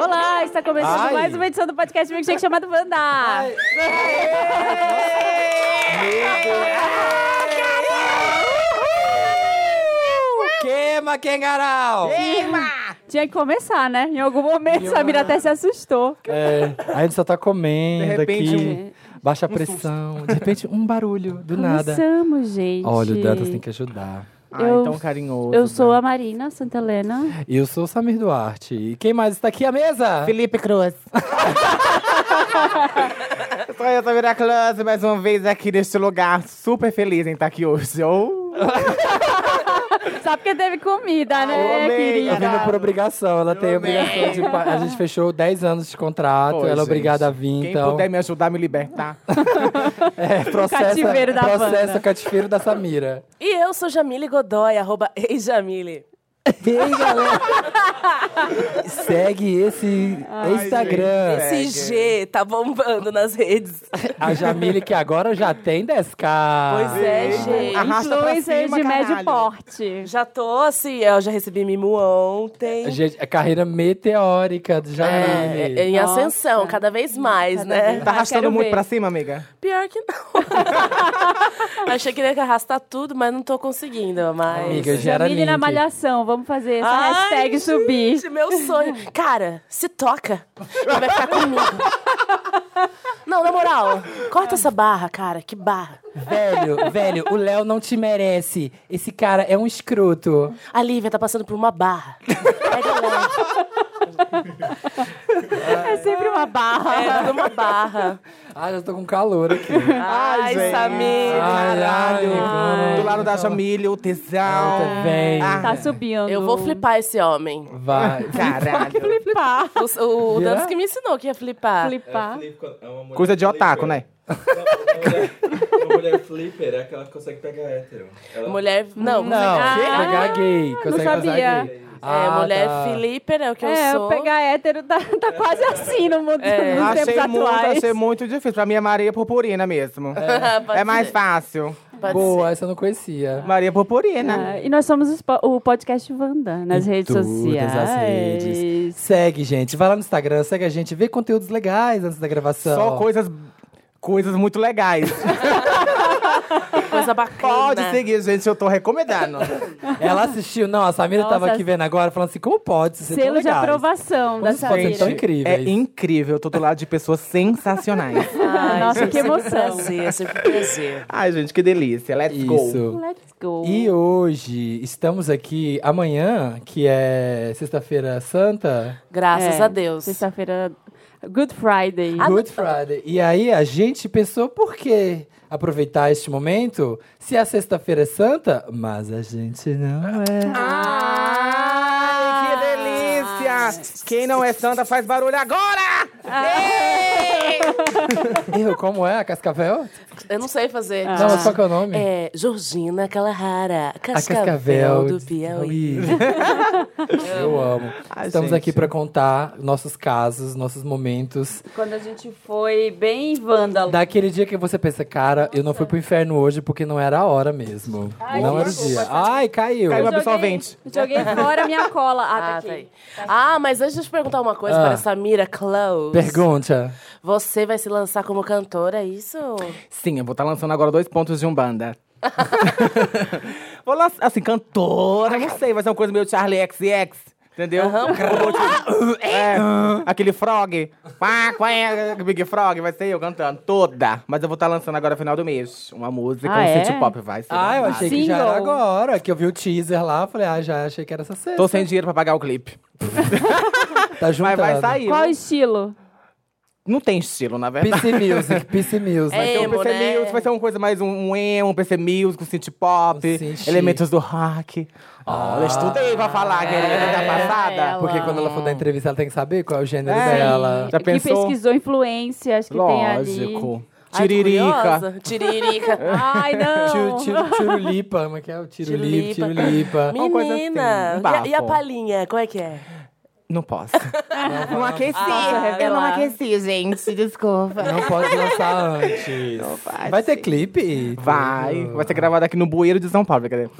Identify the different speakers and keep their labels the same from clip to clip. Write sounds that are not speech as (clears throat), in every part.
Speaker 1: Olá, está começando
Speaker 2: Ai.
Speaker 1: mais uma edição do podcast Milkshake chamado Wanda.
Speaker 2: Queima, Kengarau!
Speaker 1: Tinha que começar, né? Em algum momento, Samira até se assustou.
Speaker 2: É, a gente só tá comendo
Speaker 3: De repente, um-
Speaker 2: aqui. Baixa a pressão. De repente, um barulho, do nada.
Speaker 1: Começamos, gente.
Speaker 2: Olha, o Dantas tem que ajudar.
Speaker 3: Ah,
Speaker 1: Eu-
Speaker 3: então carinhoso.
Speaker 1: Eu sou
Speaker 3: né?
Speaker 1: a Marina Santa Helena.
Speaker 2: E eu sou o Samir Duarte. E quem mais está aqui à mesa?
Speaker 3: (laughs) Felipe Cruz. Sou eu, Samira Cruz, mais uma vez aqui neste lugar. Super feliz em estar aqui hoje. Oh,
Speaker 1: Só porque teve comida, né,
Speaker 3: eu amei,
Speaker 2: Eu
Speaker 1: querida?
Speaker 2: vim por obrigação, ela tem
Speaker 3: Eu
Speaker 2: obrigação de. pa- A gente fechou 10 anos de contrato,
Speaker 3: Foi,
Speaker 2: ela é
Speaker 3: gente.
Speaker 2: obrigada a vir,
Speaker 3: quem
Speaker 2: então.
Speaker 3: puder me ajudar a
Speaker 1: (laughs)
Speaker 3: me libertar. Tá
Speaker 1: Ah,
Speaker 3: (laughs)
Speaker 2: É, processa,
Speaker 1: cativeiro da
Speaker 2: processa
Speaker 1: Wanda.
Speaker 2: o cativeiro da Samira.
Speaker 4: E eu sou Jamile Godoy, arroba (laughs) eijamile.
Speaker 2: E aí, galera? (laughs) Segue esse Instagram.
Speaker 3: gente,
Speaker 4: Esse G tá bombando nas
Speaker 2: (laughs)
Speaker 4: redes.
Speaker 2: A Jamile, que agora já tem 10k.
Speaker 4: Pois é, gente.
Speaker 3: Arrasta pra
Speaker 1: Influencer
Speaker 3: cima,
Speaker 1: de médio
Speaker 3: caralho.
Speaker 1: porte.
Speaker 4: Já tô assim, eu já recebi mimo ontem.
Speaker 2: Gente, a carreira meteórica de
Speaker 4: É,
Speaker 2: Jamile.
Speaker 4: é, em
Speaker 1: Nossa.
Speaker 4: ascensão, cada vez mais,
Speaker 1: Cada
Speaker 4: né?
Speaker 1: vez
Speaker 3: Tá
Speaker 1: Ah, quero
Speaker 3: arrastando muito
Speaker 1: ver.
Speaker 3: pra cima, amiga?
Speaker 4: Pior (laughs) que não. Achei que ia arrastar tudo, mas não tô conseguindo mais.
Speaker 2: Amiga, gera
Speaker 1: Família na
Speaker 2: link.
Speaker 1: Malhação, vamos fazer essa
Speaker 4: Ai,
Speaker 1: hashtag subir.
Speaker 4: Gente, (laughs) meu sonho. Cara, se toca. Não vai ficar (laughs) comigo. Não, na moral, corta essa barra, cara. Que barra.
Speaker 2: Velho, velho, o Léo não te merece. Esse cara é um escroto.
Speaker 4: A Lívia tá passando por uma barra. Pega leve.
Speaker 1: É sempre uma barra.
Speaker 4: É, tudo uma barra.
Speaker 2: Ah, já tô com calor aqui.
Speaker 4: (laughs) Ai,
Speaker 3: gente.
Speaker 4: Samir.
Speaker 2: (laughs) Caralho.
Speaker 3: Do lado da Jamile, o tesão.
Speaker 2: Tá bem.
Speaker 1: Tá subindo.
Speaker 4: Eu vou flipar esse homem.
Speaker 2: Vai.
Speaker 3: Caralho.
Speaker 1: flipar.
Speaker 4: O, o, o
Speaker 2: Vira?
Speaker 4: Dantas que me ensinou que ia flipar.
Speaker 1: Flipar.
Speaker 3: Coisa de otaku, né?
Speaker 5: Uma mulher flipper é aquela que consegue pegar hétero. Ela
Speaker 4: Mulher. Não, é,
Speaker 2: Não,
Speaker 4: mulher-
Speaker 1: Ah,
Speaker 2: pegar gay. Consegue pegar
Speaker 1: sabia.
Speaker 2: gay.
Speaker 4: é,
Speaker 2: Ah,
Speaker 4: mulher
Speaker 2: tá.
Speaker 4: flipper é o que
Speaker 1: é,
Speaker 4: eu sou.
Speaker 1: o pegar hétero tá, tá quase assim no mundo
Speaker 4: É.
Speaker 1: nos tempos
Speaker 3: Achei muito,
Speaker 1: atuais.
Speaker 3: achei muito difícil. Pra mim é Maria Purpurina mesmo.
Speaker 4: (laughs) Pode
Speaker 3: É, mais
Speaker 4: ser,
Speaker 3: fácil.
Speaker 4: pode
Speaker 2: Boa, essa eu não conhecia.
Speaker 3: Maria Purpurina.
Speaker 1: Ah, e nós somos os po- o podcast Wanda nas
Speaker 2: Em
Speaker 1: redes
Speaker 2: todas
Speaker 1: sociais.
Speaker 2: as redes. Segue, gente. Vai lá no Instagram, segue a gente. Vê conteúdos legais antes da gravação.
Speaker 3: Só coisas, coisas muito legais.
Speaker 4: ser. Coisa bacana.
Speaker 3: Pode seguir, gente, eu tô (laughs) recomendando.
Speaker 2: Ela assistiu. Não, a Samira
Speaker 1: Nossa,
Speaker 2: tava aqui vendo agora, falando assim, como pode ser tão
Speaker 1: Selo de
Speaker 2: legais?
Speaker 1: aprovação da
Speaker 2: Como vocês podem ser tão
Speaker 1: Samira.
Speaker 2: incríveis.
Speaker 3: É incrível, eu tô do lado de pessoas sensacionais.
Speaker 4: Ai,
Speaker 1: Nossa,
Speaker 4: gente,
Speaker 1: que emoção.
Speaker 4: É sempre um prazer, é sempre um
Speaker 3: (laughs)
Speaker 4: prazer.
Speaker 3: Ai, gente, que delícia. Let's go.
Speaker 2: Isso.
Speaker 1: Let's go.
Speaker 2: E hoje estamos aqui amanhã, que é sexta-feira santa,
Speaker 4: Graças
Speaker 1: É,
Speaker 4: a Deus. Ah,
Speaker 1: Sexta-feira, Good Friday.
Speaker 2: Good Friday. E aí a gente pensou por que aproveitar este momento se a sexta-feira é santa, mas a gente não é.
Speaker 1: Ah.
Speaker 3: Ai, que delícia! Quem não é santa faz barulho agora!
Speaker 2: Eu, como é a Cascavel?
Speaker 4: Eu não sei fazer.
Speaker 2: Não,
Speaker 1: Ah.
Speaker 2: mas qual que é o nome?
Speaker 4: É, Georgina Calahara,
Speaker 2: A
Speaker 4: Cascavel,
Speaker 2: Cascavel
Speaker 4: do Piauí.
Speaker 2: (laughs) Eu amo.
Speaker 3: Ai,
Speaker 2: Estamos
Speaker 3: gente.
Speaker 2: aqui para contar nossos casos, nossos momentos.
Speaker 1: Quando a gente foi bem vândalo.
Speaker 2: Daquele dia que você pensa, cara, eu não fui pro inferno hoje porque não era a hora mesmo.
Speaker 1: Ai,
Speaker 2: não era o
Speaker 1: desculpa,
Speaker 2: dia.
Speaker 1: tá.
Speaker 2: Ai,
Speaker 1: Eu
Speaker 2: caiu.
Speaker 3: Caiu uma-
Speaker 1: joguei-
Speaker 3: absorvente.
Speaker 1: Joguei fora minha cola. Ah, tá
Speaker 4: Ah,
Speaker 1: aqui.
Speaker 4: tá aí. Ah, mas antes de eu te perguntar uma coisa
Speaker 2: Ah.
Speaker 4: para Samira Close.
Speaker 2: Pergunta.
Speaker 4: Você vai se lançar como cantora, é isso?
Speaker 3: Sim, eu vou estar lançando agora dois pontos
Speaker 2: (laughs)
Speaker 3: de Umbanda. vou lançar, assim, cantora, não sei, vai ser uma coisa meio Charlie XX, entendeu? Um
Speaker 2: (laughs)
Speaker 3: É, aquele frog, quá, quá, Big Frog, vai ser eu cantando toda. Mas eu vou estar lançando agora no final do mês uma música,
Speaker 1: Ah,
Speaker 3: um
Speaker 1: é?
Speaker 3: city pop, vai ser.
Speaker 2: Ah, eu
Speaker 3: babado.
Speaker 2: achei que já era
Speaker 1: Single.
Speaker 2: agora, que eu vi o teaser lá, falei, ah, já achei que era essa sexta.
Speaker 3: Tô sem dinheiro pra pagar o clipe.
Speaker 2: Tá juntando.
Speaker 3: Mas vai sair.
Speaker 1: Qual estilo?
Speaker 3: Não tem estilo, na verdade.
Speaker 2: PC Music, PC Music.
Speaker 4: É,
Speaker 3: Tem um
Speaker 4: Emo,
Speaker 3: PC
Speaker 4: né?
Speaker 3: Music, vai ser uma coisa mais um, um emo, um PC Music, um synth pop,
Speaker 2: Um synth.
Speaker 3: elementos do rock.
Speaker 1: Ah,
Speaker 3: Olha, estudei pra falar,
Speaker 1: é.
Speaker 3: querida, da passada.
Speaker 2: Porque quando ela for dar entrevista, ela tem que saber qual é o gênero
Speaker 3: É.
Speaker 2: dela.
Speaker 3: Já
Speaker 1: que
Speaker 3: pensou?
Speaker 1: pesquisou influência, acho que tem ali.
Speaker 3: Lógico. Tiririca.
Speaker 4: Ai, tô curiosa. Tiririca.
Speaker 1: Ai,
Speaker 2: Tiro,
Speaker 1: não.
Speaker 2: tiro, tirulipa, como é que é o tirulipa,
Speaker 4: Tirulipa.
Speaker 2: tirulipa.
Speaker 3: Uma coisa assim, um
Speaker 4: Menina! E a- e, a
Speaker 3: bafo.
Speaker 4: palhinha, como é que é?
Speaker 3: Não
Speaker 1: (laughs)
Speaker 3: posso. Não aqueci.
Speaker 4: Ah,
Speaker 3: eu não
Speaker 4: lá.
Speaker 3: aqueci, gente. Desculpa.
Speaker 2: Não pode lançar antes.
Speaker 3: Não faz.
Speaker 2: Vai ter clipe? e tudo.
Speaker 3: Vai, vai ser gravado aqui no bueiro de São Paulo, brincadeira.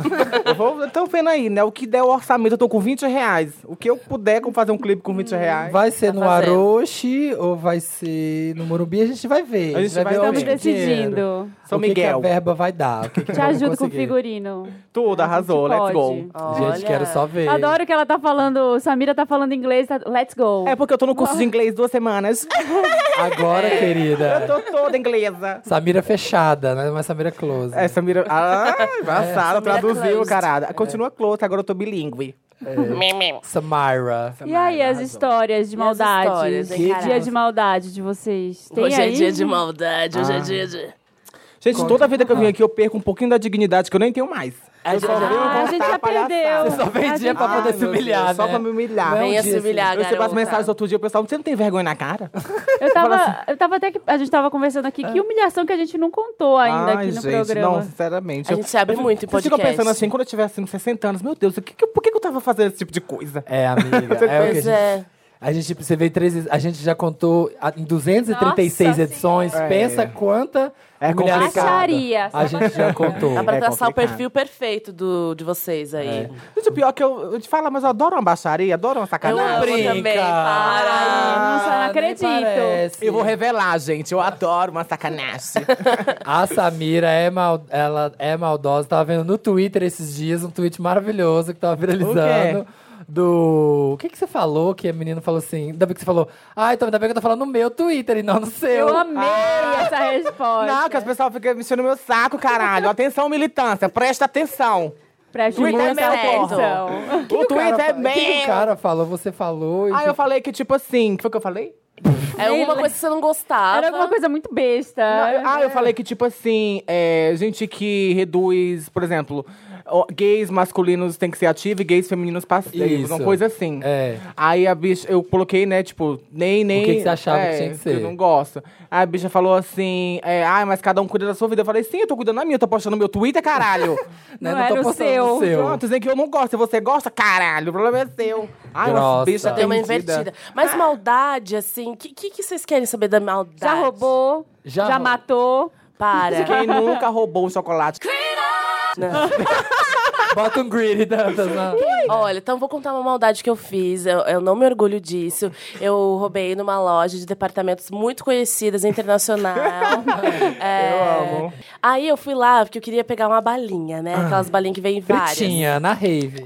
Speaker 3: eu vou, eu tô vendo aí, né? O que der o orçamento, eu tô com 20 reais. O que eu puder com fazer um clipe com
Speaker 1: Hum.
Speaker 3: 20 reais.
Speaker 2: Vai
Speaker 1: Tá
Speaker 2: ser no
Speaker 4: fazendo.
Speaker 2: Aroche ou vai ser no Morumbi? A gente vai ver.
Speaker 3: A gente vai-
Speaker 2: ver
Speaker 1: Estamos
Speaker 2: onde o dinheiro-
Speaker 1: decidindo.
Speaker 3: São
Speaker 2: o que que
Speaker 3: Miguel.
Speaker 2: a verba vai dar. o que
Speaker 3: (laughs)
Speaker 2: que
Speaker 1: Te
Speaker 2: vamos
Speaker 1: ajudo com o
Speaker 2: conseguir.
Speaker 1: figurino.
Speaker 3: Tudo, arrasou.
Speaker 1: A gente
Speaker 3: Let's
Speaker 1: pode.
Speaker 3: go.
Speaker 2: Gente, quero só ver.
Speaker 1: Adoro que ela tá falando, Samira tá falando inglês, tá- let's go.
Speaker 3: É porque eu tô no curso de inglês duas semanas.
Speaker 1: (laughs)
Speaker 2: Agora,
Speaker 3: eu
Speaker 2: querida.
Speaker 3: tô toda inglesa.
Speaker 2: Samira fechada, né? Mas Samira close.
Speaker 3: Essa mira. Ah, embaçada, traduziu,
Speaker 4: closed.
Speaker 3: caralho. Continua close, agora eu tô bilíngue.
Speaker 2: Samira.
Speaker 1: E aí, as histórias de
Speaker 4: E as
Speaker 1: maldade?
Speaker 4: histórias, hein,
Speaker 1: Que
Speaker 4: cara?
Speaker 1: dia de maldade de vocês? Tem
Speaker 4: hoje
Speaker 1: aí?
Speaker 4: é dia de maldade, hoje é dia de.
Speaker 3: Gente, toda vida que eu vim aqui, eu perco um pouquinho da dignidade que eu nem tenho mais.
Speaker 4: A gente já-
Speaker 3: venho
Speaker 1: Ah, a
Speaker 3: contar
Speaker 1: gente já
Speaker 3: palhaçada.
Speaker 1: perdeu.
Speaker 3: Você
Speaker 2: Só vendia
Speaker 3: É
Speaker 1: A
Speaker 2: pra
Speaker 1: gente-
Speaker 2: poder se
Speaker 3: meu Deus,
Speaker 2: humilhar,
Speaker 3: Só
Speaker 2: né?
Speaker 3: pra me humilhar.
Speaker 2: Não é um
Speaker 4: Venha
Speaker 2: dia,
Speaker 4: se humilhar,
Speaker 3: Eu recebo as
Speaker 4: garota.
Speaker 3: mensagens outro dia, o pessoal, você não tem vergonha na cara?
Speaker 1: Eu tava,
Speaker 3: assim.
Speaker 1: eu tava até que. A gente tava conversando aqui, que humilhação que a gente não contou ainda
Speaker 3: Ah. Ai,
Speaker 1: aqui no
Speaker 3: gente,
Speaker 1: programa.
Speaker 3: não, sinceramente.
Speaker 4: A
Speaker 3: eu-
Speaker 4: gente sabe muito em
Speaker 3: Vocês ficam
Speaker 4: podcast.
Speaker 3: pensando assim, quando eu tiver assim, 60 anos, meu Deus, o que que- por que, que eu tava fazendo esse tipo de coisa?
Speaker 2: É,
Speaker 3: (laughs)
Speaker 2: amiga. é o que a
Speaker 4: Pois
Speaker 2: gente,
Speaker 4: é.
Speaker 2: a gente. Você veio três vezes. A gente já contou a- em 236
Speaker 1: Nossa
Speaker 2: edições.
Speaker 3: Senhora.
Speaker 2: Pensa quanta.
Speaker 3: É
Speaker 2: humilhação.
Speaker 3: complicado.
Speaker 1: Acharia. Tá
Speaker 2: A gente já contou.
Speaker 4: Dá pra
Speaker 3: É
Speaker 4: traçar o
Speaker 3: complicado.
Speaker 4: perfil perfeito do, de vocês aí.
Speaker 3: Gente, o pior é que eu, eu te falo, mas eu adoro uma baixaria, adoro uma
Speaker 4: Eu
Speaker 3: sacanagem.
Speaker 4: amo também, para.
Speaker 1: Ai, não sei, não
Speaker 2: nem
Speaker 1: acredito.
Speaker 2: parece.
Speaker 3: Eu vou revelar, gente, eu adoro uma sacanagem.
Speaker 2: A Samira é, mal, ela é maldosa. Tava vendo no Twitter esses dias um tweet maravilhoso que tava viralizando.
Speaker 3: O
Speaker 2: Do. O que, que você falou? Que a menina falou assim. Ainda bem que você falou. Ai, então ainda bem que eu tô falando no meu Twitter e não no seu.
Speaker 1: Eu amei essa resposta.
Speaker 3: Ah. Não, que as pessoas ficam mexendo no meu saco, caralho. Atenção, militância, presta atenção.
Speaker 1: Preste
Speaker 3: Twitter
Speaker 1: muita
Speaker 4: é merda.
Speaker 1: atenção.
Speaker 3: o Twitter é
Speaker 2: O que que o
Speaker 3: meu.
Speaker 2: cara falou, você falou. e
Speaker 3: Aí eu falei que, tipo assim, o que foi que eu falei?
Speaker 4: É alguma coisa que você não gostava.
Speaker 1: Era alguma coisa muito
Speaker 2: É,
Speaker 1: besta.
Speaker 3: Ah, eu falei que, tipo assim, é, gente que reduz, por exemplo, ó, gays masculinos têm que ser ativos e gays femininos passivos.
Speaker 2: Isso.
Speaker 3: Uma coisa assim.
Speaker 2: É.
Speaker 3: Aí a bicha, eu coloquei, né, tipo, nem, nem.
Speaker 2: O que que você achava
Speaker 3: é,
Speaker 2: que tinha que ser?
Speaker 3: Eu não gosto. Aí a bicha falou assim, é, ai, mas cada um cuida da sua vida. Eu falei, sim, eu tô cuidando da minha, eu tô postando no meu
Speaker 2: (laughs)
Speaker 3: Twitter, caralho.
Speaker 1: Não
Speaker 2: né, tô
Speaker 1: era o
Speaker 2: postando
Speaker 1: seu.
Speaker 2: no
Speaker 1: (laughs)
Speaker 2: seu.
Speaker 3: Pronto, dizem que eu não gosto. Se você gosta, caralho, o problema é seu. Ai, uma
Speaker 2: Grossa.
Speaker 3: bicha
Speaker 4: Deu uma
Speaker 3: perdida.
Speaker 4: invertida. Mas maldade, assim, o que, que, que vocês querem saber da maldade?
Speaker 1: Já roubou,
Speaker 2: Já
Speaker 1: já,
Speaker 2: roubou.
Speaker 1: matou.
Speaker 4: Para.
Speaker 3: Quem nunca roubou um chocolate?
Speaker 2: Bota um greedy Dantas na.
Speaker 4: Olha, então vou contar uma maldade que eu fiz. Eu, eu não me orgulho disso. Eu roubei numa loja de departamentos muito
Speaker 3: (laughs)
Speaker 4: conhecidas, internacional. É.
Speaker 3: Eu amo. Ah.
Speaker 4: Aí eu fui lá porque eu queria pegar uma balinha, né? Aquelas balinhas que vem em várias.
Speaker 2: Fritinha, na rave.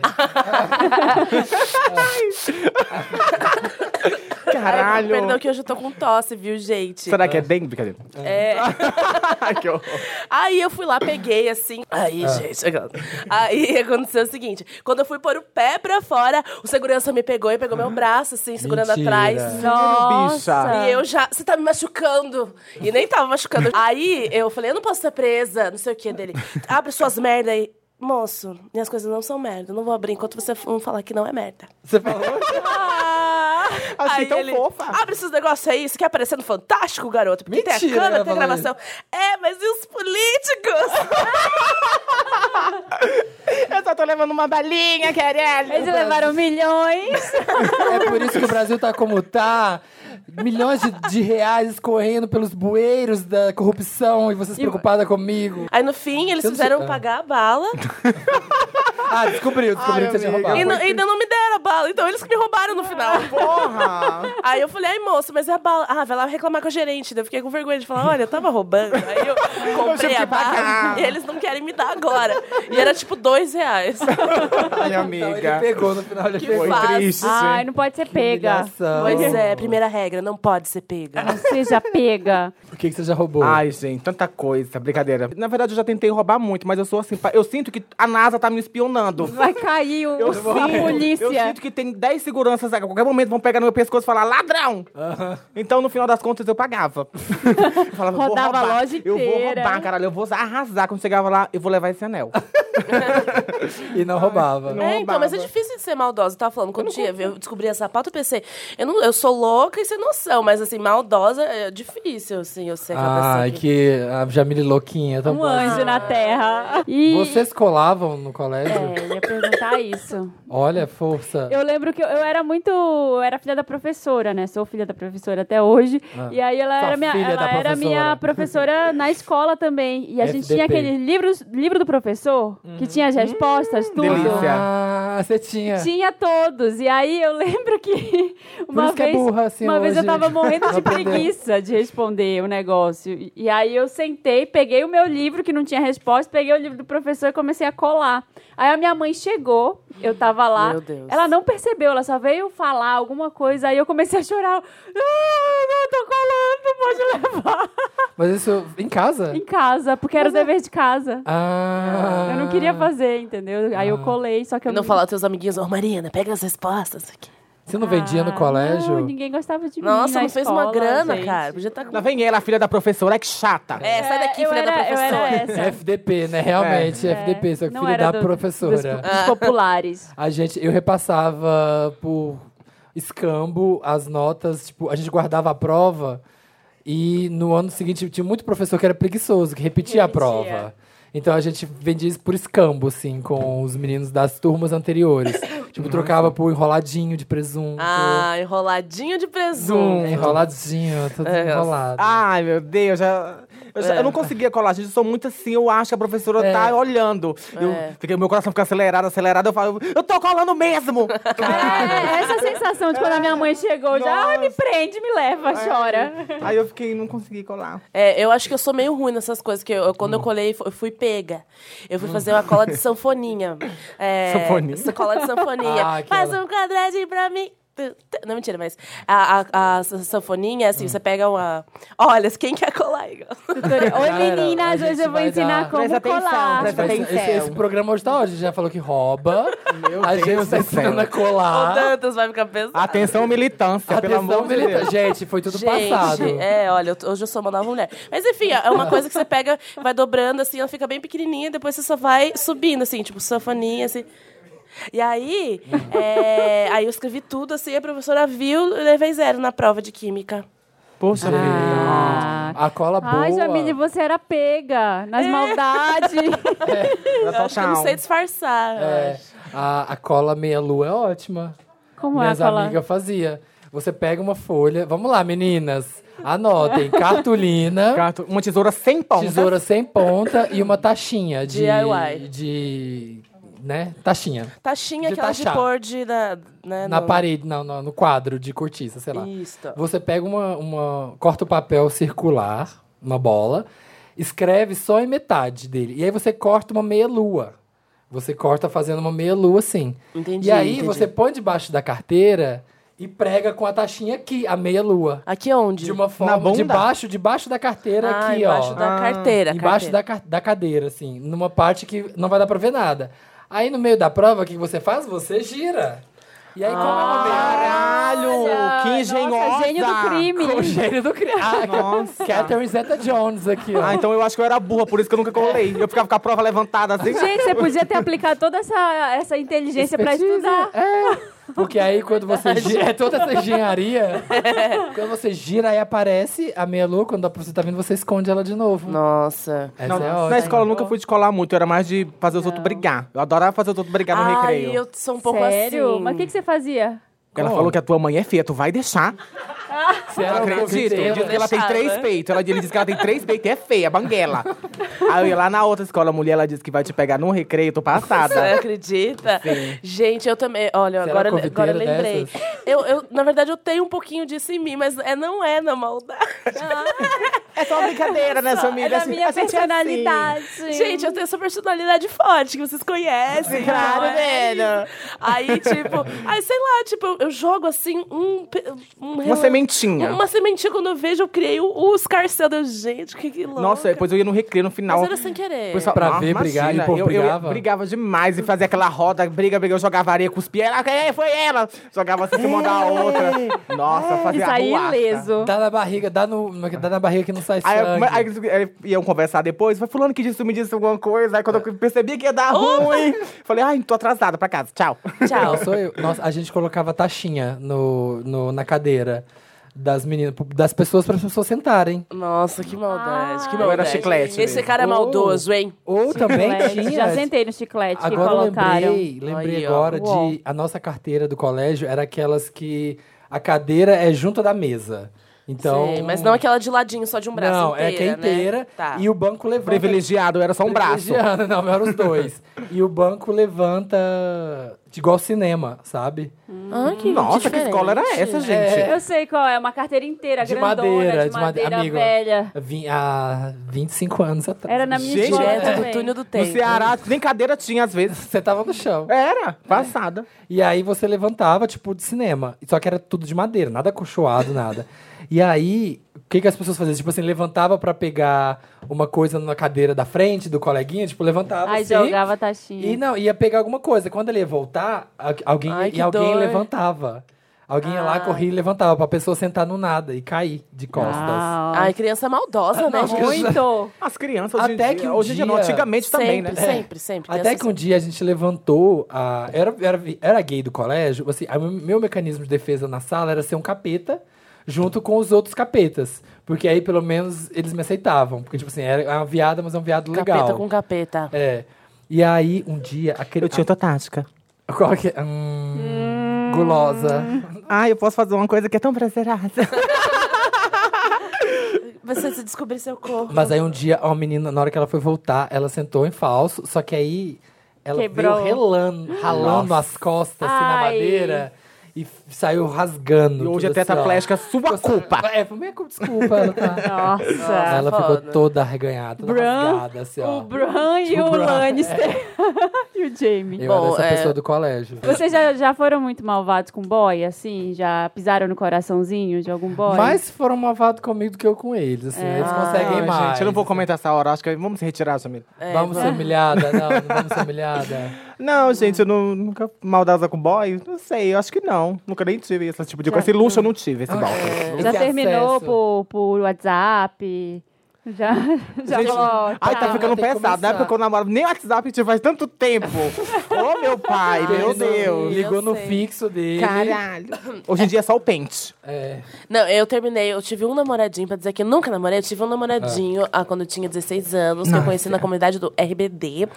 Speaker 3: Caralho.
Speaker 4: Perdão que hoje eu tô com tosse, viu, gente?
Speaker 3: Será que é dengue? Brincadeira.
Speaker 4: É. (laughs)
Speaker 3: Ai, que horror.
Speaker 4: Aí eu fui lá, peguei assim.
Speaker 3: Ah.
Speaker 4: Aí, gente, agora- aí (laughs) aconteceu o seguinte: quando eu fui pôr o pé pra fora, o segurança me pegou e pegou meu braço, assim, segurando
Speaker 2: Mentira.
Speaker 4: atrás.
Speaker 1: Nossa.
Speaker 3: bicha.
Speaker 2: Ah.
Speaker 4: E eu já, você tá me machucando. E nem tava machucando. Aí eu falei, eu não posso ser presa, não sei o que dele. Abre suas merda aí. Moço, minhas coisas não são merda. eu Não vou abrir enquanto você não falar que não é merda.
Speaker 2: Você falou?
Speaker 4: (laughs) Ah,
Speaker 3: Achei tão fofa.
Speaker 4: Abre esses negócios aí, isso quer aparecer no Fantástico, garoto. Porque tem
Speaker 2: Mentira, ela
Speaker 4: a cana, tem a
Speaker 2: falou
Speaker 4: gravação. É, mas e os políticos?
Speaker 3: (laughs) Eu só tô levando uma (laughs) balinha, caralho.
Speaker 1: Eles levaram milhões.
Speaker 2: É por isso que o Brasil tá como tá. Milhões de, de reais escorrendo pelos bueiros da corrupção e vocês preocupada comigo.
Speaker 4: Aí no fim, eles
Speaker 2: Eu não sei-
Speaker 4: fizeram
Speaker 2: ah.
Speaker 4: pagar a bala
Speaker 2: Ah, descobriu, descobriu
Speaker 3: Ai,
Speaker 2: que você tinha
Speaker 3: amiga.
Speaker 2: roubado.
Speaker 4: e não-
Speaker 3: foi-
Speaker 4: ainda não me deram a bala. Então eles que me roubaram
Speaker 2: (laughs)
Speaker 4: no final.
Speaker 3: Porra!
Speaker 4: Aí eu falei, ai moço, mas é a bala. Ah, vai lá reclamar com a gerente. Daí eu fiquei com vergonha de falar, olha, eu tava roubando. Aí eu
Speaker 3: tive
Speaker 4: comprei
Speaker 3: que
Speaker 4: a bala
Speaker 3: pagar.
Speaker 4: e eles não querem me dar agora. E era tipo dois reais.
Speaker 3: Ai,
Speaker 2: Então, ele
Speaker 3: amiga.
Speaker 2: pegou no final, ele pegou.
Speaker 3: Foi
Speaker 4: fácil.
Speaker 3: triste,
Speaker 1: Ai,
Speaker 3: sim.
Speaker 1: não pode ser pega.
Speaker 2: Humilhação.
Speaker 4: Pois é, primeira regra, não pode ser pega.
Speaker 1: Não seja pega.
Speaker 2: Por que, que você já roubou?
Speaker 3: Ai, gente, tanta coisa, brincadeira. Na verdade, eu já tentei roubar muito, mas eu sou assim, pa- eu sinto que a NASA tá me espionando.
Speaker 1: Vai cair o,
Speaker 3: Eu
Speaker 1: a
Speaker 3: sinto- Eu
Speaker 1: polícia.
Speaker 3: sinto que tem 10 seguranças a qualquer momento vão pegar no meu pescoço e falar ladrão. Então, no final das contas, eu pagava. Eu falava, eu vou
Speaker 1: Rodava a
Speaker 3: roubar,
Speaker 1: loja
Speaker 3: Eu vou
Speaker 1: inteira.
Speaker 3: roubar, caralho, eu vou arrasar. Quando chegava lá, eu vou levar esse anel.
Speaker 2: E não roubava.
Speaker 3: não.
Speaker 4: É, então, mas é
Speaker 3: roubava.
Speaker 4: difícil de ser maldosa. Eu tava falando com o dia, eu descobri essa pauta, eu pensei, eu, não, eu sou louca e sem noção, mas assim, maldosa é difícil, assim, eu ser aquela pessoa
Speaker 2: Ai,
Speaker 4: que-
Speaker 2: que a Jamile louquinha. Tá
Speaker 1: Um anjo na terra. E...
Speaker 2: Vocês colavam no colégio?
Speaker 1: É, eu ia perguntar isso.
Speaker 2: Olha, força.
Speaker 1: Eu lembro que eu, eu era muito. Eu era filha da professora, né? Sou filha da professora até hoje. E aí ela
Speaker 2: Sua
Speaker 1: era minha,
Speaker 2: filha
Speaker 1: ela
Speaker 2: da
Speaker 1: era minha professora na escola também. E a gente
Speaker 2: FDP.
Speaker 1: tinha aquele livro, livro do professor, que tinha as respostas, tudo.
Speaker 3: delícia.
Speaker 2: Ah, você tinha.
Speaker 1: Tinha todos. E aí eu (laughs) lembro que uma
Speaker 2: isso que é
Speaker 1: vez,
Speaker 2: burra, assim,
Speaker 1: uma vez eu
Speaker 2: hoje.
Speaker 1: tava morrendo
Speaker 2: (laughs) Não
Speaker 1: de
Speaker 2: aprendeu.
Speaker 1: preguiça de responder o negócio. E- E aí eu sentei, peguei o meu livro que não tinha resposta, peguei o livro do professor e comecei a colar. Aí a minha mãe chegou, eu tava lá.
Speaker 4: Meu Deus.
Speaker 1: Ela não percebeu, ela só veio falar alguma coisa, aí eu comecei a chorar. Ah, não, tô colando, pode levar (laughs)
Speaker 2: Mas isso em casa?
Speaker 1: em casa, porque era o dever de casa.
Speaker 2: é Ah.
Speaker 1: Eu não queria fazer, entendeu? Aí eu colei, só que eu
Speaker 4: Não falar aos teus amiguinhos, ô Marina, pega as respostas aqui.
Speaker 2: Você não vendia no colégio?
Speaker 1: Ah, Não, ninguém gostava de mim.
Speaker 4: Nossa,
Speaker 1: na
Speaker 4: não fez
Speaker 1: escola,
Speaker 4: uma grana,
Speaker 1: gente.
Speaker 4: cara. Podia estar com.
Speaker 3: Lá vem ela, a filha da professora, que chata.
Speaker 4: É, sai daqui,
Speaker 1: eu
Speaker 4: filha da
Speaker 1: era- Eu
Speaker 4: professora.
Speaker 1: era essa.
Speaker 2: FDP, né? Realmente, FDP, só que
Speaker 1: É. Não
Speaker 2: filha
Speaker 1: era
Speaker 2: da
Speaker 1: do- Dos,
Speaker 2: professora.
Speaker 4: Ah.
Speaker 1: dos
Speaker 4: (laughs)
Speaker 1: populares.
Speaker 2: A gente, eu repassava por escambo as notas, tipo, a gente guardava a prova e no ano seguinte tinha muito professor que era preguiçoso, que repetia, a
Speaker 1: Repetia.
Speaker 2: prova. Então a gente vendia isso por escambo, assim, com os meninos das turmas anteriores. tipo, trocava por enroladinho de presunto.
Speaker 4: Ah, enroladinho de presunto.
Speaker 2: Zoom, enroladinho, tudo
Speaker 4: É.
Speaker 2: enrolado.
Speaker 3: Ai, meu Deus, já- eu, já- eu não conseguia colar, gente. Eu sou muito assim, eu acho que a professora tá olhando. Eu, fiquei- meu coração fica acelerado, acelerado. Eu falo, eu tô colando mesmo!
Speaker 4: Ah.
Speaker 1: É, essa sensação de quando a minha mãe chegou, já "Ai, me prende, me leva, chora.
Speaker 3: Aí eu fiquei, não consegui colar.
Speaker 4: É, eu acho que eu sou meio ruim nessas coisas, porque eu- eu- quando eu colei, eu fui pega. Eu fui fazer uma
Speaker 2: (laughs)
Speaker 4: cola de sanfoninha. É,
Speaker 3: Sanfoninha?
Speaker 4: Essa cola de sanfoninha.
Speaker 2: (laughs) Ah, aquela.
Speaker 4: Faz um quadradinho pra mim. Tu, tu. Não, mentira, mas a, a- a sanfoninha,
Speaker 2: Hum.
Speaker 4: assim, você pega uma... Olha, quem quer colar? igual?
Speaker 1: Tutoria. Oi,
Speaker 2: Galera, a
Speaker 1: meninas,
Speaker 2: gente
Speaker 1: hoje eu vou
Speaker 2: vai
Speaker 1: ensinar
Speaker 2: dar-
Speaker 1: como
Speaker 3: Presta atenção,
Speaker 1: colar.
Speaker 3: presta-
Speaker 2: Mas
Speaker 3: Pincel.
Speaker 2: esse, esse programa hoje tá ótimo. A gente já falou que rouba. a gente
Speaker 3: Deus
Speaker 2: tá
Speaker 3: do céu.
Speaker 2: ensinando a
Speaker 4: (laughs) O
Speaker 2: colar.
Speaker 4: Dantas vai ficar pensando.
Speaker 3: Atenção, militância, pelo amor
Speaker 2: Atenção,
Speaker 3: de Deus.
Speaker 2: militante. Gente, foi tudo
Speaker 4: Gente,
Speaker 2: passado.
Speaker 4: é, olha, eu tô- hoje eu sou uma nova mulher. Mas enfim, é uma coisa que você pega, vai dobrando, assim, ela fica bem pequenininha, depois você só vai subindo, assim, tipo, sanfoninha, assim. E aí, é, aí eu escrevi tudo, assim, a professora viu, eu levei zero na prova de química.
Speaker 3: Poxa vida.
Speaker 1: Ah.
Speaker 2: A cola boa.
Speaker 1: Ai, Jamile, você era pega
Speaker 4: É.
Speaker 1: nas maldades.
Speaker 2: (laughs)
Speaker 3: Era
Speaker 4: Eu acho que eu não
Speaker 3: total.
Speaker 4: sei disfarçar. eu
Speaker 2: É,
Speaker 4: acho.
Speaker 2: a, a cola meia-lua é ótima.
Speaker 1: Como
Speaker 2: Minhas
Speaker 1: é a cola?
Speaker 2: amigas faziam. Você pega uma folha. Vamos lá, meninas. Anotem. Cartolina,
Speaker 3: Gato- Uma tesoura sem ponta.
Speaker 2: tesoura sem ponta e uma taxinha de.
Speaker 4: DIY.
Speaker 2: De. Né? Taxinha.
Speaker 4: Taxinha,
Speaker 2: De
Speaker 4: aquela de
Speaker 2: taxar.
Speaker 4: pôr de... Na, né,
Speaker 2: Na
Speaker 4: no-
Speaker 2: parede, não, no, no quadro de cortiça, sei lá.
Speaker 4: Isto.
Speaker 2: Você pega uma, uma. Corta o papel circular, uma bola, escreve só em metade dele. E aí você corta uma meia-lua. Você corta fazendo uma meia-lua assim.
Speaker 4: Entendi,
Speaker 2: E aí
Speaker 4: entendi.
Speaker 2: você põe debaixo da carteira e prega com a taxinha aqui, a meia-lua.
Speaker 4: Aqui onde?
Speaker 2: De uma forma.
Speaker 3: bunda?
Speaker 2: Debaixo, debaixo da carteira
Speaker 4: ah,
Speaker 2: aqui,
Speaker 4: embaixo
Speaker 2: ó.
Speaker 4: da carteira.
Speaker 2: Embaixo
Speaker 4: carteira.
Speaker 2: da, ca- da cadeira, assim. Numa parte que não vai dar pra ver nada. Aí no meio da prova, o que você faz? Você gira. E aí, como é
Speaker 4: Ah.
Speaker 2: uma meia-lua.
Speaker 3: Caralho,
Speaker 1: Nossa,
Speaker 3: que engenhosa. Ah,
Speaker 1: Nossa, gênio do crime.
Speaker 2: Com o gênio do criado.
Speaker 3: Nossa.
Speaker 2: Catherine Zeta-Jones aqui, ó.
Speaker 3: Ah, então eu acho que eu era burra, por isso que eu nunca colei. Eu ficava com a prova levantada assim.
Speaker 1: Gente, você podia ter aplicado toda essa, essa inteligência É pra estudar.
Speaker 2: É. Porque
Speaker 1: (laughs)
Speaker 2: aí quando você gira, é toda essa engenharia.
Speaker 1: É.
Speaker 2: quando você gira aí aparece a meia lua, quando você tá vindo você esconde ela de novo.
Speaker 4: Nossa.
Speaker 2: Essa
Speaker 3: Não,
Speaker 2: é ótima.
Speaker 3: na escola eu nunca fui de colar muito, eu era mais de fazer os outros brigar. Eu adorava fazer os outros brigar
Speaker 2: Tá
Speaker 3: no
Speaker 4: Ai,
Speaker 3: recreio.
Speaker 4: eu sou um pouco
Speaker 1: Sério?
Speaker 4: assim.
Speaker 1: Mas o que, que você fazia?
Speaker 3: Ela
Speaker 2: Como?
Speaker 3: falou que a tua mãe é feia, tu vai deixar.
Speaker 2: Você é
Speaker 3: Eu
Speaker 2: era
Speaker 3: acredito.
Speaker 2: confeiteira.
Speaker 3: Diz que ela tem
Speaker 4: Deixava.
Speaker 3: três peitos. Ela, ele diz que ela tem três peitos e é feia, banguela. Aí eu ia lá na outra escola, a mulher, ela disse que vai te pegar num recreio, tô
Speaker 4: Você
Speaker 3: passada.
Speaker 4: acredita? Gente, eu também. Olha,
Speaker 2: Você era
Speaker 4: agora, agora eu
Speaker 2: confeiteira
Speaker 4: lembrei. Eu, eu, na verdade, eu tenho um pouquinho disso em mim, mas é, não é na maldade.
Speaker 3: É só uma brincadeira, né, sua amiga?
Speaker 1: Era a
Speaker 3: Assim,
Speaker 1: minha
Speaker 3: a gente é assim.
Speaker 1: personalidade.
Speaker 4: Gente, eu tenho essa personalidade forte que vocês conhecem.
Speaker 3: Claro,
Speaker 4: não é
Speaker 3: velho.
Speaker 4: isso. Aí, tipo, aí sei lá, tipo, eu, eu jogo assim um. pe- um
Speaker 3: Uma sementinha.
Speaker 4: Uma sementinha quando eu vejo, eu criei o, o escarcelo. Eu, Gente, que, que louco.
Speaker 3: Nossa, depois eu ia no recreio no final.
Speaker 4: Mas era sem querer.
Speaker 3: O pessoal,
Speaker 2: Pra
Speaker 3: "Nossa,
Speaker 2: ver brigar, e
Speaker 3: imagina,
Speaker 2: o povo
Speaker 3: eu, eu
Speaker 2: brigava?
Speaker 3: brigava demais e fazia aquela roda, briga, briga, eu jogava areia, cuspia, ela, "É, foi ela! Jogava assim, em cima da outra. Nossa,
Speaker 1: E
Speaker 3: fazia
Speaker 1: saí
Speaker 3: bolacha.
Speaker 1: é ileso.
Speaker 2: Dá na barriga, dá, no, dá na barriga que não sai
Speaker 3: Aí,
Speaker 2: sangue.
Speaker 3: aí eles aí iam conversar depois, foi fulano que disse, tu me disse alguma coisa, aí quando eu percebi que ia dar ruim, falei, ai, tô atrasada pra casa, tchau.
Speaker 4: Tchau.
Speaker 2: Não, sou eu. Nossa, a gente colocava taxinha no, no- na cadeira das meninas, das pessoas para as pessoas sentarem.
Speaker 4: Nossa, que maldade. que
Speaker 1: Ah,
Speaker 4: maldade.
Speaker 3: eu era chiclete
Speaker 4: Esse
Speaker 3: mesmo. Uh.
Speaker 4: cara é
Speaker 2: Oh.
Speaker 4: maldoso, hein?
Speaker 2: Ou também
Speaker 1: Chiclete.
Speaker 2: tinha.
Speaker 1: Já sentei no chiclete É que
Speaker 2: Agora eu
Speaker 1: colocaram.
Speaker 2: lembrei, lembrei
Speaker 4: Aí, ó.
Speaker 2: agora
Speaker 1: Uó.
Speaker 2: de a nossa carteira do colégio era aquelas que a cadeira é junto da mesa. Então,
Speaker 4: Sei, mas não aquela de ladinho, só de um braço
Speaker 2: não,
Speaker 4: inteira,
Speaker 2: é que é inteira
Speaker 4: Né? Tá.
Speaker 2: e o banco levanta.
Speaker 3: Privilegiado, era só um braço.
Speaker 2: Privilegiado, Não, eram os
Speaker 4: (laughs)
Speaker 2: dois. e o banco levanta de igual cinema, sabe?
Speaker 1: Hum.
Speaker 4: Ah, que
Speaker 3: Nossa, que
Speaker 4: diferente.
Speaker 3: escola era essa, gente?
Speaker 1: Eu sei qual é, uma carteira inteira,
Speaker 2: De
Speaker 1: grandona,
Speaker 2: madeira,
Speaker 1: de
Speaker 2: de madeira.
Speaker 1: madeira
Speaker 2: Amigo.
Speaker 1: velha.
Speaker 2: Vim, há 25 anos atrás.
Speaker 1: Era na minha
Speaker 3: Gente,
Speaker 1: escola
Speaker 4: Direto
Speaker 1: também.
Speaker 4: é do túnel do
Speaker 3: No
Speaker 4: tempo.
Speaker 3: Ceará, nem cadeira tinha, às vezes.
Speaker 2: Você tava no chão.
Speaker 3: Era, passada.
Speaker 2: E aí você levantava, tipo, de cinema. Só que era tudo de madeira, nada acolchoado, nada. E aí, o que, que as pessoas faziam? Tipo assim, levantava pra pegar uma coisa na cadeira da frente do coleguinha, tipo, levantava
Speaker 1: Aí
Speaker 2: assim.
Speaker 1: jogava taxinha.
Speaker 2: E não, ia pegar alguma coisa. Quando ele ia voltar, a- alguém,
Speaker 4: Ai, que
Speaker 2: e alguém
Speaker 4: dor. Ah.
Speaker 2: levantava. Alguém ia lá, corria e levantava pra pessoa sentar no nada e cair de costas.
Speaker 1: Uau.
Speaker 4: Ai, criança maldosa, né, gente?
Speaker 1: Muito.
Speaker 3: As crianças hoje em
Speaker 2: Até
Speaker 3: dia-
Speaker 2: que um
Speaker 3: hoje em dia, não,
Speaker 2: dia-
Speaker 3: antigamente também, né?
Speaker 4: sempre, sempre, sempre.
Speaker 2: Até
Speaker 4: Criança
Speaker 2: que um dia a gente levantou a. Era, era, era gay do colégio, assim, a- meu mecanismo de defesa na sala era ser um capeta junto com os outros capetas. Porque aí, pelo menos, eles me aceitavam. Porque, tipo assim, era uma viada, mas é um viado
Speaker 4: Capeta
Speaker 2: legal.
Speaker 4: com capeta.
Speaker 2: É. E aí, um dia, aquele.
Speaker 3: Eu tinha outra tática.
Speaker 2: a- Qual que é? Hum, Gulosa.
Speaker 3: Ah, eu posso fazer uma coisa que é tão prazerosa.
Speaker 4: Você se descobrir seu corpo.
Speaker 2: Mas aí um dia, a menina, na hora que ela foi voltar, ela sentou em falso, só que aí ela
Speaker 1: Quebrou.
Speaker 2: veio relando, ralando
Speaker 3: Nossa.
Speaker 2: as costas assim, na
Speaker 1: Ai.
Speaker 2: madeira e f- saiu rasgando.
Speaker 3: E
Speaker 2: tudo
Speaker 3: hoje é
Speaker 2: assim, ó.
Speaker 3: tetraplégica, sua culpa.
Speaker 2: É, foi minha culpa, desculpa.
Speaker 1: (laughs)
Speaker 2: Ela, tá...
Speaker 1: Nossa.
Speaker 2: ela
Speaker 4: foda.
Speaker 2: ficou toda arreganhada, toda
Speaker 1: Bran,
Speaker 2: rasgada, assim, ó.
Speaker 1: O Bran e o,
Speaker 2: Bran,
Speaker 1: Lannister. (laughs) e o Jamie.
Speaker 2: Eu
Speaker 4: Bom,
Speaker 2: era essa
Speaker 4: é.
Speaker 2: pessoa do colégio.
Speaker 1: Vocês já, já foram muito malvados com boy, assim? Já pisaram no coraçozinho de algum boy?
Speaker 2: Mas foram malvados comigo do que eu com eles, assim. Eles conseguem
Speaker 3: Ai,
Speaker 2: mais.
Speaker 3: Gente, eu não vou comentar essa hora, acho que vamos se retirar, Samir.
Speaker 2: Vamos ser humilhada, não, não vamos ser humilhada.
Speaker 3: Não, gente, eu não, nunca maldosa com boy. Não sei, eu acho que não. Nunca nem tive esse tipo de coisa. Esse luxo eu não tive, esse balcão.
Speaker 1: Já
Speaker 2: Esse
Speaker 1: terminou
Speaker 2: acesso.
Speaker 1: por, por WhatsApp?
Speaker 3: (laughs)
Speaker 1: Já, já
Speaker 3: Gente,
Speaker 1: falou,
Speaker 3: Ai,
Speaker 1: tchau.
Speaker 3: tá ficando
Speaker 2: tem que
Speaker 3: pesado. Na
Speaker 2: começar.
Speaker 3: época que eu namorava, nem WhatsApp tinha faz tanto (laughs) tempo. Ô, meu pai, meu Deus.
Speaker 2: Ligou
Speaker 4: eu
Speaker 2: no
Speaker 4: sei.
Speaker 2: fixo dele.
Speaker 3: Caralho. Hoje em dia é só o pente.
Speaker 2: É.
Speaker 4: Não, eu terminei, eu tive um namoradinho, pra dizer que eu nunca namorei, eu tive um namoradinho ah, quando eu tinha 16 anos, que eu conheci na comunidade do RBD.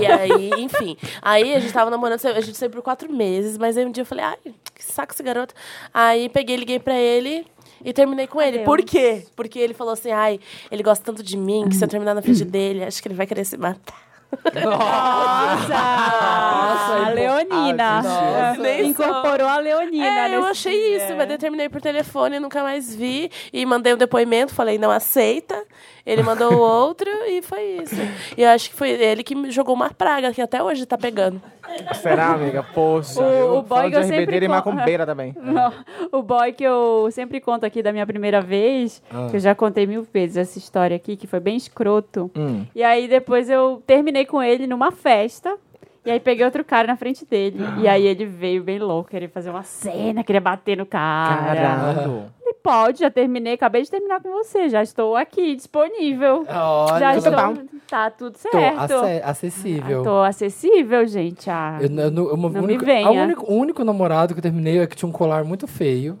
Speaker 4: E aí, enfim. Aí a gente tava namorando, a gente saiu por quatro meses, mas aí um dia eu falei, ai, que saco esse garoto. Aí peguei, liguei pra ele. E terminei com ele.
Speaker 1: Adeus.
Speaker 4: Por quê? Porque ele falou assim: ai, ele gosta tanto de mim que se eu terminar na frente dele, acho que ele vai querer se matar.
Speaker 1: Nossa, a Leonina.
Speaker 2: nossa.
Speaker 1: É, Incorporou a Leonina.
Speaker 4: É,
Speaker 1: né,
Speaker 4: eu
Speaker 1: nesse
Speaker 4: achei
Speaker 1: dia.
Speaker 4: isso, mas eu terminei por telefone, nunca mais vi. E mandei um depoimento, falei, não aceita. Ele mandou outro e foi isso. E eu acho que foi ele que me jogou uma praga, que até hoje tá pegando.
Speaker 3: Será, amiga? Poxa.
Speaker 1: O-
Speaker 3: eu
Speaker 1: o boy
Speaker 3: falo
Speaker 1: que eu
Speaker 3: de
Speaker 1: sempre
Speaker 3: RBD e
Speaker 1: co-
Speaker 3: macumbeira também.
Speaker 1: O boy que eu sempre conto aqui da minha primeira vez,
Speaker 3: Ah.
Speaker 1: que eu já contei mil vezes essa história aqui, que foi bem escroto.
Speaker 3: Hum.
Speaker 1: E aí depois eu terminei com ele numa festa. E aí peguei outro cara na frente dele. E aí ele veio bem louco, queria fazer uma cena, queria bater no cara.
Speaker 3: Caralho.
Speaker 1: E pode, já terminei, acabei de terminar com você, já estou aqui, disponível.
Speaker 2: Olha,
Speaker 1: já estou.
Speaker 3: bom.
Speaker 1: Tá tudo
Speaker 2: tô
Speaker 1: certo. Ah,
Speaker 2: ace- acessível.
Speaker 1: Tô acessível, gente. Ah,
Speaker 2: Eu, eu, eu, uma-
Speaker 1: Não me
Speaker 2: única-
Speaker 1: venha.
Speaker 2: a única- o único namorado que eu terminei é que tinha um colar muito feio.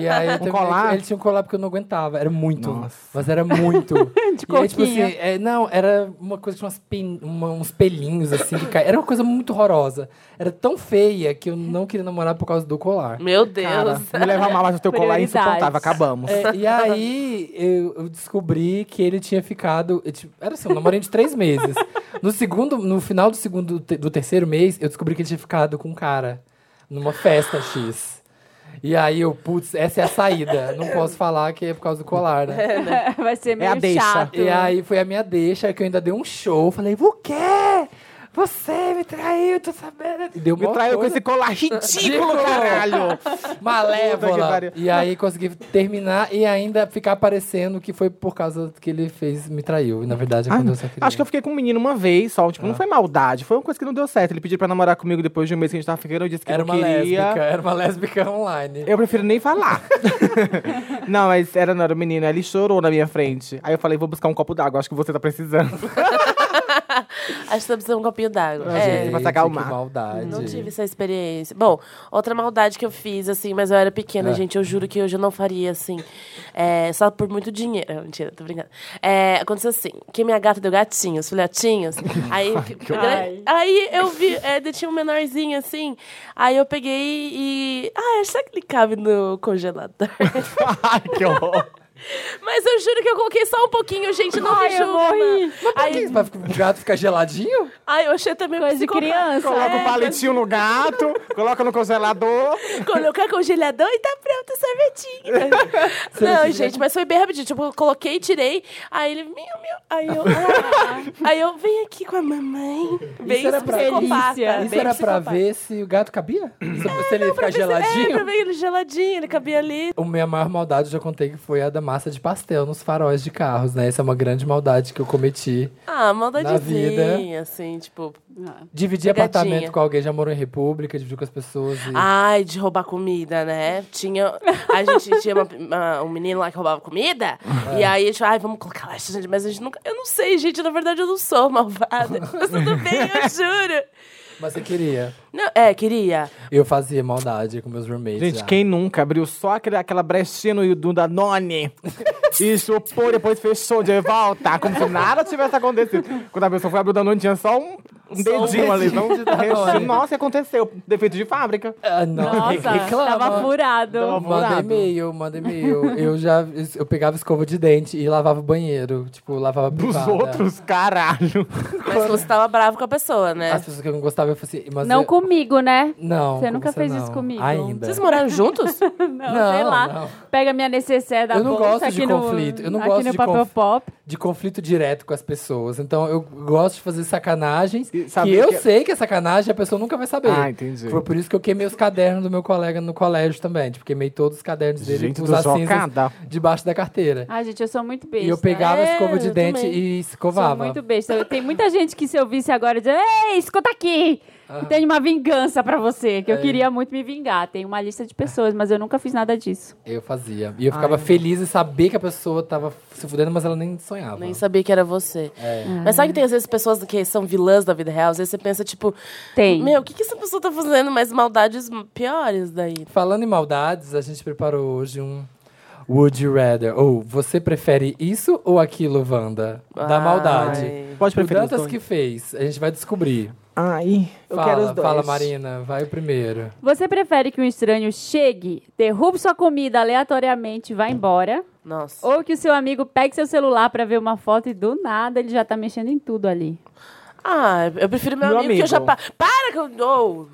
Speaker 2: E aí eu terminei-
Speaker 3: colar?
Speaker 2: Ele tinha um colar porque eu não aguentava. Era muito.
Speaker 3: Nossa.
Speaker 2: Mas era
Speaker 1: (laughs)
Speaker 2: muito.
Speaker 1: De
Speaker 2: e aí, tipo assim,
Speaker 1: coquinho.
Speaker 2: é, não, era uma coisa que tinha umas pen- uma- uns pelinhos assim que caía. Era uma coisa muito horrorosa. Era tão feia que eu não queria namorar por causa do colar.
Speaker 4: Meu Deus.
Speaker 3: Cara, me levar mal, mas o teu colar é
Speaker 1: Prioridades.
Speaker 3: insuportável. Acabamos.
Speaker 2: É, e aí eu, eu descobri que ele tinha ficado. eu, tipo, era assim, um namorinho de três meses. No segundo, no final do segundo te- do terceiro mês, eu descobri que ele tinha ficado com um cara numa festa X. E aí eu, putz, essa é a saída. Não posso falar que é por causa do colar, né?
Speaker 1: (laughs) vai ser meio
Speaker 3: a deixa.
Speaker 2: É
Speaker 1: chato.
Speaker 2: E aí foi a minha deixa que eu ainda dei um show. Falei, o quê? Você me traiu, tô sabendo. E deu
Speaker 3: Me
Speaker 2: mó
Speaker 3: traiu com
Speaker 2: coisa.
Speaker 3: esse colar ridículo, caralho. Puta que
Speaker 2: Malévola.
Speaker 3: pariu.
Speaker 2: E aí consegui terminar e ainda ficar parecendo que foi por causa que ele fez Me Traiu. E na verdade é quando eu só queria.
Speaker 3: Ah, Acho que eu fiquei com um menino uma vez só. Tipo, não foi maldade. Foi uma coisa que não deu certo. Ele pediu pra namorar comigo depois de um mês que a gente tava ficando. Eu disse que
Speaker 2: era
Speaker 3: não
Speaker 2: uma
Speaker 3: queria.
Speaker 2: lésbica, era uma lésbica online.
Speaker 3: Eu prefiro nem falar. (laughs) não, mas era, não era o menino. Aí Ele chorou na minha frente. Aí eu falei, vou buscar um copo d'água. Acho que você tá precisando. (laughs)
Speaker 4: Acho que tá precisando de um copinho d'água.
Speaker 3: Ah,
Speaker 4: É.
Speaker 3: gente, pra sacar o
Speaker 2: que
Speaker 3: mar.
Speaker 2: maldade.
Speaker 4: Não tive essa experiência. Bom, outra maldade que eu fiz, assim, mas eu era pequena, gente. Eu juro que hoje eu não faria, assim. É, só por muito dinheiro. Ah, Mentira, tô brincando. É, aconteceu assim, que minha gata deu gatinhos, filhotinhos. aí,
Speaker 1: horror.
Speaker 4: aí eu vi, é, daí tinha um menorzinho, assim. Aí eu peguei e... Ah, será que ele cabe no congelador? (laughs)
Speaker 3: Ai, que horror.
Speaker 4: mas eu juro que eu coloquei só um pouquinho, gente. Não me
Speaker 1: Ai, eu morri.
Speaker 4: julga. Aí,
Speaker 2: Aí, Mas o gato fica geladinho?
Speaker 4: aí eu achei também um
Speaker 1: Coisa de
Speaker 4: psicopata.
Speaker 1: criança.
Speaker 3: Coloca
Speaker 1: É.
Speaker 3: um palitinho no gato, coloca no congelador.
Speaker 4: Colocar congelador e tá pronto
Speaker 2: (laughs)
Speaker 4: o sorvetinho. não, gente, mas foi bem rapidinho. Tipo, eu coloquei, tirei. Aí ele, meu, meu.
Speaker 2: (laughs)
Speaker 4: Aí eu, ah. aí eu, vem aqui com a mamãe. Bem
Speaker 2: era pra-
Speaker 4: psicopata.
Speaker 1: Delícia.
Speaker 2: Isso
Speaker 4: bem
Speaker 2: era pra
Speaker 4: psicopata.
Speaker 2: ver se o gato
Speaker 4: (clears throat)
Speaker 2: cabia? Se- se ele ia ficar
Speaker 4: É, pra
Speaker 2: geladinho?
Speaker 4: ver ele geladinho, ele cabia ali.
Speaker 2: A minha maior maldade, eu já contei que foi a da massa de pastel nos faróis de carros, né? Essa é uma grande maldade que eu cometi.
Speaker 4: Ah,
Speaker 2: Na
Speaker 4: maldadezinha, assim, tipo...
Speaker 2: Dividir
Speaker 4: Pegadinha.
Speaker 2: apartamento com alguém, já morou em república, dividir com as pessoas. E...
Speaker 4: Ai, de roubar comida, né? Tinha. A gente tinha uma- uma- um menino lá que roubava comida. E
Speaker 2: É.
Speaker 4: aí a gente, ai, vamos colocar lá, gente. Mas a gente nunca. Eu não sei, gente. Na verdade, eu não sou malvada. Mas tudo bem,
Speaker 2: (laughs)
Speaker 4: eu juro.
Speaker 2: Mas você queria.
Speaker 4: Não, é, queria.
Speaker 2: Eu fazia maldade com meus roommates.
Speaker 3: Gente,
Speaker 2: já.
Speaker 3: quem nunca abriu só aquele- aquela brechinha no do Danone e chupou, depois fechou de volta, como se nada tivesse acontecido. Quando a pessoa foi abrir o Danone, tinha só um, um
Speaker 2: Só um
Speaker 3: dedinho ali.
Speaker 2: dedinho
Speaker 3: Não,
Speaker 2: de Danone.
Speaker 3: recheio. Nossa, aconteceu. Defeito de fábrica.
Speaker 2: Ah, não,
Speaker 1: Nossa,
Speaker 2: reclama.
Speaker 1: tava furado.
Speaker 3: Tava
Speaker 2: Manda
Speaker 3: furado.
Speaker 2: e-mail, manda e-mail. eu já eu pegava escova de dente e lavava o banheiro. Tipo, lavava
Speaker 3: Dos
Speaker 2: privada.
Speaker 3: outros, caralho.
Speaker 4: Mas você tava bravo com a pessoa, né?
Speaker 2: As pessoas que eu não gostava, eu fazia. Mas
Speaker 1: Não
Speaker 2: eu-
Speaker 1: comigo, né?
Speaker 2: Não.
Speaker 1: Você
Speaker 2: com
Speaker 1: nunca fez isso
Speaker 2: não.
Speaker 1: comigo?
Speaker 2: Ainda.
Speaker 4: Vocês moraram (laughs) juntos?
Speaker 1: Não,
Speaker 2: Não,
Speaker 1: sei lá.
Speaker 2: não.
Speaker 1: Pega minha necessaire da
Speaker 2: Eu não
Speaker 1: bolsa
Speaker 2: gosto
Speaker 1: aqui
Speaker 2: de
Speaker 1: no,
Speaker 2: conflito, eu não
Speaker 1: aqui
Speaker 2: gosto
Speaker 1: no
Speaker 2: de
Speaker 1: papel
Speaker 2: conf-
Speaker 1: pop.
Speaker 2: De conflito direto com as pessoas. Então eu gosto de fazer sacanagens.
Speaker 3: E
Speaker 2: que
Speaker 3: saber
Speaker 2: eu
Speaker 3: que-
Speaker 2: sei que é sacanagem, a pessoa nunca vai saber.
Speaker 3: Ah, entendi.
Speaker 2: Foi por isso que eu queimei os cadernos do meu colega no colégio também. Tipo, queimei todos os cadernos dele
Speaker 3: Gente,
Speaker 2: com
Speaker 3: tô
Speaker 2: os cinzas
Speaker 3: chocada.
Speaker 2: debaixo da carteira.
Speaker 1: Ai, gente, eu sou muito besta.
Speaker 2: E eu pegava
Speaker 4: Ah, É,
Speaker 2: a escova de
Speaker 4: eu
Speaker 2: dente
Speaker 4: também.
Speaker 2: e
Speaker 1: Sou
Speaker 2: escovava.
Speaker 1: muito besta. Eu- Tem muita gente que se eu visse agora dizer, ei, escuta aqui! Tenho uma vingança pra você, que eu queria muito me vingar. Tem uma lista de pessoas, mas eu nunca fiz nada disso.
Speaker 2: Eu fazia. E eu ficava feliz em saber que a pessoa tava se fudendo, mas ela nem sonhava.
Speaker 4: Nem sabia que era você. Mas sabe que tem às vezes pessoas que são vilãs da vida real? Às vezes você pensa, tipo,
Speaker 1: Tem.
Speaker 4: meu, o que, que essa pessoa tá fazendo? Mas maldades piores daí.
Speaker 2: Falando em maldades, a gente preparou hoje um Would You Rather. Ou você prefere isso ou aquilo, Wanda? Da
Speaker 4: Ai.
Speaker 2: maldade.
Speaker 3: Pode
Speaker 2: O
Speaker 3: preferir os
Speaker 2: Dantas
Speaker 3: dois.
Speaker 2: que fez, a gente vai descobrir.
Speaker 3: Ai, eu
Speaker 2: fala,
Speaker 3: quero os dois.
Speaker 2: fala, Marina, vai o primeiro.
Speaker 1: Você prefere que um estranho chegue, derrube sua comida aleatoriamente e vá embora?
Speaker 4: Nossa.
Speaker 1: Ou que o seu amigo pegue seu celular pra ver uma foto e do nada ele já tá mexendo em tudo ali?
Speaker 4: Ah, eu prefiro meu,
Speaker 3: Meu
Speaker 4: amigo, que eu já.
Speaker 3: amigo.
Speaker 4: Pa... Para que eu.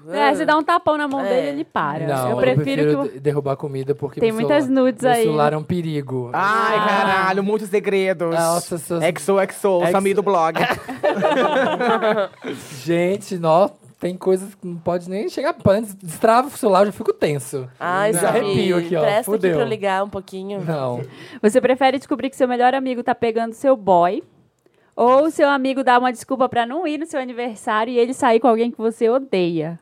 Speaker 4: Oh,
Speaker 1: É, você dá um tapão na mão
Speaker 4: É.
Speaker 1: dele, ele para.
Speaker 2: Não,
Speaker 1: eu prefiro, que.
Speaker 2: de- derrubar comida porque
Speaker 1: Tem
Speaker 2: meu
Speaker 1: muitas
Speaker 2: celular-
Speaker 1: nudes
Speaker 2: meu
Speaker 1: aí.
Speaker 2: celular é um perigo.
Speaker 3: Ai, caralho, muitos segredos.
Speaker 2: Nossa, essas-
Speaker 3: XOXO, Samir do blog.
Speaker 2: Gente, nó, tem coisas que não pode nem chegar antes. Destrava o celular, eu já fico tenso.
Speaker 4: Ai,
Speaker 2: Já
Speaker 4: Samir,
Speaker 2: arrepio aqui, ó,
Speaker 4: Presta
Speaker 2: fudeu.
Speaker 4: aqui pra eu ligar um (laughs) pouquinho.
Speaker 2: Não.
Speaker 1: Você prefere descobrir que seu melhor amigo tá pegando seu boy? Ou seu amigo dá uma desculpa pra não ir no seu aniversário e ele sair com alguém que você odeia?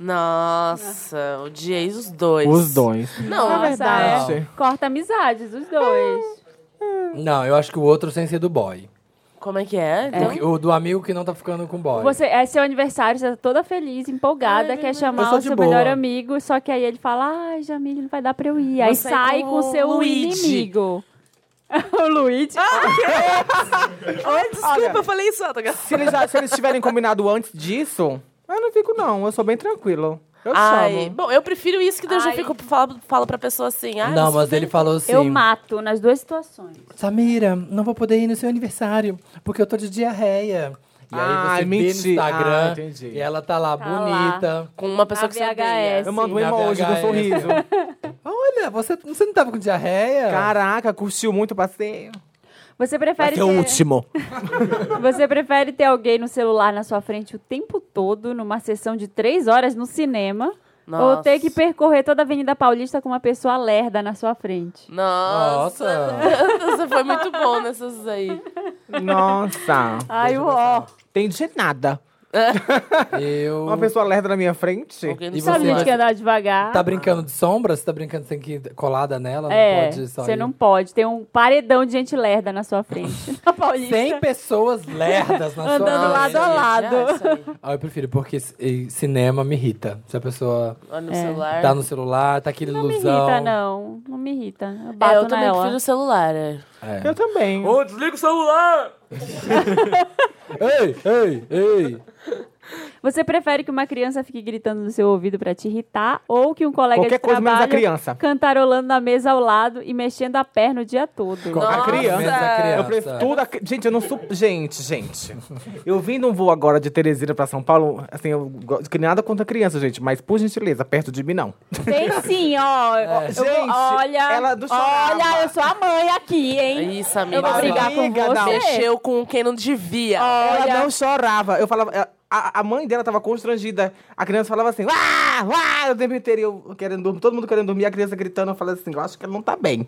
Speaker 4: Nossa, odiei os dois.
Speaker 3: Os dois.
Speaker 4: Não,
Speaker 1: Nossa,
Speaker 2: verdade.
Speaker 1: é. Corta amizades, os
Speaker 2: É.
Speaker 1: dois.
Speaker 2: Não, eu acho que o outro sem ser do boy.
Speaker 4: como é que é? Então,
Speaker 2: O que- O do amigo que não tá ficando com o boy.
Speaker 1: Você, é seu aniversário, você tá toda feliz, empolgada,
Speaker 4: Ai,
Speaker 1: quer
Speaker 4: É verdade.
Speaker 2: Eu
Speaker 1: chamar
Speaker 2: sou
Speaker 1: o
Speaker 2: de
Speaker 1: seu
Speaker 2: boa.
Speaker 1: melhor amigo, só que aí ele fala, ai, Jamile, não vai dar pra eu ir. Aí
Speaker 4: sair
Speaker 1: sai
Speaker 4: é com
Speaker 1: com
Speaker 4: o
Speaker 1: o seu
Speaker 4: Luigi. Ah!
Speaker 1: inimigo. (laughs) o Luigi?
Speaker 4: Ai, desculpa, eu falei isso. Tá...
Speaker 3: Se eles, já- se eles tiverem combinado antes disso, eu não fico, não. Eu sou bem tranquilo. Eu
Speaker 4: Ai,
Speaker 3: chamo.
Speaker 4: bom, eu prefiro isso que daí eu já
Speaker 1: Ai.
Speaker 4: fico falo, falo pra pessoa assim. Ah,
Speaker 2: não,
Speaker 4: você
Speaker 2: mas ele falou assim.
Speaker 1: Eu mato nas duas situações.
Speaker 2: Samira, não vou poder ir no seu aniversário, porque eu tô de diarreia. E aí
Speaker 3: Ah,
Speaker 2: você vê
Speaker 3: mentira.
Speaker 2: no Instagram
Speaker 3: Ah, entendi.
Speaker 2: e ela tá lá
Speaker 1: Tá
Speaker 2: bonita.
Speaker 4: Com uma pessoa que você odeia.
Speaker 1: VHS.
Speaker 3: Eu mando um
Speaker 2: Sim, na
Speaker 3: emoji do
Speaker 2: VHS.
Speaker 3: sorriso.
Speaker 2: Olha, você, você não tava com diarreia?
Speaker 3: Caraca, curtiu muito o passeio.
Speaker 1: Você prefere, ter, (laughs) você prefere ter alguém no celular na sua frente o tempo todo, numa sessão de três horas no cinema, ou ter que percorrer toda a Avenida Paulista com uma pessoa lerda na sua frente?
Speaker 4: Nossa.
Speaker 2: Nossa.
Speaker 4: (laughs) Você foi muito bom nessas aí.
Speaker 3: Nossa.
Speaker 1: Ai, ó.
Speaker 3: Tem de nada.
Speaker 2: Eu.
Speaker 3: Uma pessoa lerda na minha frente?
Speaker 4: Alguém não
Speaker 2: E
Speaker 1: Sabe
Speaker 2: você,
Speaker 1: gente
Speaker 2: mas-
Speaker 1: que andar devagar?
Speaker 3: Ah.
Speaker 2: Tá brincando de sombra? Você tá brincando, tem que ir colada nela? não
Speaker 1: é,
Speaker 2: pode só.
Speaker 1: você
Speaker 2: ir.
Speaker 1: não pode. Tem um paredão de gente lerda na sua
Speaker 2: (laughs)
Speaker 1: frente. Na Paulista.
Speaker 2: 100 pessoas lerdas
Speaker 3: (laughs)
Speaker 2: na sua
Speaker 1: Andando
Speaker 2: frente.
Speaker 1: lado a lado.
Speaker 4: Ah, isso aí.
Speaker 2: Ah, eu prefiro, porque c- e cinema me irrita. Se a pessoa
Speaker 4: Olha
Speaker 1: É.
Speaker 4: no celular. É,
Speaker 2: tá no celular, tá aquele
Speaker 1: Não me
Speaker 2: ilusão.
Speaker 1: irrita, não. Não me irrita. Eu bato
Speaker 4: É, eu também
Speaker 1: nela.
Speaker 4: prefiro o celular. é.
Speaker 2: É.
Speaker 3: Eu também.
Speaker 5: Ô, desliga o celular!
Speaker 2: Ei, ei, ei.
Speaker 1: Você prefere que uma criança fique gritando no seu ouvido pra te irritar ou que um colega
Speaker 3: Qualquer
Speaker 1: de
Speaker 3: coisa menos
Speaker 1: trabalho
Speaker 3: a criança.
Speaker 1: cantarolando na mesa ao lado e mexendo a perna o dia todo?
Speaker 2: Qualquer
Speaker 4: Nossa!
Speaker 2: coisa menos a criança.
Speaker 3: Eu prefiro tudo. a- Gente, eu não sou. Gente, gente. Eu vim num voo agora de Teresina pra São Paulo. Assim, eu gosto que nada contra criança, gente. Mas, por gentileza, perto de mim, não.
Speaker 1: Tem sim, ó. Eu-
Speaker 3: É. Gente,
Speaker 1: olha,
Speaker 3: ela não chorava.
Speaker 1: olha, eu sou a mãe aqui, hein?
Speaker 4: Isso,
Speaker 1: Eu
Speaker 4: amiga.
Speaker 1: vou brigar com
Speaker 3: Amiga, não.
Speaker 1: você. Ah.
Speaker 4: Mexeu com quem não devia.
Speaker 3: Ela
Speaker 1: Olha.
Speaker 3: não chorava. Eu falava. a- A, a mãe dela tava constrangida. A criança falava assim, uá, uá, o tempo inteiro. e Eu querendo dormir, todo mundo querendo dormir, a criança gritando. Eu falei assim, eu acho que ela não tá bem.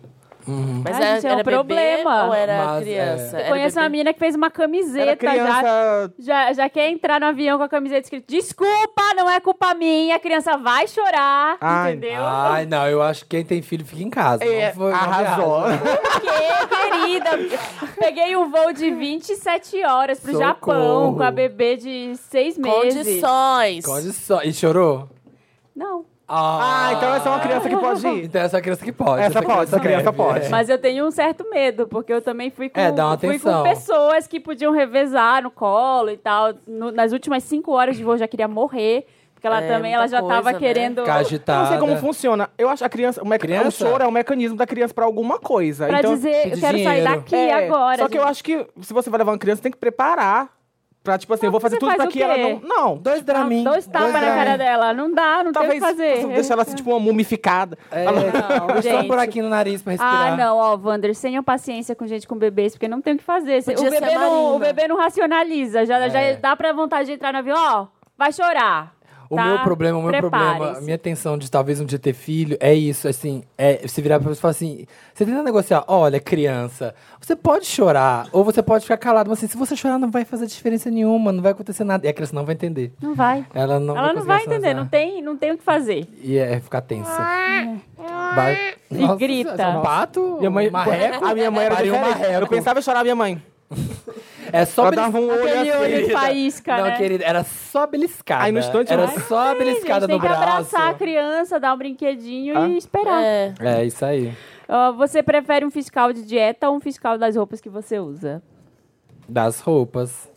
Speaker 4: Mas
Speaker 1: Ai,
Speaker 4: era,
Speaker 1: gente, é um
Speaker 4: era bebê
Speaker 1: problema.
Speaker 4: ou era
Speaker 2: Mas, é.
Speaker 4: criança? Era
Speaker 1: Conheço uma
Speaker 4: bebê?
Speaker 1: menina que fez uma camiseta
Speaker 3: Era criança.
Speaker 1: já. Já, já quer entrar no avião com a camiseta escrita Desculpa, não é culpa minha, a criança vai chorar,
Speaker 3: Ai,
Speaker 1: entendeu?
Speaker 2: Ai, não, eu acho que quem tem filho fica em casa.
Speaker 3: É,
Speaker 2: não foi, não
Speaker 3: arrasou.
Speaker 2: viaja.
Speaker 1: quê, querida? Peguei um voo de 27 horas pro
Speaker 2: Socorro.
Speaker 1: Japão com a bebê de seis meses.
Speaker 4: Condições.
Speaker 2: Condição. E chorou?
Speaker 1: Não.
Speaker 3: (laughs) Ah, então essa é uma criança que pode ir.
Speaker 2: Então essa criança que pode.
Speaker 3: Essa pode, essa criança
Speaker 2: deve,
Speaker 3: pode.
Speaker 2: é.
Speaker 1: Mas eu tenho um certo medo, porque eu também fui com,
Speaker 2: É, dá uma
Speaker 1: fui com
Speaker 2: atenção.
Speaker 1: pessoas que podiam revezar no colo e tal. No- nas últimas cinco horas de voo eu já queria morrer, porque ela
Speaker 4: É,
Speaker 1: também ela
Speaker 4: muita
Speaker 1: já tava
Speaker 4: coisa, né?
Speaker 1: querendo
Speaker 2: Fica
Speaker 3: Eu
Speaker 2: agitada.
Speaker 3: não sei como funciona. Eu acho a criança, o meca-
Speaker 2: Criança?
Speaker 3: o choro é um mecanismo da criança pra alguma coisa.
Speaker 1: pra
Speaker 3: então,
Speaker 1: dizer, eu
Speaker 2: pedir
Speaker 1: quero sair
Speaker 2: dinheiro.
Speaker 1: daqui
Speaker 3: é,
Speaker 1: agora.
Speaker 3: Só que eu
Speaker 1: gente.
Speaker 3: acho que se você vai levar uma criança, tem que preparar pra tipo assim, eu vou fazer
Speaker 1: você
Speaker 3: tudo
Speaker 1: faz
Speaker 3: pra
Speaker 1: o
Speaker 3: que ela
Speaker 1: quê?
Speaker 3: não, não. Tipo,
Speaker 2: Dois dramin.
Speaker 1: Dois tapas na
Speaker 2: Dramin.
Speaker 1: cara dela. Não dá, não
Speaker 3: Talvez
Speaker 1: tem o que fazer.
Speaker 3: deixar ela assim, tipo uma mumificada.
Speaker 2: É,
Speaker 3: Ela-
Speaker 1: Não,
Speaker 2: eu só um
Speaker 1: gente.
Speaker 2: buraquinho no nariz pra respirar.
Speaker 1: Ah, não, ó, Wander, tenham paciência com gente com bebês, porque não tem o que fazer. Cê-
Speaker 4: Podia
Speaker 1: o, bebê
Speaker 4: ser a
Speaker 1: não,
Speaker 4: Marina.
Speaker 1: o bebê não racionaliza, já, já
Speaker 2: É.
Speaker 1: dá pra vontade de entrar no avião, ó, vai chorar.
Speaker 2: O
Speaker 1: tá?
Speaker 2: meu problema, o meu problema,
Speaker 1: Preparem-se.
Speaker 2: a minha tensão de talvez um dia ter filho é isso, assim, é se virar pra pessoa e falar assim, você tenta negociar, olha, criança, você pode chorar, ou você pode ficar calado, mas assim, se você chorar não vai fazer diferença nenhuma, não vai acontecer nada. E a criança não vai entender.
Speaker 1: Não vai.
Speaker 2: Ela não
Speaker 1: Ela não vai
Speaker 2: conseguir
Speaker 1: entender,
Speaker 2: racionalizar.
Speaker 1: não tem, não tem o que fazer.
Speaker 2: E é ficar tensa. Vai-
Speaker 1: E grita.
Speaker 2: isso É um pato,
Speaker 3: Minha mãe,
Speaker 2: um marreco.
Speaker 3: a minha mãe era
Speaker 2: Pariu um
Speaker 3: diferente.
Speaker 2: marreco.
Speaker 3: Eu pensava em chorar a minha mãe.
Speaker 2: É só
Speaker 3: Ela
Speaker 2: belis-
Speaker 3: dava um olho
Speaker 1: Aquele olho
Speaker 3: assim.
Speaker 1: de faísca,
Speaker 2: Não,
Speaker 1: né?
Speaker 2: querida, era só beliscada.
Speaker 3: Aí no instante
Speaker 2: era
Speaker 3: eu-
Speaker 2: só
Speaker 1: Gente,
Speaker 2: beliscada
Speaker 1: tem
Speaker 2: no
Speaker 1: que
Speaker 2: braço.
Speaker 1: abraçar a criança, dar um brinquedinho
Speaker 3: Ah.
Speaker 1: e esperar.
Speaker 4: É.
Speaker 2: É isso aí.
Speaker 1: Ó, você prefere um fiscal de dieta ou um fiscal das roupas que você usa?
Speaker 2: Das roupas.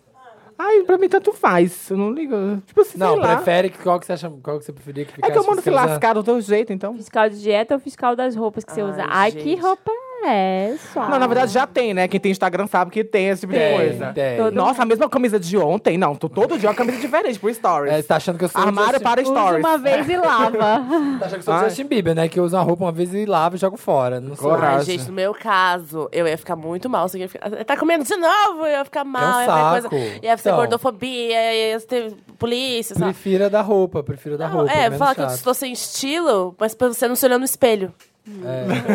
Speaker 3: Ai, pra mim tanto faz. Eu não ligo. Tipo assim,
Speaker 2: Não,
Speaker 3: sei lá.
Speaker 2: prefere que qual que você acha, qual que você preferia que
Speaker 3: É
Speaker 2: ficasse?
Speaker 3: que eu mando se
Speaker 2: fiscalizando?
Speaker 3: lascar do teu jeito, então.
Speaker 1: Fiscal de dieta ou fiscal das roupas que você
Speaker 4: Ai,
Speaker 1: usa? Ai, que
Speaker 4: gente.
Speaker 1: roupa é essa?
Speaker 3: Não, na verdade já tem, né? Quem tem Instagram sabe que tem esse tipo de
Speaker 2: Tem,
Speaker 3: coisa.
Speaker 2: tem.
Speaker 1: Todo
Speaker 3: Nossa, a mesma camisa de ontem? Não, tô todo dia uma camisa diferente pro Stories.
Speaker 2: É, você tá achando que eu sou
Speaker 3: Armário
Speaker 2: o Justin,
Speaker 3: para
Speaker 1: Usa
Speaker 3: Stories.
Speaker 1: uma vez e
Speaker 2: (laughs)
Speaker 1: lava.
Speaker 2: tá achando que eu sou o
Speaker 3: Ah.
Speaker 2: Justin Bieber, né? Que eu uso uma roupa uma vez e lavo e jogo fora. Não sou.
Speaker 3: Coragem.
Speaker 4: Ai, gente, no meu caso, eu ia ficar muito mal. Você ia ficar, tá comendo de novo, eu ia ficar mal.
Speaker 2: É um
Speaker 4: ia,
Speaker 2: saco.
Speaker 4: ficar coisa, ia ser
Speaker 2: Então.
Speaker 4: gordofobia, ia ter polícia, sabe?
Speaker 2: Prefira da roupa, prefiro da roupa.
Speaker 4: é,
Speaker 2: menos
Speaker 4: fala que eu
Speaker 2: chato.
Speaker 4: estou sem estilo, mas pra você não se olhando no espelho.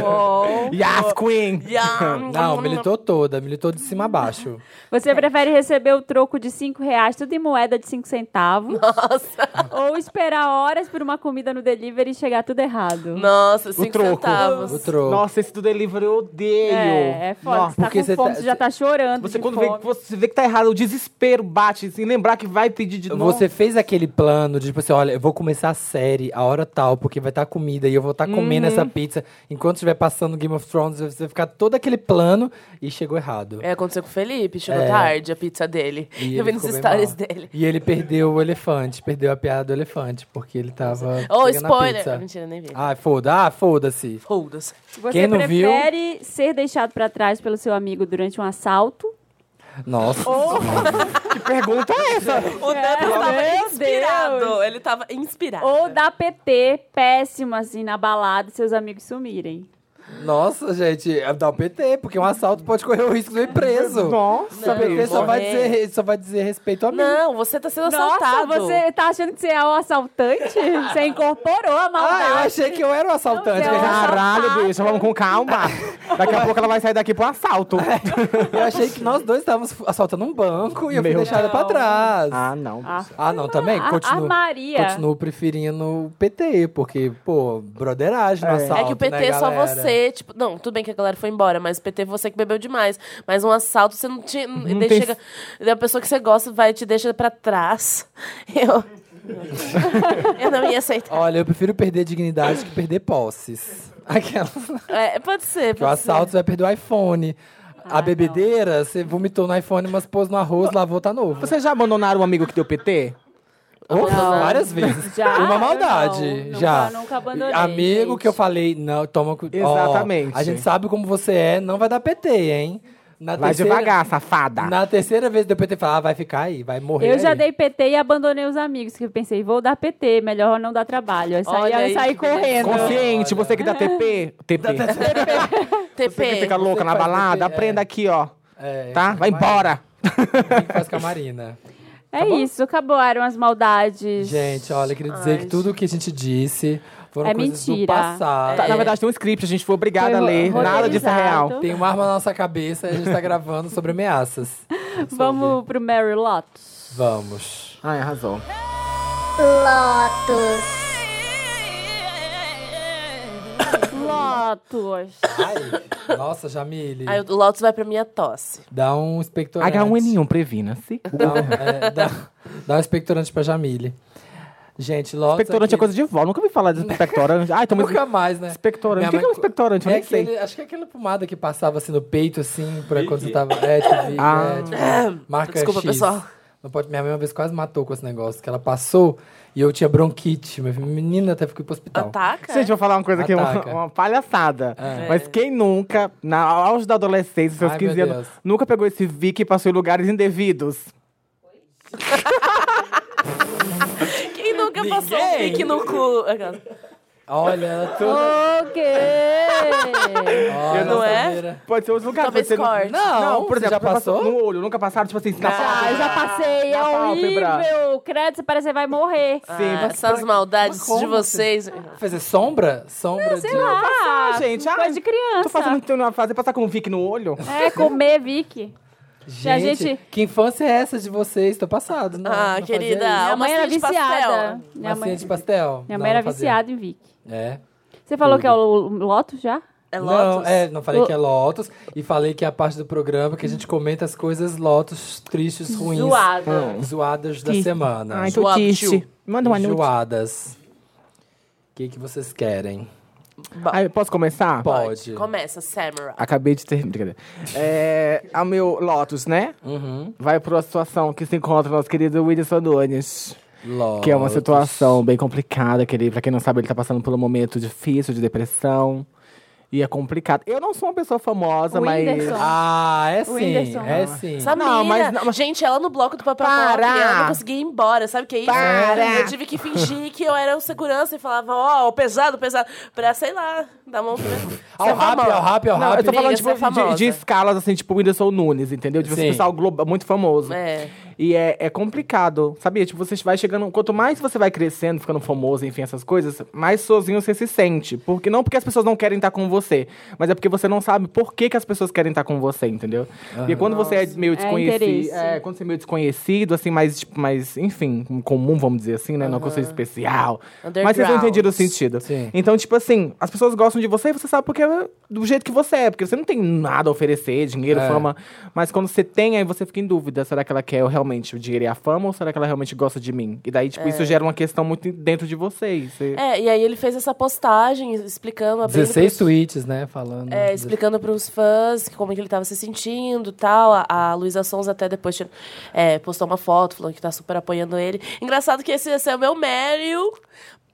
Speaker 4: Uou.
Speaker 3: Yas Queen!
Speaker 4: (laughs) Yum.
Speaker 2: É. Não, militou toda, militou de cima a baixo.
Speaker 1: Você prefere receber o troco de 5 reais, tudo em moeda de 5 centavos? Ou esperar horas por uma comida no delivery e chegar tudo errado?
Speaker 4: Nossa, cinco
Speaker 3: troco.
Speaker 4: centavos.
Speaker 2: o troco.
Speaker 3: Nossa, esse do delivery eu odeio.
Speaker 1: É, é foda.
Speaker 3: Nossa,
Speaker 1: você tá
Speaker 2: porque
Speaker 1: com
Speaker 2: você
Speaker 1: fome,
Speaker 2: tá-
Speaker 1: você já tá chorando.
Speaker 3: Você
Speaker 1: de
Speaker 3: quando
Speaker 1: fome.
Speaker 3: vê, você vê que tá errado, o desespero bate, assim, lembrar que vai pedir de novo.
Speaker 2: Você fez aquele plano de tipo assim, olha, eu vou começar a série a hora tal, porque vai estar comida e eu vou estar comendo essa pizza. Enquanto estiver passando Game of Thrones, você vai ficar todo aquele plano e chegou errado.
Speaker 4: É, aconteceu com o Felipe, chegou
Speaker 2: É.
Speaker 4: tarde a pizza dele.
Speaker 2: E ele
Speaker 4: eu vi nos
Speaker 2: ficou bem
Speaker 4: stories
Speaker 2: mal.
Speaker 4: dele.
Speaker 2: E ele perdeu o elefante, perdeu a piada do elefante, porque ele tava.
Speaker 4: Oh,
Speaker 2: pegando a
Speaker 4: spoiler!
Speaker 2: pizza.
Speaker 4: Mentira, nem vi.
Speaker 2: Ah, foda, ah, foda-se.
Speaker 4: Foda-se.
Speaker 1: Você
Speaker 2: Quem não viu-
Speaker 1: prefere ser deixado pra trás pelo seu amigo durante um assalto?
Speaker 2: Nossa. (laughs)
Speaker 3: Que pergunta é essa?
Speaker 4: O Dantas
Speaker 1: Meu
Speaker 4: tava
Speaker 1: Deus.
Speaker 4: inspirado. Ele tava inspirado.
Speaker 1: Ou dar PT péssimo, assim, na balada e seus amigos sumirem?
Speaker 2: Nossa, gente, dá o PT, porque um assalto pode correr o risco de eu ir preso.
Speaker 3: Nossa,
Speaker 2: O PT só
Speaker 4: morrer.
Speaker 2: vai, dizer, só vai dizer respeito a mim.
Speaker 4: Não, você tá sendo
Speaker 1: Nossa,
Speaker 4: assaltado.
Speaker 1: você tá achando que você é o
Speaker 2: (laughs)
Speaker 1: assaltante? Você incorporou a maldade.
Speaker 2: Ah, eu achei que eu era o
Speaker 1: Não,
Speaker 2: assaltante.
Speaker 1: você é
Speaker 2: que a gente-
Speaker 3: Caralho,
Speaker 1: assaltado.
Speaker 3: bicho, vamos com calma. Daqui a pouco ela vai sair daqui pro assalto.
Speaker 1: É.
Speaker 2: Eu achei que nós dois estávamos fu- assaltando um banco e eu fui
Speaker 3: Meu
Speaker 2: deixada
Speaker 1: Deus.
Speaker 2: pra trás. Ah,
Speaker 3: Ah, não.
Speaker 1: Ah,
Speaker 2: não, também?
Speaker 1: a-
Speaker 4: ah,
Speaker 2: Continuo,
Speaker 1: armaria.
Speaker 2: continuo preferindo o PT, porque, pô, broderagem no assalto,
Speaker 4: É que o PT
Speaker 2: né,
Speaker 4: é só
Speaker 2: galera?
Speaker 4: você, tipo, não, tudo bem que a galera foi embora, mas o PT é você que bebeu demais. Mas um assalto você não tinha. e daí
Speaker 3: tem-
Speaker 4: chega- daí a pessoa que você gosta vai e te deixa pra trás. (laughs) Eu. eu não ia aceitar.
Speaker 2: Olha, eu prefiro perder dignidade que perder
Speaker 1: (laughs)
Speaker 2: posses. Aquelas...
Speaker 4: É, pode ser.
Speaker 2: Que o
Speaker 4: Pode ser.
Speaker 2: assalto você vai perder o iPhone.
Speaker 1: Ah,
Speaker 2: a bebedeira, você vomitou no iPhone, mas pôs no arroz, lavou, tá novo.
Speaker 3: Vocês já abandonaram um amigo que deu PT?
Speaker 2: Opa,
Speaker 4: Não.
Speaker 2: várias vezes.
Speaker 1: Já?
Speaker 2: Uma
Speaker 1: Eu
Speaker 2: maldade.
Speaker 1: não. Nunca-
Speaker 2: já.
Speaker 1: nunca abandonei,
Speaker 2: Amigo
Speaker 1: gente.
Speaker 2: que eu falei, não, toma cuidado.
Speaker 3: Exatamente.
Speaker 2: a gente sabe como você é, não vai dar PT, hein? Na
Speaker 3: Vai
Speaker 2: terceira-
Speaker 3: devagar, safada.
Speaker 2: Na terceira vez deu PT falar, ah, vai ficar aí, vai morrer.
Speaker 1: Eu já
Speaker 2: aí.
Speaker 1: dei PT e abandonei os amigos, que eu pensei, vou dar PT, melhor não dar trabalho. Aí saí,
Speaker 4: Olha
Speaker 1: aí
Speaker 4: aí, né?
Speaker 1: saí
Speaker 4: que
Speaker 2: É,
Speaker 4: beleza.
Speaker 1: correndo.
Speaker 3: Consciente, você que dá TP. TP. Você que
Speaker 4: TP.
Speaker 3: fica louca
Speaker 2: Você
Speaker 3: na
Speaker 2: que faz
Speaker 3: balada,
Speaker 2: TP, é.
Speaker 3: aprenda aqui, ó.
Speaker 2: É,
Speaker 3: Tá? Vai embora.
Speaker 2: quem faz com a Marina.
Speaker 1: É isso, acabaram as maldades.
Speaker 2: Gente, olha, eu queria dizer
Speaker 4: Ai,
Speaker 2: que tudo que a gente disse foram
Speaker 1: É
Speaker 2: coisas
Speaker 1: mentira.
Speaker 2: do passado.
Speaker 3: Tá, Na verdade, tem um script, a gente foi obrigada
Speaker 1: Foi
Speaker 3: a ler. Nada disso é
Speaker 1: roteirizado.
Speaker 3: real.
Speaker 2: Tem uma arma na nossa cabeça e a gente tá gravando sobre ameaças.
Speaker 1: Vamos pro Mary Lotus.
Speaker 2: Vamos.
Speaker 3: Ai, arrasou.
Speaker 6: Lotus,
Speaker 1: Lotus.
Speaker 2: Ai, nossa, Jamile.
Speaker 4: Aí o Lotus vai pra minha tosse.
Speaker 2: Dá um expectorante. (laughs)
Speaker 3: H1N1, previna-se.
Speaker 2: Dá, um- é, dá, dá um expectorante pra Jamile. Gente, Lotus.
Speaker 3: Expectorante é
Speaker 2: aquele-
Speaker 3: coisa de vó. Nunca ouvi falar de expectorante. Ai, tô muito...
Speaker 2: Nunca mais, né?
Speaker 3: Expectorante.
Speaker 2: Minha
Speaker 3: O que que é um
Speaker 2: mãe-
Speaker 3: expectorante? Eu
Speaker 2: É
Speaker 3: nem sei.
Speaker 2: aquele, acho que é aquela pomada que passava assim no peito, assim, pra quando você tava. É, te vi,
Speaker 3: Ah.
Speaker 2: é, tipo, marca
Speaker 4: Desculpa,
Speaker 2: X.
Speaker 4: pessoal.
Speaker 2: Não pode, minha mãe uma vez quase matou com esse negócio, que ela passou e eu tinha bronquite. Minha menina até ficou pro hospital.
Speaker 4: Ataca?
Speaker 3: Gente, vou falar uma coisa aqui, uma,
Speaker 2: Ataca. É.
Speaker 3: uma palhaçada. Mas quem nunca, na auge da adolescência, seus
Speaker 2: Ai,
Speaker 3: 15
Speaker 2: meu
Speaker 3: anos,
Speaker 2: Deus.
Speaker 3: nunca pegou esse Vic e passou em lugares indevidos?
Speaker 4: Quem nunca passou um
Speaker 2: Ninguém.
Speaker 4: pique no cu? Aquela-
Speaker 2: Olha, ela toda.
Speaker 1: Ok.
Speaker 2: Olha,
Speaker 4: Não é?
Speaker 2: Samira.
Speaker 3: Pode ser outro lugar.
Speaker 4: Talvez
Speaker 3: pode ser no-
Speaker 4: corte.
Speaker 3: Não,
Speaker 2: Não,
Speaker 3: por
Speaker 2: você
Speaker 3: exemplo,
Speaker 2: já
Speaker 3: nunca
Speaker 2: passou?
Speaker 3: No olho, nunca passaram, tipo assim, na
Speaker 1: Ah, eu já passei, é
Speaker 3: Na pálpebra.
Speaker 1: horrível. Credo, você parece que vai morrer.
Speaker 4: Ah, essas maldades
Speaker 2: mas como
Speaker 4: de vocês.
Speaker 2: Fazer sombra? Sombra de.
Speaker 1: Sei lá,
Speaker 3: Ah, gente,
Speaker 1: coisa
Speaker 3: ai,
Speaker 1: de criança.
Speaker 3: Tô fazendo tô na fase de passar com um Vic no olho.
Speaker 1: É, comer Vicky.
Speaker 2: Gente,
Speaker 1: Que a gente-
Speaker 2: que infância é essa de vocês? Tô passado. Não,
Speaker 4: Ah,
Speaker 2: não fazia isso.
Speaker 4: querida.
Speaker 1: Minha
Speaker 4: uma
Speaker 1: mãe era
Speaker 4: massinha de
Speaker 1: viciada.
Speaker 4: pastel.
Speaker 1: Minha
Speaker 2: Massinha
Speaker 1: mãe,
Speaker 2: de pastel?
Speaker 1: minha
Speaker 2: Não,
Speaker 1: mãe era
Speaker 2: não fazia.
Speaker 1: viciada em Vicky.
Speaker 2: É.
Speaker 1: Você falou que é o Lotus já?
Speaker 4: É
Speaker 2: Não,
Speaker 4: Lotus?
Speaker 2: é, não falei
Speaker 1: Lo-
Speaker 2: que é Lotus e falei que é a parte do programa que a gente comenta as coisas Lotus tristes, ruins. Ah,
Speaker 1: Zoado.
Speaker 2: Zoadas da
Speaker 3: Que-
Speaker 2: semana.
Speaker 3: Ai, tô
Speaker 4: Joab
Speaker 3: triste.
Speaker 4: Tio.
Speaker 3: Manda uma nude.
Speaker 2: Zoadas. O que, que vocês querem?
Speaker 3: Ai, posso começar?
Speaker 2: Pode.
Speaker 4: Começa, Samurai.
Speaker 3: Acabei de ter. Brincadeira. É, a meu Lotus, né?
Speaker 2: Uhum.
Speaker 3: Vai pra uma situação que se encontra nosso querido Wilson Nunes.
Speaker 2: Lotus.
Speaker 3: Que é uma situação bem complicada, que ele, pra quem não sabe, ele tá passando por um momento difícil de depressão. E é complicado. Eu não sou uma pessoa famosa,
Speaker 1: O
Speaker 3: mas.
Speaker 1: Whindersson.
Speaker 2: Ah, é sim.
Speaker 1: Whindersson.
Speaker 2: É sim.
Speaker 4: Samira,
Speaker 3: Não, mas- não, mas-
Speaker 4: gente, ela no bloco do papel
Speaker 3: Para!
Speaker 4: pop, ela não conseguia ir embora, sabe o que é isso?
Speaker 3: Para!
Speaker 4: Eu tive que fingir que eu era o segurança e falava, ó, pesado, pesado, pra, sei lá, dar mão pra...
Speaker 2: Ao rap, ao rap, ao
Speaker 3: é Não, eu
Speaker 2: rap.
Speaker 3: tô falando
Speaker 4: Amiga,
Speaker 3: tipo,
Speaker 4: você é famosa.
Speaker 3: de, de escalas, assim, tipo o Whindersson Nunes, entendeu? De você
Speaker 2: Sim.
Speaker 3: pensar o Globo muito famoso.
Speaker 4: É.
Speaker 3: E é, é complicado, sabia? Tipo, você vai chegando. Quanto mais você vai crescendo, ficando famoso, enfim, essas coisas, mais sozinho você se sente. Porque, não porque as pessoas não querem estar com você, mas é porque você não sabe por que, que as pessoas querem estar com você, entendeu? E quando você é meio
Speaker 1: interesse.
Speaker 3: desconhecido. É, quando você é meio desconhecido, assim, mais, tipo, mais, enfim, comum, vamos dizer assim, né? Não é uma coisa especial. Mas vocês não
Speaker 4: Underground.
Speaker 3: entenderam o sentido.
Speaker 2: Sim.
Speaker 3: Então, tipo assim, as pessoas gostam de você e você sabe porque é do jeito que você é, porque você não tem nada a oferecer, dinheiro,
Speaker 2: É.
Speaker 3: fama. Mas quando você tem, aí você fica em dúvida: será que ela quer realmente o dinheiro e a fama ou será que ela realmente gosta de mim? E daí, tipo, isso gera uma questão muito dentro de vocês. Você-
Speaker 4: É, e aí ele fez essa postagem explicando... abrindo
Speaker 2: 16
Speaker 4: pros-
Speaker 2: tweets, né? Falando.
Speaker 4: É, explicando pros fãs como é que ele tava se sentindo e tal. A, a Luísa Sons até depois tirou- é, postou uma foto falando que tá super apoiando ele. Engraçado que esse, esse é o meu Meryl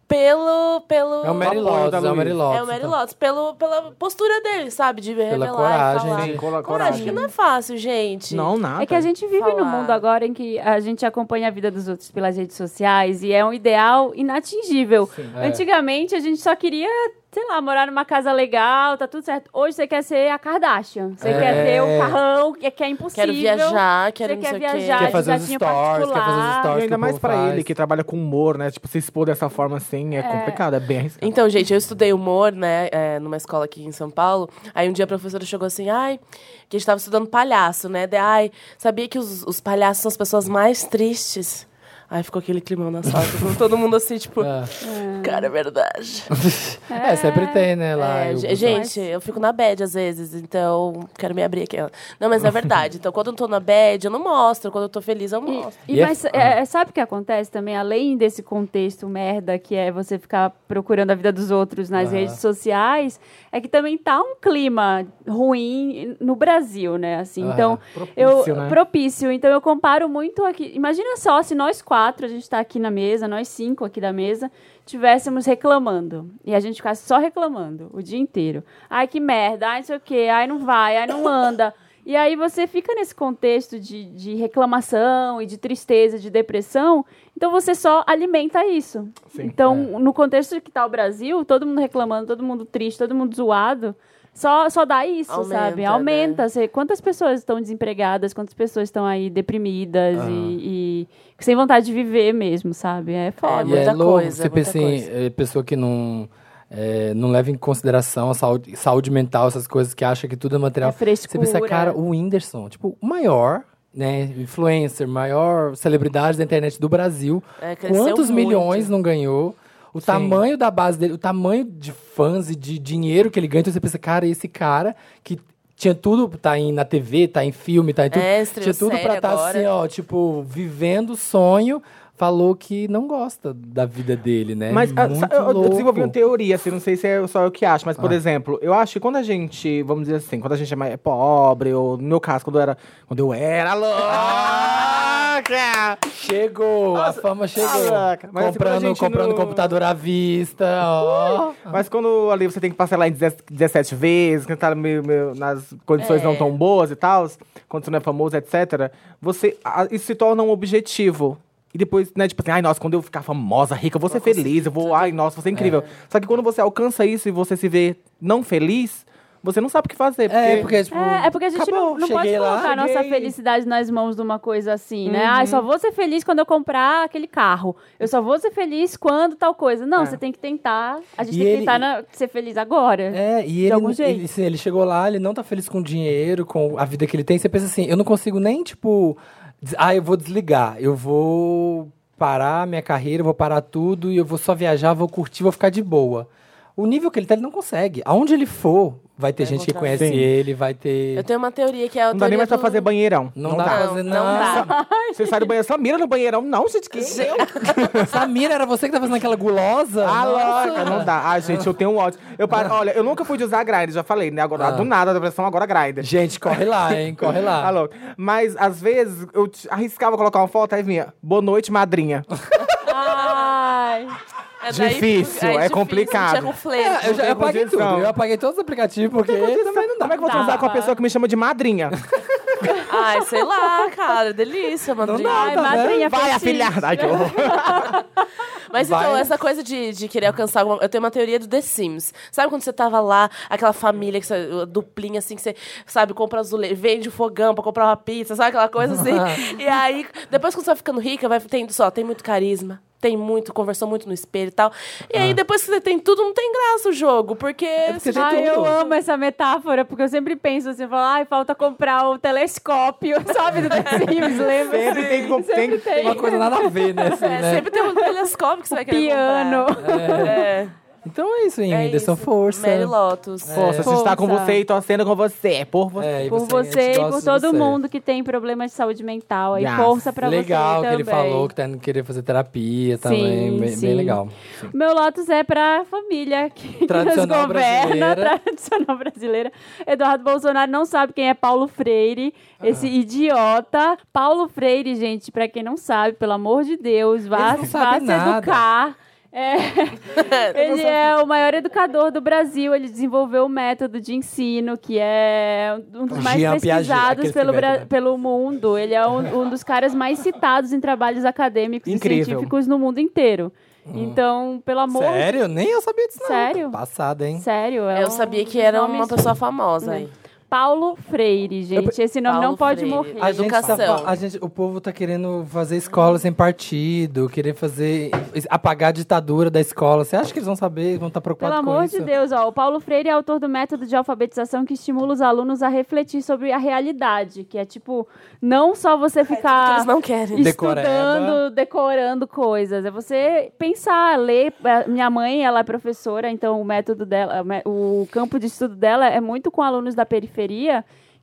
Speaker 4: pelo... pelo...
Speaker 2: É o Mary
Speaker 3: O apoio
Speaker 2: Lotus,
Speaker 3: da
Speaker 2: é o Mary
Speaker 3: Luísa.
Speaker 2: Lotus.
Speaker 4: É o Mary Lotus, pelo, pela postura dele, sabe? De revelar
Speaker 2: coragem,
Speaker 4: e falar.
Speaker 2: sim,
Speaker 3: cora- coragem.
Speaker 4: Coragem, que não é fácil, gente.
Speaker 3: Não,
Speaker 2: Ah,
Speaker 3: nada.
Speaker 1: É
Speaker 2: tá.
Speaker 1: que a gente vive
Speaker 4: Falar.
Speaker 1: num mundo agora em que a gente acompanha a vida dos outros
Speaker 4: É.
Speaker 1: pelas redes sociais e é um ideal inatingível. Antigamente a gente só queria sei lá, morar numa casa legal, tá tudo certo. Hoje você quer ser a Kardashian. Você
Speaker 2: É.
Speaker 1: quer ter o carrão, que que é impossível.
Speaker 4: Quero viajar,
Speaker 1: Você
Speaker 4: quero não
Speaker 1: quer
Speaker 4: sei o quê.
Speaker 1: viajar
Speaker 2: Quer fazer os
Speaker 1: jatinho
Speaker 2: stories, quer fazer os
Speaker 1: particular.
Speaker 2: stories.
Speaker 3: E ainda
Speaker 2: o
Speaker 3: mais
Speaker 2: povo
Speaker 3: pra
Speaker 2: faz.
Speaker 3: ele, que trabalha com humor, né? Tipo, se expor dessa forma assim é, complicado, é bem arriscado.
Speaker 4: Então, gente, eu estudei humor, né, é, numa escola aqui em São Paulo. Aí um dia a professora chegou assim, ai, que a gente tava estudando palhaço, né? De, ai, sabia que os, os palhaços são as pessoas mais tristes? Aí ficou aquele climão na sala, todo- todo mundo assim, tipo,
Speaker 2: Ah.
Speaker 4: cara, é verdade.
Speaker 2: É, sempre tem, né? Lá,
Speaker 4: É,
Speaker 2: eu-
Speaker 4: ge- gente, eu fico na bad às vezes, então quero me abrir aqui. ó. Não, mas é verdade. Então, quando eu tô na bad, eu não mostro. Quando eu tô feliz, eu mostro.
Speaker 1: E,
Speaker 2: E é-
Speaker 1: mas é, é, sabe o que acontece também? Além desse contexto merda que é você ficar procurando a vida dos outros nas
Speaker 2: Aham.
Speaker 1: redes sociais, é que também tá um clima ruim no Brasil, né? Assim,
Speaker 2: Aham.
Speaker 1: então eu
Speaker 3: Propício, né?
Speaker 1: propício. Então eu comparo muito aqui. Imagina só se nós quatro, a gente tá aqui na mesa, nós cinco aqui da mesa, tivéssemos reclamando e a gente ficasse só reclamando o dia inteiro. Ai que merda, ai não sei o quê, ai não vai, ai não anda. E aí você fica nesse contexto de, de reclamação e de tristeza, de depressão, então você só alimenta isso.
Speaker 3: Sim,
Speaker 2: é.
Speaker 1: então, no contexto que tá o Brasil, todo mundo reclamando, todo mundo triste, todo mundo zoado, só, só dá isso,
Speaker 4: Aumenta,
Speaker 1: sabe?
Speaker 4: né?
Speaker 1: Aumenta pergunta, você- quantas pessoas estão desempregadas, quantas pessoas estão aí deprimidas
Speaker 2: Ah.
Speaker 1: e, e sem vontade de viver mesmo, sabe? É
Speaker 4: É,
Speaker 1: foda.
Speaker 2: E é
Speaker 4: muita
Speaker 2: louco,
Speaker 4: coisa,
Speaker 2: você
Speaker 4: muita
Speaker 2: pensa em
Speaker 4: coisa.
Speaker 2: eh, pessoa que não, eh, não leva em consideração a saúde, saúde mental, essas coisas que acha que tudo é material.
Speaker 1: É frescura.
Speaker 2: Você pensa, cara, o Whindersson, tipo, o maior, né, influencer, maior celebridade da internet do Brasil.
Speaker 4: É, cresceu
Speaker 2: Quantos
Speaker 4: muito.
Speaker 2: milhões não ganhou? O tamanho da base dele, o tamanho de fãs e de dinheiro que ele ganha. Então você pensa, cara, esse cara que tinha tudo, tá em, na TV, tá em filme, tá em tudo.
Speaker 4: É, estreou
Speaker 2: tinha tudo pra
Speaker 4: série
Speaker 2: estar
Speaker 4: agora.
Speaker 2: assim, ó, tipo, vivendo o sonho. Falou que não gosta da vida dele, né?
Speaker 3: Mas ah, sa-
Speaker 2: Muito
Speaker 3: eu- eu,
Speaker 2: louco. Ah.
Speaker 3: desenvolvi uma teoria, assim, não sei se é só eu que acho, mas, por exemplo, eu acho que quando a gente, vamos dizer assim, quando a gente é mais pobre, ou no meu caso, quando eu era. Quando eu era louca!
Speaker 2: Chegou, a fama chegou.
Speaker 3: caraca. Mas assim, quando a
Speaker 2: comprando
Speaker 3: gente
Speaker 2: comprando
Speaker 3: não-
Speaker 2: computador à vista, ó.
Speaker 3: Mas quando ali você tem que parcelar em 10 17 vezes, que tá meio, meio nas condições
Speaker 4: É.
Speaker 3: não tão boas e tal, quando você não é famoso, etc., você, a- isso se torna um objetivo. E depois, né, tipo assim, ai, nossa, quando eu ficar famosa, rica, eu vou ser feliz, eu vou, ai, nossa, vou ser incrível.
Speaker 2: É.
Speaker 3: Só que quando você alcança isso e você se vê não feliz, você não sabe o que fazer.
Speaker 2: É, porque, tipo.
Speaker 1: É, é porque a gente
Speaker 2: acabou,
Speaker 1: não, não pode
Speaker 2: cheguei lá,
Speaker 1: colocar a nossa
Speaker 2: cheguei. Uhum.
Speaker 1: felicidade nas mãos de uma coisa assim, né? Ah, só vou ser feliz quando eu comprar aquele carro. Eu só vou ser feliz quando tal coisa. Não, você tem que tentar. A gente
Speaker 2: É. E
Speaker 1: tem que
Speaker 2: ele-
Speaker 1: tentar na- ser feliz agora.
Speaker 2: É, e
Speaker 1: algum
Speaker 2: ele,
Speaker 1: jeito.
Speaker 2: ele, assim, ele chegou lá, ele não tá feliz com o dinheiro, com a vida que ele tem. Você pensa assim, eu não consigo nem, tipo, des- ah, eu vou desligar, eu vou parar minha carreira, eu vou parar tudo e eu vou só viajar, vou curtir, vou ficar de boa. O nível que ele tá, ele não consegue. Aonde ele for, vai ter gente que
Speaker 4: encontrar.
Speaker 2: conhece
Speaker 3: Sim.
Speaker 2: ele, vai
Speaker 4: Eu
Speaker 2: ter.
Speaker 4: tenho uma teoria que é a
Speaker 3: Não dá nem
Speaker 4: teoria
Speaker 3: mais pra
Speaker 4: do-
Speaker 3: fazer banheirão.
Speaker 2: Não, dá pra fazer
Speaker 4: não dá.
Speaker 2: nada.
Speaker 3: Você sai do banheiro, só mira no banheirão. Não, gente, que eu?
Speaker 2: Samira, era você que tá fazendo aquela gulosa?
Speaker 3: Ah,
Speaker 2: Nossa.
Speaker 3: louca, não dá. Ah, gente, eu tenho um ódio. Eu paro, olha, eu nunca fui de usar grinder, já falei, né? Agora,
Speaker 2: Ah.
Speaker 3: do nada, a depressão agora grinder.
Speaker 2: Gente, corre lá, hein? Corre lá.
Speaker 3: Tá louco. Mas às vezes eu te- arriscava colocar uma foto aí vinha, boa noite, madrinha.
Speaker 1: Ai.
Speaker 4: É daí-
Speaker 3: Difícil, é
Speaker 4: difícil,
Speaker 3: complicado.
Speaker 4: Tinha um flerte.
Speaker 2: É, eu já eu
Speaker 3: Não tem
Speaker 2: apaguei tudo.
Speaker 3: condição.
Speaker 2: Eu apaguei todos os aplicativos, porque também não dá.
Speaker 3: Como é que eu vou
Speaker 1: Dá.
Speaker 3: transar com a pessoa que me chama de madrinha?
Speaker 4: Ai, sei lá, cara, delícia, madrinha.
Speaker 2: Ah,
Speaker 1: Ai,
Speaker 2: tá
Speaker 1: madrinha
Speaker 3: Vai,
Speaker 1: fetiche.
Speaker 3: afilhada! Ai, que
Speaker 2: (laughs)
Speaker 3: horror.
Speaker 4: Mas então,
Speaker 2: Vai.
Speaker 4: essa coisa de, de querer alcançar alguma Eu tenho uma teoria do The Sims. Sabe quando você tava lá, aquela família, que você, duplinha assim, que você, sabe, compra azulejo, vende o fogão pra comprar uma pizza, sabe aquela
Speaker 2: (laughs)
Speaker 4: coisa assim? e aí, depois quando você vai ficando rica, vai tendo só, tem muito carisma. Tem muito, conversou muito no espelho e tal. E aí, depois que você tem tudo, não tem graça o jogo, porque.
Speaker 2: Ah. É porque tem
Speaker 1: Ai,
Speaker 2: tudo.
Speaker 1: eu amo essa metáfora, porque eu sempre penso assim, eu falo, ai, falta comprar o telescópio, (laughs) sabe, do The Sims, lembra?
Speaker 3: Sempre tem que- tem-
Speaker 1: Sempre
Speaker 3: tem
Speaker 2: uma coisa nada a ver, né? assim,
Speaker 4: É,
Speaker 2: né?
Speaker 4: Sempre tem um telescópio
Speaker 2: (laughs)
Speaker 4: que você vai querer
Speaker 1: Piano.
Speaker 4: comprar. É,
Speaker 2: Então é isso, hein,
Speaker 4: é
Speaker 2: Whindersson.
Speaker 4: isso.
Speaker 2: Força.
Speaker 4: Mary Lotus.
Speaker 3: Força, a gente tá com
Speaker 1: Força.
Speaker 3: você e torcendo com você. Por você.
Speaker 2: É, e
Speaker 1: Por você
Speaker 2: a gente
Speaker 1: e
Speaker 2: gosta
Speaker 1: por
Speaker 2: de
Speaker 1: todo
Speaker 2: você.
Speaker 1: mundo que tem problemas de saúde mental. Aí,
Speaker 3: Yes.
Speaker 1: força pra
Speaker 2: legal
Speaker 1: você
Speaker 2: que
Speaker 1: também.
Speaker 2: ele falou que tá indo querer fazer terapia também. bem,
Speaker 1: sim.
Speaker 2: bem legal.
Speaker 1: Meu Lotus é pra família que, (laughs) que nos
Speaker 2: Tradicional
Speaker 1: governa,
Speaker 2: brasileira.
Speaker 1: (laughs) tradicional brasileira. Eduardo Bolsonaro não sabe quem é Paulo Freire, esse idiota. Paulo Freire, gente, pra quem não sabe, pelo amor de Deus, vá,
Speaker 2: Eles não
Speaker 1: vá
Speaker 2: sabem
Speaker 1: se
Speaker 2: nada.
Speaker 1: educar. É, (laughs) Ele é o maior educador do Brasil. Ele desenvolveu o método de ensino, que é um dos mais
Speaker 6: Jean Piaget,
Speaker 1: pesquisados
Speaker 6: aquele
Speaker 1: pelo,
Speaker 6: que mete,
Speaker 1: Bra-
Speaker 6: né?
Speaker 1: pelo mundo. Ele é um, um dos caras mais citados em trabalhos acadêmicos
Speaker 3: Incrível.
Speaker 1: e científicos no mundo inteiro.
Speaker 2: Hum.
Speaker 1: Então, pelo amor
Speaker 6: Sério? Nem eu sabia disso, não.
Speaker 1: Sério?
Speaker 6: Passada, hein?
Speaker 1: Sério, é
Speaker 4: Eu
Speaker 1: um-
Speaker 4: sabia que era
Speaker 1: nome
Speaker 4: uma pessoa famosa aí.
Speaker 1: Paulo Freire, gente. Esse nome
Speaker 4: Paulo
Speaker 1: não pode
Speaker 4: Freire.
Speaker 1: morrer.
Speaker 4: A gente- Educação.
Speaker 2: tá fa- a gente- o povo tá querendo fazer escola sem partido, querer fazer. apagar a ditadura da escola. Você acha que eles vão saber? Vão estar
Speaker 1: Pelo
Speaker 2: preocupados tá com
Speaker 1: amor
Speaker 2: isso?
Speaker 1: de Deus, ó, o Paulo Freire é autor do método de alfabetização que estimula os alunos a refletir sobre a realidade, que é tipo, não só você
Speaker 4: Porque
Speaker 1: ficar
Speaker 4: Eles não querem.
Speaker 1: estudando, decorando coisas, é você pensar, ler. A Minha mãe, ela é professora, então o método dela, o mé- o campo de estudo dela é muito com alunos da periferia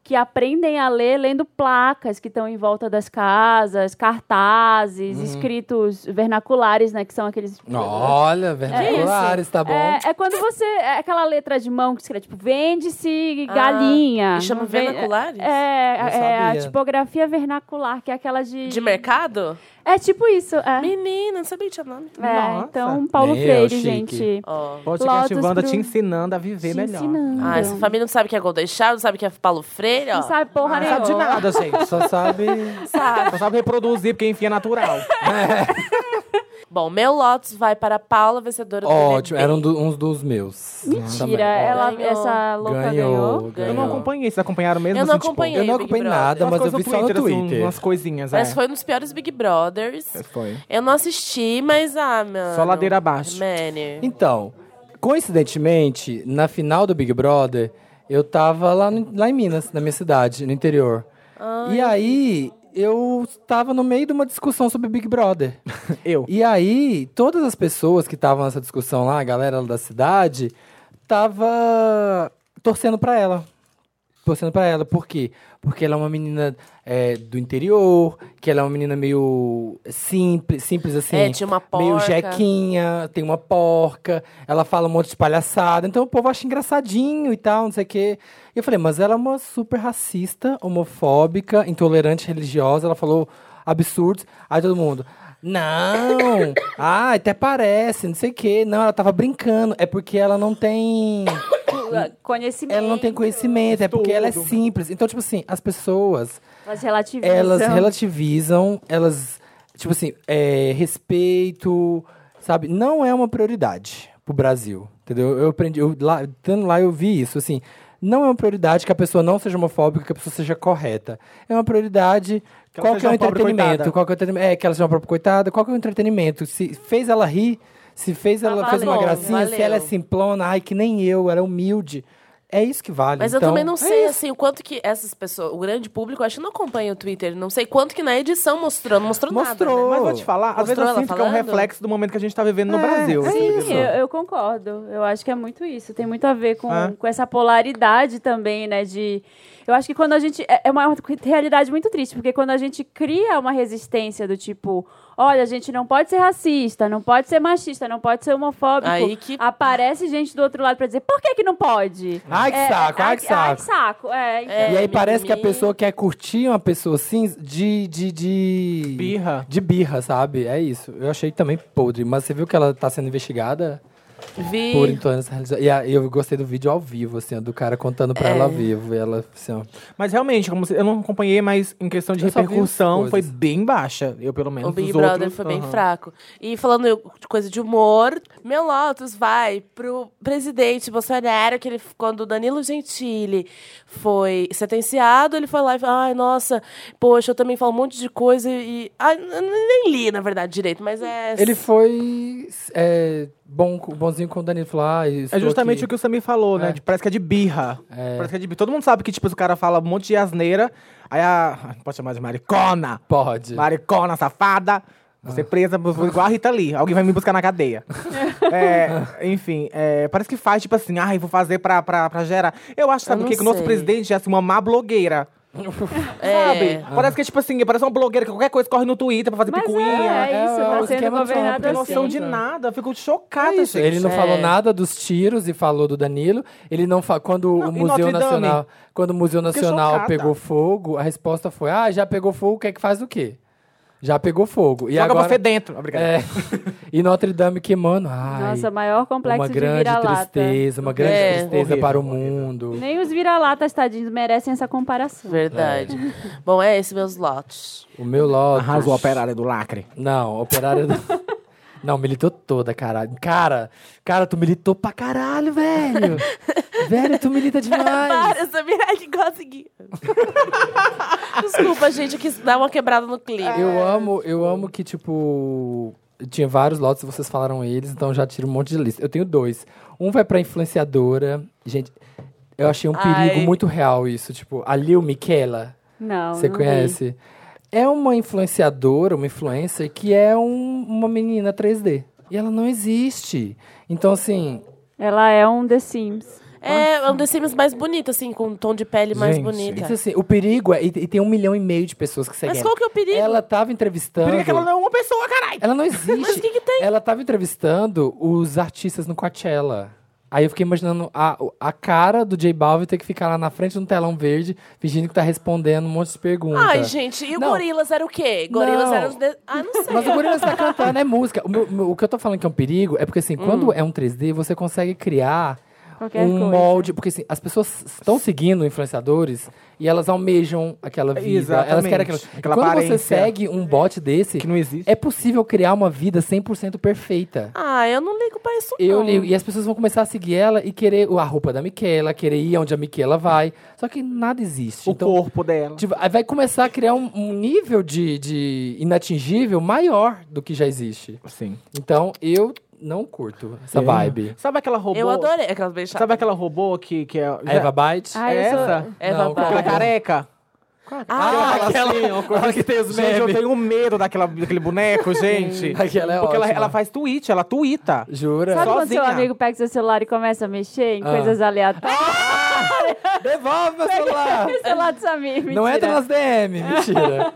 Speaker 1: que aprendem a ler lendo placas que estão em volta das casas, cartazes,
Speaker 2: Uhum.
Speaker 1: escritos vernaculares, né, que são aqueles
Speaker 2: Olha, vernaculares, tá bom?
Speaker 1: é, é quando você. É aquela letra de mão que escreve, tipo, vende-se galinha.
Speaker 4: Ah, e chama
Speaker 1: Ven-
Speaker 4: vernaculares?
Speaker 1: É, é, a
Speaker 2: sabia.
Speaker 1: tipografia vernacular, que é aquela de.
Speaker 4: De mercado?
Speaker 1: É tipo isso. É,
Speaker 4: Menina, não sabia que tinha nome.
Speaker 1: é então, Paulo
Speaker 2: Meu,
Speaker 1: Freire,
Speaker 2: chique.
Speaker 1: gente.
Speaker 4: Ó.
Speaker 3: Podcast
Speaker 1: Lotus
Speaker 3: Wanda
Speaker 1: pro-
Speaker 3: te ensinando a viver
Speaker 1: te
Speaker 3: É melhor.
Speaker 1: ensinando.
Speaker 4: Ah, essa família não sabe que é Golden Child, não sabe que é Paulo Freire, ó.
Speaker 1: Não sabe porra
Speaker 3: Ah, Não
Speaker 1: nenhuma.
Speaker 3: sabe de nada, gente. Só
Speaker 1: (laughs)
Speaker 3: sabe.
Speaker 4: Sabe.
Speaker 3: Só sabe reproduzir, porque enfim é natural.
Speaker 4: (laughs) Bom, meu Lotus vai para a Paula, vencedora do
Speaker 2: Ótimo,
Speaker 4: BBB.
Speaker 2: era um, do- um dos meus. Também.
Speaker 1: Mentira, ela,
Speaker 4: Ganhou.
Speaker 1: essa louca ganhou.
Speaker 2: Ganhou,
Speaker 3: Eu não acompanhei. Vocês acompanharam mesmo?
Speaker 4: Eu não
Speaker 3: assim, tipo,
Speaker 4: acompanhei.
Speaker 2: Eu não
Speaker 4: Big
Speaker 2: acompanhei
Speaker 4: Brother.
Speaker 2: nada,
Speaker 3: umas
Speaker 2: mas eu
Speaker 3: coisas
Speaker 2: vi só no
Speaker 3: assim,
Speaker 2: Twitter.
Speaker 3: umas coisinhas,
Speaker 4: Mas
Speaker 3: é.
Speaker 4: foi um dos piores Big Brothers.
Speaker 2: É.
Speaker 3: Foi.
Speaker 4: Eu não assisti, mas ah, mano.
Speaker 3: Só ladeira abaixo.
Speaker 4: Man.
Speaker 2: Então, coincidentemente, na final do Big Brother, eu tava lá, no- lá em Minas, na minha cidade, no interior. E aí, eu tava no meio de uma discussão sobre Big
Speaker 3: (laughs)
Speaker 2: Brother.
Speaker 3: Eu.
Speaker 2: E aí, todas as pessoas que estavam nessa discussão lá, a galera da cidade, tava torcendo pra ela. Torcendo pra ela. Por quê? Porque ela é uma menina é, do interior, que ela é uma menina meio simples, simples assim.
Speaker 4: É, tinha uma
Speaker 2: Meio
Speaker 4: porca.
Speaker 2: jequinha, tem uma porca, ela fala um monte de palhaçada. Então o povo acha engraçadinho e tal, não sei o quê. E eu falei, mas ela é uma super racista, homofóbica, intolerante, religiosa. Ela falou absurdos. Aí todo mundo, não, ah, até parece, não sei o quê. Não, ela tava brincando. É porque ela não tem...
Speaker 1: Conhecimento.
Speaker 2: Ela não tem conhecimento, é porque ela é
Speaker 3: Tudo.
Speaker 2: simples. Então, tipo assim, as pessoas
Speaker 1: Elas relativizam.
Speaker 2: elas relativizam, elas, tipo assim, é, respeito, sabe? Não é uma prioridade pro Brasil, entendeu? Eu aprendi, eu, lá, estando lá eu vi isso, assim, não é uma prioridade que a pessoa não seja homofóbica, que a pessoa seja correta. É uma prioridade
Speaker 3: Que ela
Speaker 2: qual que é o
Speaker 3: seja uma pobre coitada.
Speaker 2: entretenimento, qual que é o entretenimento, é, que ela seja uma própria coitada, qual que é o entretenimento, se fez ela rir, se fez ela
Speaker 4: Ah,
Speaker 2: fez uma
Speaker 4: valeu,
Speaker 2: gracinha, se
Speaker 4: valeu.
Speaker 2: ela é simplona, ai que nem eu, ela é humilde. É isso que vale.
Speaker 4: Mas eu
Speaker 2: então,
Speaker 4: também não
Speaker 2: é
Speaker 4: sei, assim, o quanto que essas pessoas, o grande público, eu acho que não acompanha o Twitter. Não sei quanto que na edição mostrou, não mostrou, nada.
Speaker 2: Mostrou.
Speaker 4: né?
Speaker 3: Mas vou te falar, às
Speaker 4: Mostrou
Speaker 3: vezes eu
Speaker 4: ela
Speaker 3: sinto que é um
Speaker 4: falando? É,
Speaker 3: reflexo do momento que a gente tá vivendo no Brasil. esse Big
Speaker 1: Sim,
Speaker 3: Brother.
Speaker 1: eu, eu concordo. Eu acho que é muito isso. Tem muito a ver com,
Speaker 3: É.
Speaker 1: com essa polaridade também, né? De. Eu acho que quando a gente. É é uma realidade muito triste, porque quando a gente cria uma resistência do tipo, olha, a gente não pode ser racista, não pode ser machista, não pode ser homofóbico.
Speaker 4: Aí que-
Speaker 1: Aparece gente do outro lado pra dizer, por que, que não pode?
Speaker 2: Ai, que
Speaker 1: É,
Speaker 2: saco, ai, que saco.
Speaker 1: Ai, que saco. É, então.
Speaker 4: É,
Speaker 2: E aí
Speaker 4: mimimi.
Speaker 2: parece que a pessoa quer curtir uma pessoa assim de. de, de
Speaker 3: Birra.
Speaker 2: De birra, sabe? É isso. Eu achei também podre. Mas você viu que ela tá sendo investigada
Speaker 4: Vi.
Speaker 2: por intolerância religiosa? E a- eu gostei do vídeo ao vivo, assim, ó, do cara contando pra ela ao vivo. E ela, assim, ó.
Speaker 3: Mas realmente, como se- eu não acompanhei, mas em questão de
Speaker 2: Eu só vi as
Speaker 3: repercussão,
Speaker 2: coisas.
Speaker 3: foi bem baixa. Eu, pelo menos.
Speaker 4: O Big
Speaker 3: os
Speaker 4: Brother
Speaker 3: outros,
Speaker 4: foi bem
Speaker 3: aham.
Speaker 4: fraco. E falando de coisa de humor, meu Lotus vai pro presidente Bolsonaro, que ele, quando o Danilo Gentili foi sentenciado, ele foi lá e falou: ai, nossa, poxa, eu também falo um monte de coisa e. Ai, eu nem li, na verdade, direito, mas é.
Speaker 2: Ele foi é, bom, co- bonzinho com o Danilo. Falou, ah,
Speaker 3: É justamente o que o Samir falou, né?
Speaker 2: É.
Speaker 3: De- parece que é de birra. Parece que é de birra. Todo mundo sabe que, tipo, se o cara fala um monte de asneira, aí a. ai, Pode chamar de maricona!
Speaker 2: Pode.
Speaker 3: Maricona, safada!
Speaker 2: Ah.
Speaker 3: Você presa igual a Rita ali. Alguém vai me buscar
Speaker 2: (laughs)
Speaker 3: na cadeia. É, enfim, é, parece que faz, tipo assim, ai, vou fazer pra, pra, pra gerar. Eu acho, sabe
Speaker 4: Eu
Speaker 3: o
Speaker 4: não
Speaker 3: quê? Que o nosso
Speaker 4: sei.
Speaker 3: presidente é assim, uma má blogueira.
Speaker 4: É.
Speaker 3: Sabe? Parece que é tipo assim, parece uma blogueira que qualquer coisa corre no Twitter pra fazer
Speaker 1: Mas
Speaker 3: picuinha.
Speaker 1: é, é isso,
Speaker 2: é,
Speaker 1: tá
Speaker 2: é o
Speaker 1: sendo
Speaker 2: esquema de Trump,
Speaker 1: governado
Speaker 3: Não tem
Speaker 1: assim.
Speaker 3: noção de nada, eu fico chocada,
Speaker 2: É isso,
Speaker 3: gente.
Speaker 2: Ele não
Speaker 4: É.
Speaker 2: falou nada dos tiros e falou do Danilo. Ele não fa... quando
Speaker 3: Não,
Speaker 2: o
Speaker 3: e
Speaker 2: Museu
Speaker 3: Notre Dame?
Speaker 2: Nacional, quando o Museu
Speaker 3: Fiquei
Speaker 2: Nacional
Speaker 3: chocada.
Speaker 2: pegou fogo, a resposta foi: "Ah, já pegou fogo, o que é que faz o quê?" Já pegou fogo. E
Speaker 3: Joga
Speaker 2: agora...
Speaker 3: você dentro. Obrigado.
Speaker 2: É. E Notre Dame queimando. Ai,
Speaker 1: Nossa, maior complexo
Speaker 2: uma
Speaker 1: de
Speaker 2: grande
Speaker 1: vira-lata.
Speaker 2: tristeza, uma grande
Speaker 4: É.
Speaker 2: tristeza
Speaker 3: Horrível,
Speaker 2: para o
Speaker 3: horrível.
Speaker 2: mundo.
Speaker 1: Nem os vira-latas, tadinhos, merecem essa comparação.
Speaker 4: Verdade. Bom, é esse meus lotes.
Speaker 2: O meu Lotus.
Speaker 3: Arrasou a operária do lacre.
Speaker 2: Não, operário. do- (laughs) Não, militou toda, caralho. Cara, cara, tu militou pra caralho,
Speaker 3: (laughs)
Speaker 2: velho. velho, tu milita demais.
Speaker 4: (laughs) Para, essa miragem consegui. (laughs) Desculpa, gente, eu quis dar uma quebrada no clima.
Speaker 2: Eu amo, eu amo que, tipo. Tinha vários lotes, vocês falaram eles, então já tiro um monte de lista. Eu tenho dois. Um vai pra influenciadora. Gente, eu achei um
Speaker 4: Ai.
Speaker 2: perigo muito real isso. Tipo, a Lil Miquela,
Speaker 1: Não.
Speaker 2: você
Speaker 1: não vi.
Speaker 2: conhece? É uma influenciadora, uma influencer, que é um- uma menina 3D. E ela não existe. Então, assim,
Speaker 1: Ela é um The Sims.
Speaker 4: É, é um dos Sims mais bonito, assim, com um tom de pele mais
Speaker 2: Gente,
Speaker 4: bonita.
Speaker 2: Então, assim, o perigo é. E, e tem um milhão e meio de pessoas que seguem.
Speaker 4: Mas qual que é o perigo?
Speaker 2: Ela tava entrevistando.
Speaker 3: Briga que ela não é uma pessoa, caralho.
Speaker 2: ela não existe.
Speaker 4: (laughs) Mas o que que tem?
Speaker 2: Ela tava entrevistando os artistas no Coachella. Aí eu fiquei imaginando a, a cara do J Balvin ter que ficar lá na frente de um telão verde, fingindo que tá respondendo um monte de perguntas.
Speaker 4: Ai, gente, e o
Speaker 2: Não.
Speaker 4: Gorilas era o quê? Gorilas
Speaker 2: Não.
Speaker 4: eram os. De...
Speaker 2: (laughs)
Speaker 4: Ah, não sei.
Speaker 2: Mas o gorila está cantando, é música. O, meu- meu- o que eu tô falando que é um perigo é porque, assim, quando é um 3D, você consegue criar
Speaker 1: Qualquer
Speaker 2: um
Speaker 1: coisa.
Speaker 2: molde. Porque, assim, as pessoas estão seguindo influenciadores e elas almejam aquela vida. Elas
Speaker 3: Exatamente.
Speaker 2: querem aquela, E
Speaker 3: Aquela
Speaker 2: Quando
Speaker 3: aparência.
Speaker 2: você segue um bot desse,
Speaker 3: Que não existe.
Speaker 2: é possível criar uma vida 100% perfeita.
Speaker 4: Ah, eu não ligo pra isso, não.
Speaker 2: Eu ligo. E as pessoas vão começar a seguir ela e querer a roupa da Miquela, querer ir onde a Miquela vai. Só que nada existe.
Speaker 3: O
Speaker 2: Então,
Speaker 3: corpo dela.
Speaker 2: Tipo, aí vai começar a criar um, um nível de, de inatingível maior do que já existe.
Speaker 3: Sim.
Speaker 2: Então, eu não curto essa
Speaker 3: É.
Speaker 2: vibe.
Speaker 3: Sabe aquela robô?
Speaker 4: Eu adorei aquelas bem chatas.
Speaker 3: Sabe aquela robô que, que é.
Speaker 2: A Eva Byte?
Speaker 1: Ai,
Speaker 3: É
Speaker 1: eu sou-
Speaker 3: essa?
Speaker 4: Eva
Speaker 2: não,
Speaker 3: Aquela
Speaker 4: Braga.
Speaker 2: Qual que é?
Speaker 3: careca?
Speaker 4: Ah,
Speaker 3: Aquela assim, uma coisa que tem os (laughs) Gente, eu
Speaker 2: memes.
Speaker 3: tenho um medo daquela, daquele boneco, gente.
Speaker 2: Aquela é
Speaker 3: Porque ela,
Speaker 2: ótima.
Speaker 3: ela faz tweet, ela tuita.
Speaker 2: Jura?
Speaker 1: Sabe quando seu
Speaker 3: Sozinha.
Speaker 1: amigo pega seu celular e começa a mexer em
Speaker 2: Ah.
Speaker 1: coisas aleatórias?
Speaker 2: Devolve meu celular!
Speaker 1: O celular dos amigos.
Speaker 2: Ah, não
Speaker 1: mentira.
Speaker 2: entra nas DM! Mentira.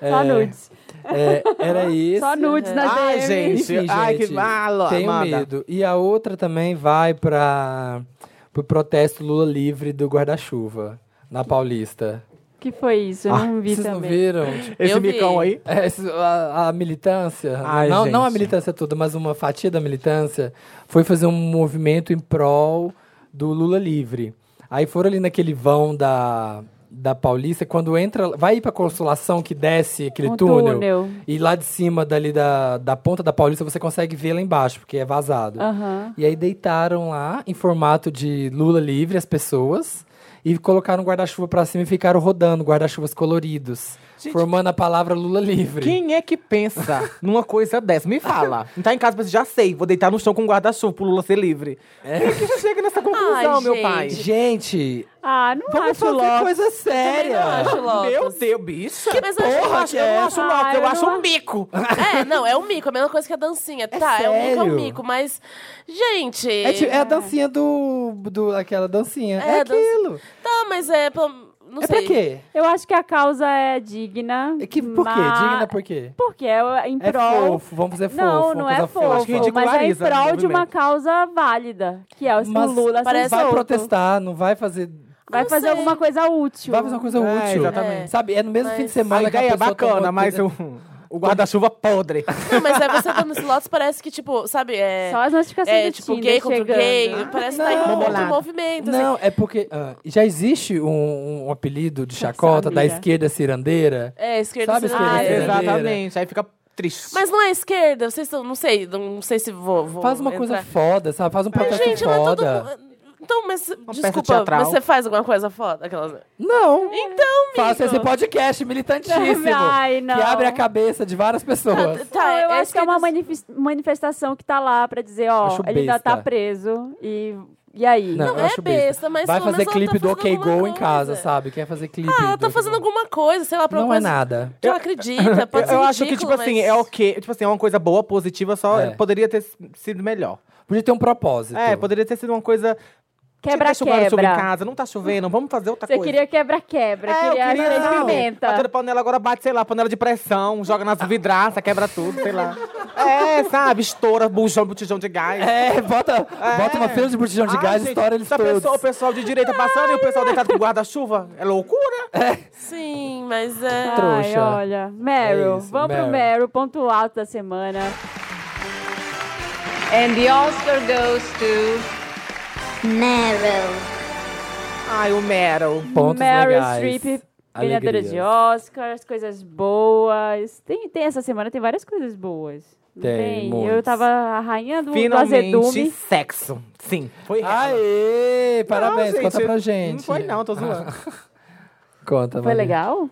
Speaker 1: Só nudes.
Speaker 2: É, era isso.
Speaker 1: Só nudes nas
Speaker 3: Ai,
Speaker 1: DM.
Speaker 3: gente.
Speaker 2: Enfim,
Speaker 3: Ai,
Speaker 2: gente,
Speaker 3: que mala,
Speaker 2: Tenho
Speaker 3: Amanda.
Speaker 2: medo. E a outra também vai para pro protesto Lula livre do guarda-chuva na Paulista.
Speaker 1: Que foi isso? Eu não vi
Speaker 2: Ah, Vocês não
Speaker 1: também.
Speaker 2: viram?
Speaker 3: Esse
Speaker 4: Eu vi.
Speaker 3: micão aí.
Speaker 2: É, isso, a, a militância,
Speaker 3: Ai,
Speaker 2: não, não a
Speaker 3: gente.
Speaker 2: militância toda, mas uma fatia da militância, foi fazer um movimento em prol do Lula livre. Aí foram ali naquele vão da, da Paulista, quando entra, vai ir pra Consolação que desce aquele
Speaker 1: Um
Speaker 2: túnel,
Speaker 1: túnel.
Speaker 2: E lá de cima, dali da, da ponta da Paulista, você consegue ver lá embaixo, porque é vazado.
Speaker 1: Aham.
Speaker 2: E aí deitaram lá, em formato de Lula livre, as pessoas. E colocaram um guarda-chuva pra cima e ficaram rodando guarda-chuvas coloridos. formando a palavra Lula livre.
Speaker 3: Quem é que pensa numa coisa dessa? Me fala. Não tá em casa, mas já sei. Vou deitar no chão com um guarda-chuva pro Lula ser livre. Quem é que chega nessa conclusão, meu
Speaker 4: gente.
Speaker 3: pai?
Speaker 2: Gente,
Speaker 1: Ah, não
Speaker 2: vamos
Speaker 1: acho
Speaker 2: fazer
Speaker 1: logo.
Speaker 2: coisa
Speaker 4: Também não
Speaker 2: séria.
Speaker 4: acho, Lotus.
Speaker 3: Meu Deus, bicho.
Speaker 4: Que- mas eu acho
Speaker 3: Porra,
Speaker 4: que
Speaker 3: eu
Speaker 4: é.
Speaker 3: não acho Lotus,
Speaker 1: Ah,
Speaker 3: eu,
Speaker 1: eu
Speaker 3: acho
Speaker 1: não-
Speaker 3: um bico.
Speaker 4: É, não, é um mico, a mesma coisa que a dancinha. tá, é um mico, é
Speaker 2: sério?
Speaker 4: um mico, mas. Gente.
Speaker 2: É, tipo- é a dancinha do, do aquela dancinha.
Speaker 4: É,
Speaker 2: É,
Speaker 4: a dança-
Speaker 2: aquilo.
Speaker 4: Tá, mas é. pelo- Não
Speaker 2: É
Speaker 4: sei.
Speaker 2: pra quê?
Speaker 1: Eu acho que a causa é digna.
Speaker 2: É que, por quê?
Speaker 1: mas-
Speaker 2: Digna por quê?
Speaker 1: Porque é em
Speaker 2: É
Speaker 1: prol.
Speaker 2: fofo, vamos fazer fofo.
Speaker 1: não,
Speaker 2: uma
Speaker 1: não
Speaker 2: coisa
Speaker 1: é
Speaker 2: fofa.
Speaker 1: fofo, mas é
Speaker 3: que
Speaker 1: em
Speaker 3: ridiculariza
Speaker 1: prol
Speaker 3: o
Speaker 1: de uma
Speaker 3: movimento.
Speaker 1: causa válida, que é o
Speaker 2: né, Mas
Speaker 1: Lula
Speaker 4: parece
Speaker 1: ser
Speaker 2: vai
Speaker 1: solto.
Speaker 2: protestar, não vai fazer.
Speaker 1: Vai
Speaker 4: Não
Speaker 1: fazer
Speaker 4: sei.
Speaker 1: alguma coisa útil.
Speaker 2: Vai fazer uma coisa
Speaker 3: É,
Speaker 2: útil.
Speaker 3: exatamente.
Speaker 4: É.
Speaker 2: Sabe? É no mesmo
Speaker 4: Mas-
Speaker 2: fim de
Speaker 3: A
Speaker 2: semana. que
Speaker 3: ideia é
Speaker 2: pessoa tá
Speaker 3: bacana,
Speaker 2: com-
Speaker 3: mas o, o guarda-chuva podre.
Speaker 4: Não, mas é você dando esse lotes, parece que, tipo, sabe? É,
Speaker 1: Só as notificações
Speaker 4: é
Speaker 1: do
Speaker 4: tipo
Speaker 1: Tinder
Speaker 4: gay contra
Speaker 1: chegando. Ah,
Speaker 4: gay. Parece que tá em
Speaker 2: Não.
Speaker 4: contra o
Speaker 3: Bolado.
Speaker 4: movimento. assim.
Speaker 2: Não, é porque ah, já existe um, um apelido de chacota da
Speaker 1: amiga.
Speaker 2: esquerda cirandeira.
Speaker 4: É, esquerda
Speaker 2: Sabe,
Speaker 4: se
Speaker 2: esquerda
Speaker 4: Ah, é.
Speaker 2: brasileira.
Speaker 3: Exatamente, aí fica triste.
Speaker 4: Mas não é esquerda, vocês estão. Não sei, não sei se vou. vou
Speaker 2: Faz uma
Speaker 4: entrar.
Speaker 2: coisa foda, sabe? Faz um protesto
Speaker 4: Gente, não é todo
Speaker 2: foda.
Speaker 4: mundo. Então, mas. desculpa,
Speaker 3: teatral.
Speaker 4: mas você faz alguma coisa foda? Aquelas...
Speaker 2: Não.
Speaker 4: Então, amigo.
Speaker 2: Faça esse podcast militantíssimo.
Speaker 4: (laughs)
Speaker 1: Ai, não.
Speaker 2: Que abre a cabeça de várias
Speaker 4: Tá,
Speaker 2: pessoas.
Speaker 1: Não, eu acho que é uma
Speaker 4: esquerda-
Speaker 1: manifes- manifestação que tá lá pra dizer, ó,
Speaker 2: Acho
Speaker 1: ele ainda tá
Speaker 2: besta.
Speaker 1: preso e, e aí?
Speaker 2: Não,
Speaker 4: Não,
Speaker 2: eu
Speaker 4: é
Speaker 2: acho
Speaker 4: besta, mas
Speaker 2: Vai
Speaker 4: pelo
Speaker 2: fazer
Speaker 4: menos ela
Speaker 2: clipe
Speaker 4: tá
Speaker 2: do
Speaker 4: fazendo
Speaker 2: OK
Speaker 4: alguma
Speaker 2: Go em casa,
Speaker 4: coisa.
Speaker 2: sabe? Quer fazer clipe.
Speaker 4: Ah, ela
Speaker 2: do
Speaker 4: tá
Speaker 2: OK
Speaker 4: fazendo
Speaker 2: Go.
Speaker 4: alguma coisa, sei lá, pra
Speaker 2: Não
Speaker 4: uma
Speaker 2: é
Speaker 4: coisa
Speaker 2: nada.
Speaker 4: Que eu
Speaker 2: (laughs)
Speaker 4: acredita, pode ser
Speaker 3: Eu acho que,
Speaker 4: ridículo,
Speaker 3: tipo
Speaker 4: mas-
Speaker 3: assim, é ok. Tipo assim, é uma coisa boa, positiva, só
Speaker 2: É.
Speaker 3: poderia ter sido melhor.
Speaker 2: Podia ter um propósito.
Speaker 3: É, poderia ter sido uma coisa Tá chovendo, chuva em
Speaker 1: Quebra-quebra.
Speaker 3: casa, não tá chovendo, vamos fazer outra
Speaker 1: Você
Speaker 3: coisa.
Speaker 1: queria quebra-quebra,
Speaker 3: É, eu
Speaker 1: queria,
Speaker 3: queria,
Speaker 1: três
Speaker 3: não.
Speaker 1: pimenta.
Speaker 3: Bateu na panela, agora bate, sei lá, panela de pressão, joga nas vidraças, quebra tudo, sei lá. É, sabe, estoura bujão, botijão de gás.
Speaker 2: É, bota, bota uma fila de botijão de
Speaker 3: É. Ai,
Speaker 2: gás e
Speaker 3: gente,
Speaker 2: estoura eles
Speaker 3: se a
Speaker 2: todos.
Speaker 3: pessoa- o pessoal de direita passando e o pessoal deitado com guarda-chuva.
Speaker 2: (laughs)
Speaker 3: É loucura.
Speaker 4: Sim, mas é.
Speaker 1: Ai,
Speaker 2: trouxa.
Speaker 1: olha. Meryl,
Speaker 2: É isso,
Speaker 1: vamos pro
Speaker 2: Meryl.
Speaker 1: Meryl, ponto alto da semana.
Speaker 6: And the Oscar goes to.
Speaker 7: Meryl.
Speaker 3: Ai, o Meryl.
Speaker 2: Pontos
Speaker 1: Meryl
Speaker 2: legais.
Speaker 1: Streep, ganhadora
Speaker 2: Alegrias.
Speaker 1: de Oscars, coisas boas. Tem, tem essa semana, tem várias coisas boas. Não
Speaker 2: Tem,
Speaker 1: Eu
Speaker 2: muitos.
Speaker 1: tava a rainha do, do
Speaker 3: Finalmente,
Speaker 1: azedume.
Speaker 3: sexo. Sim, foi ela.
Speaker 2: Aê, parabéns,
Speaker 3: Não,
Speaker 2: conta
Speaker 3: gente, Ah.
Speaker 2: pra gente.
Speaker 3: Não foi não, tô zoando.
Speaker 2: Conta,
Speaker 1: Foi
Speaker 2: Maria.
Speaker 3: né?
Speaker 1: legal?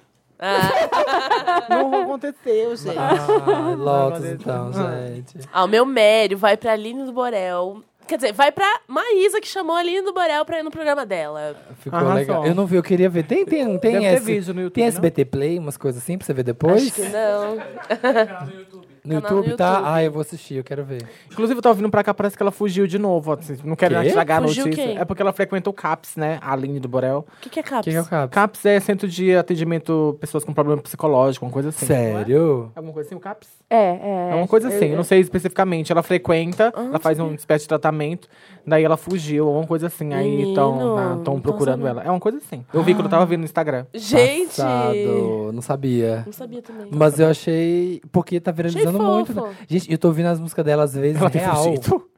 Speaker 3: não (laughs) aconteceu, gente.
Speaker 2: Ah, Lotus então, gente.
Speaker 4: Ah, o meu mério vai pra Aline do Borel. Quer dizer, vai pra Maísa, que chamou a Aline do Borel pra ir no programa dela.
Speaker 2: Ficou
Speaker 3: Arrasou.
Speaker 2: legal. Eu não vi, eu queria ver. Tem, tem, tem
Speaker 3: Deve ter
Speaker 2: esse.
Speaker 3: vídeo no YouTube,
Speaker 2: tem
Speaker 3: não?
Speaker 2: SBT Play, umas coisas assim pra você ver depois.
Speaker 4: Acho que não.
Speaker 2: No
Speaker 4: Canal no
Speaker 2: YouTube, tá?
Speaker 4: YouTube.
Speaker 2: Ah, eu vou assistir, eu quero ver.
Speaker 3: Inclusive, eu tava vindo pra cá, parece que ela fugiu de novo. ó, assim, Não quero
Speaker 2: Quê?
Speaker 3: estragar a
Speaker 4: Fugiu
Speaker 3: notícia.
Speaker 4: quem?
Speaker 3: É porque ela frequentou o CAPS, né? A Aline do Borel.
Speaker 4: O que, que é
Speaker 2: O
Speaker 4: CAPS?
Speaker 2: que, que é o CAPS?
Speaker 3: CAPS é centro de atendimento pessoas com problema psicológico, uma coisa assim.
Speaker 2: Sério?
Speaker 3: Alguma coisa assim, o CAPS?
Speaker 1: É, é.
Speaker 3: É uma coisa assim,
Speaker 1: eu-
Speaker 3: eu não sei especificamente. Ela frequenta, ela faz um espécie de tratamento, daí ela fugiu, alguma coisa assim. Aí
Speaker 4: Menino,
Speaker 3: estão
Speaker 4: não tô
Speaker 3: procurando
Speaker 4: sabendo.
Speaker 3: ela. É uma coisa assim. Eu vi quando eu tava vendo no Instagram.
Speaker 4: Gente!
Speaker 2: Passado, não sabia.
Speaker 4: Não sabia também.
Speaker 2: Mas eu achei. Porque tá viralizando
Speaker 4: Achei
Speaker 2: muito.
Speaker 4: fofo.
Speaker 2: né? Gente, eu tô ouvindo as músicas dela às vezes
Speaker 3: Ela tem
Speaker 2: real.
Speaker 3: fugido.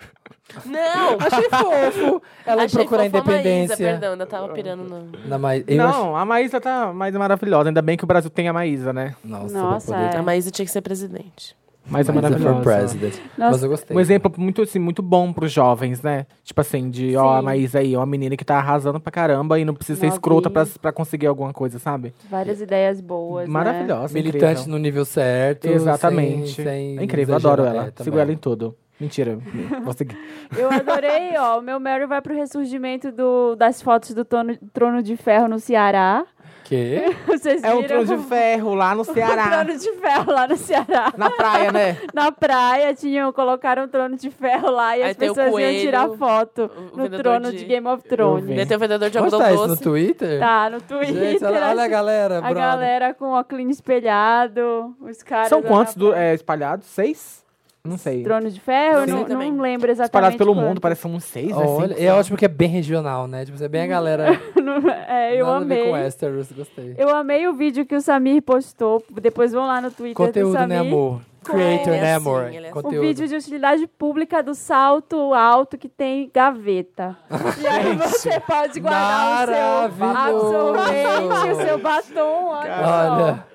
Speaker 4: Não!
Speaker 2: Achei fofo. (laughs) Ela
Speaker 4: Achei
Speaker 2: procurar
Speaker 4: fofa a
Speaker 2: independência.
Speaker 4: Maísa, perdão, ainda tava pirando no...
Speaker 2: Na Ma... eu ach-
Speaker 3: Não, a Maísa tá mais maravilhosa. Ainda bem que o Brasil tem a Maísa, né?
Speaker 2: Nossa,
Speaker 1: Nossa,
Speaker 2: pra poder...
Speaker 1: É.
Speaker 4: A Maísa Ah, tinha que ser presidente.
Speaker 3: Maísa é
Speaker 2: Mas é for
Speaker 3: maravilhosa.
Speaker 2: president.
Speaker 1: Nossa.
Speaker 2: Mas eu gostei.
Speaker 3: Um exemplo muito, assim, muito bom pros jovens, né? Tipo assim, de, ó, a
Speaker 1: Sim.
Speaker 3: Maísa aí, ó, uma menina que tá arrasando pra caramba e não precisa ser
Speaker 1: Novinha.
Speaker 3: escrota pra, pra conseguir alguma coisa, sabe?
Speaker 1: Várias ideias boas. né?
Speaker 3: um Maravilhosa.
Speaker 2: Militante
Speaker 3: Tá incrível.
Speaker 2: no nível certo.
Speaker 3: Exatamente.
Speaker 2: sem- sem
Speaker 3: é incrível, eu
Speaker 2: exagerar.
Speaker 3: adoro
Speaker 2: É,
Speaker 3: ela.
Speaker 2: também.
Speaker 3: Sigo ela em tudo.
Speaker 1: (laughs)
Speaker 3: Mentira, vou seguir.
Speaker 1: Eu adorei, ó. O meu Meryl vai pro ressurgimento do, das fotos do tono- Trono de Ferro no Ceará. (laughs)
Speaker 2: Quê?
Speaker 1: Vocês
Speaker 3: É
Speaker 1: viram?
Speaker 3: um trono de ferro lá no
Speaker 1: (laughs) O
Speaker 3: Ceará.
Speaker 1: trono de ferro lá no Ceará.
Speaker 3: (laughs) Na
Speaker 1: (laughs)
Speaker 3: praia, né?
Speaker 1: Na praia tinham, colocaram um trono de ferro lá e
Speaker 4: Aí
Speaker 1: as
Speaker 4: tem o
Speaker 1: pessoas iam
Speaker 4: coelho,
Speaker 1: tirar foto
Speaker 4: o
Speaker 1: no
Speaker 4: vendedor
Speaker 1: trono
Speaker 4: de-
Speaker 1: de Game of
Speaker 3: Eu
Speaker 1: Thrones.
Speaker 3: vi.
Speaker 4: Deve ter o vendedor de
Speaker 2: Onde
Speaker 4: algodão
Speaker 2: tá isso? No
Speaker 4: doce.
Speaker 2: Twitter?
Speaker 1: Tá, no Twitter.
Speaker 2: Gente, olha, olha a
Speaker 1: assim,
Speaker 2: galera,
Speaker 1: a
Speaker 2: brother.
Speaker 1: galera com óculos espelhado, os caras...
Speaker 3: São
Speaker 1: lá
Speaker 3: quantos
Speaker 1: na
Speaker 3: do-
Speaker 1: praia.
Speaker 3: é, espalhados? Seis? Não sei.
Speaker 1: Trono de ferro?
Speaker 4: Sim,
Speaker 1: Não,
Speaker 4: também.
Speaker 1: não lembro exatamente
Speaker 3: Espalhados pelo
Speaker 1: quantos.
Speaker 3: mundo, parece que são uns seis, né?
Speaker 2: Olha,
Speaker 3: Cinco,
Speaker 2: é ótimo que é bem regional, né? Tipo, você é bem a galera.
Speaker 1: (laughs) Não- é, eu
Speaker 2: nada a ver
Speaker 1: amei.
Speaker 2: com Westeros, gostei.
Speaker 1: Eu amei o vídeo que o Samir postou. Depois vão lá no Twitter do
Speaker 2: Conteúdo,
Speaker 1: Samir.
Speaker 2: né, amor? Creator,
Speaker 4: ele é
Speaker 2: né,
Speaker 4: assim,
Speaker 2: amor?
Speaker 4: ele é assim.
Speaker 1: Um
Speaker 2: Conteúdo.
Speaker 1: vídeo de utilidade pública do salto alto que tem
Speaker 2: (laughs)
Speaker 1: gaveta. e aí você pode guardar o seu
Speaker 2: maravilhoso.
Speaker 1: absorvente, o seu batom. Olha.
Speaker 2: Olha.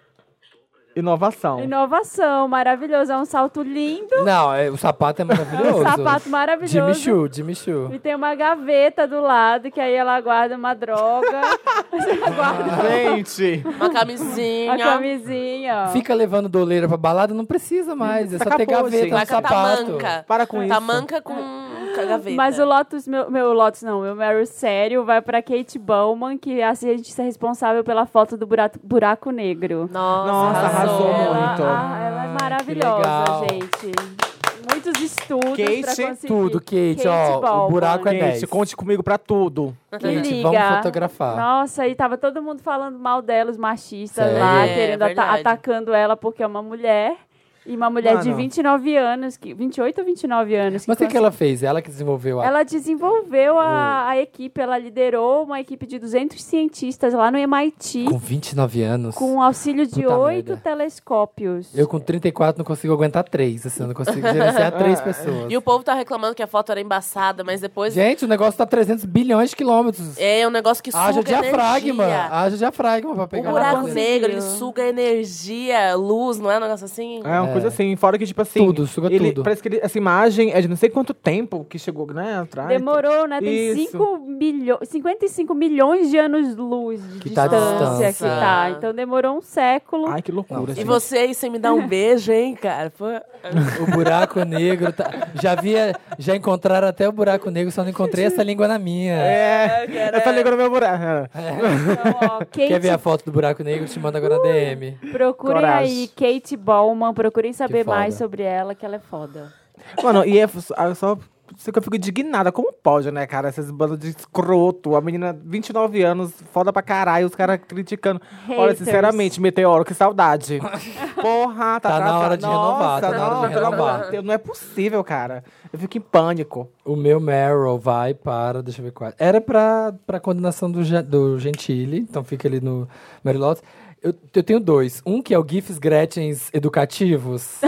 Speaker 3: seis. Inovação.
Speaker 1: só. Inovação, maravilhoso. É um salto lindo,
Speaker 2: Não, é- o sapato
Speaker 1: (laughs)
Speaker 2: é
Speaker 1: é
Speaker 2: maravilhoso.
Speaker 1: um sapato
Speaker 2: Jimmy
Speaker 1: maravilhoso.
Speaker 2: Choo, Jimmy Choo.
Speaker 1: E tem uma gaveta do lado, que aí ela guarda uma droga, ela guarda
Speaker 3: Gente!
Speaker 4: Uma
Speaker 1: uma
Speaker 4: camisinha.
Speaker 1: camisinha. ó.
Speaker 2: Fica levando doleira pra balada, não precisa mais. É só ter
Speaker 3: Acabou,
Speaker 2: gaveta
Speaker 3: gente.
Speaker 2: no
Speaker 4: Uma
Speaker 2: sapato.
Speaker 4: tamanca.
Speaker 3: Para com
Speaker 1: Tá
Speaker 3: isso.
Speaker 4: Tamanca com ca- gaveta.
Speaker 1: Mas o Lotus, meu, meu Lotus não, meu Meryl sério vai pra Kate Bowman, que é a cientista responsável pela foto do buraco, buraco negro.
Speaker 4: Nossa,
Speaker 3: Nossa, arrasou
Speaker 1: ela,
Speaker 3: muito.
Speaker 1: ah, ela é
Speaker 2: legal.
Speaker 1: maravilhosa, gente. Muitos estudos pra
Speaker 3: Kate,
Speaker 1: conseguir.
Speaker 2: Tudo, Kate, ó.
Speaker 1: Bowman.
Speaker 2: O buraco é
Speaker 3: Gente,
Speaker 2: 10.
Speaker 3: conte comigo pra tudo.
Speaker 1: Que
Speaker 2: Kate,
Speaker 1: liga.
Speaker 2: vamos fotografar.
Speaker 1: Nossa, e tava todo mundo falando mal dela, os machistas
Speaker 2: Sério?
Speaker 1: lá,
Speaker 4: É,
Speaker 1: querendo ata-
Speaker 4: verdade.
Speaker 1: atacando ela porque é uma mulher. E uma mulher de
Speaker 3: Mano.
Speaker 1: 29 anos, que, 28 ou 29 anos.
Speaker 2: Ah, Mas o que,
Speaker 1: cons-
Speaker 2: que ela Hum. fez? Ela que desenvolveu a.
Speaker 1: Ela desenvolveu a, a equipe, ela liderou uma equipe de 200 cientistas lá no MIT,
Speaker 2: Com 29 anos.
Speaker 1: com o auxílio de
Speaker 2: Puta
Speaker 1: oito
Speaker 2: merda.
Speaker 1: telescópios.
Speaker 2: Eu com 34 não consigo aguentar três, assim, eu não consigo gerenciar três pessoas.
Speaker 4: E o povo tá reclamando que a foto era embaçada, mas depois...
Speaker 2: Gente, o negócio tá 300 bilhões de quilômetros.
Speaker 4: É um negócio que suga
Speaker 2: Haja diafragma,
Speaker 4: energia.
Speaker 2: haja diafragma pra
Speaker 4: O
Speaker 2: pegar
Speaker 4: buraco
Speaker 2: coisa.
Speaker 4: negro, ele suga energia, luz, não é um negócio assim?
Speaker 3: É uma
Speaker 2: É.
Speaker 3: coisa assim, fora que, tipo assim.
Speaker 2: Tudo, suga
Speaker 3: ele-
Speaker 2: tudo.
Speaker 3: Parece que ele- essa imagem é de não sei quanto tempo que chegou, né? Atrás.
Speaker 1: Demorou, né? Tem
Speaker 3: Isso.
Speaker 1: 5 milho... 55 milhões de anos-luz de
Speaker 2: Que tá a
Speaker 1: distância,
Speaker 2: distância.
Speaker 1: que tá. Então demorou um século.
Speaker 3: Ai, que loucura. assim.
Speaker 4: E
Speaker 3: gente.
Speaker 4: você aí sem me dar um beijo, hein, cara? Pô,
Speaker 2: O buraco negro. tá- Já via, já encontraram até o buraco negro, só não encontrei essa língua na minha.
Speaker 3: É, eu falei no meu buraco.
Speaker 1: Então, ó,
Speaker 2: Quer ver a
Speaker 1: Kate,
Speaker 2: foto do buraco negro? Te manda
Speaker 4: Uh.
Speaker 2: agora a DM.
Speaker 1: procurem aí
Speaker 3: Coragem.
Speaker 1: Kate Ballman, procurem saber
Speaker 2: foda.
Speaker 1: mais sobre ela, que ela é foda.
Speaker 3: Mano, e é f- ah, só sei que eu fico indignada. Como pode, né, cara? Essas bandas de escroto. A menina, 29 anos, foda pra caralho, os caras criticando. Olha,
Speaker 1: Haters.
Speaker 3: sinceramente, Meteoro, que saudade.
Speaker 2: (laughs)
Speaker 3: Porra, tá,
Speaker 2: Tá na
Speaker 3: atrasado.
Speaker 2: hora de renovar, tá na hora
Speaker 3: nossa,
Speaker 2: de
Speaker 3: pelo amor
Speaker 2: renovar.
Speaker 3: Deus, Não é possível, cara. Eu fico em pânico.
Speaker 2: O meu Meryl vai para. Deixa eu ver qual. Era pra, pra condenação do, Ge- do Gentili, então fica ali no Meryl Lotus. Eu, eu tenho dois. Um que é o GIFs Gretchens
Speaker 4: (laughs)
Speaker 2: educativos.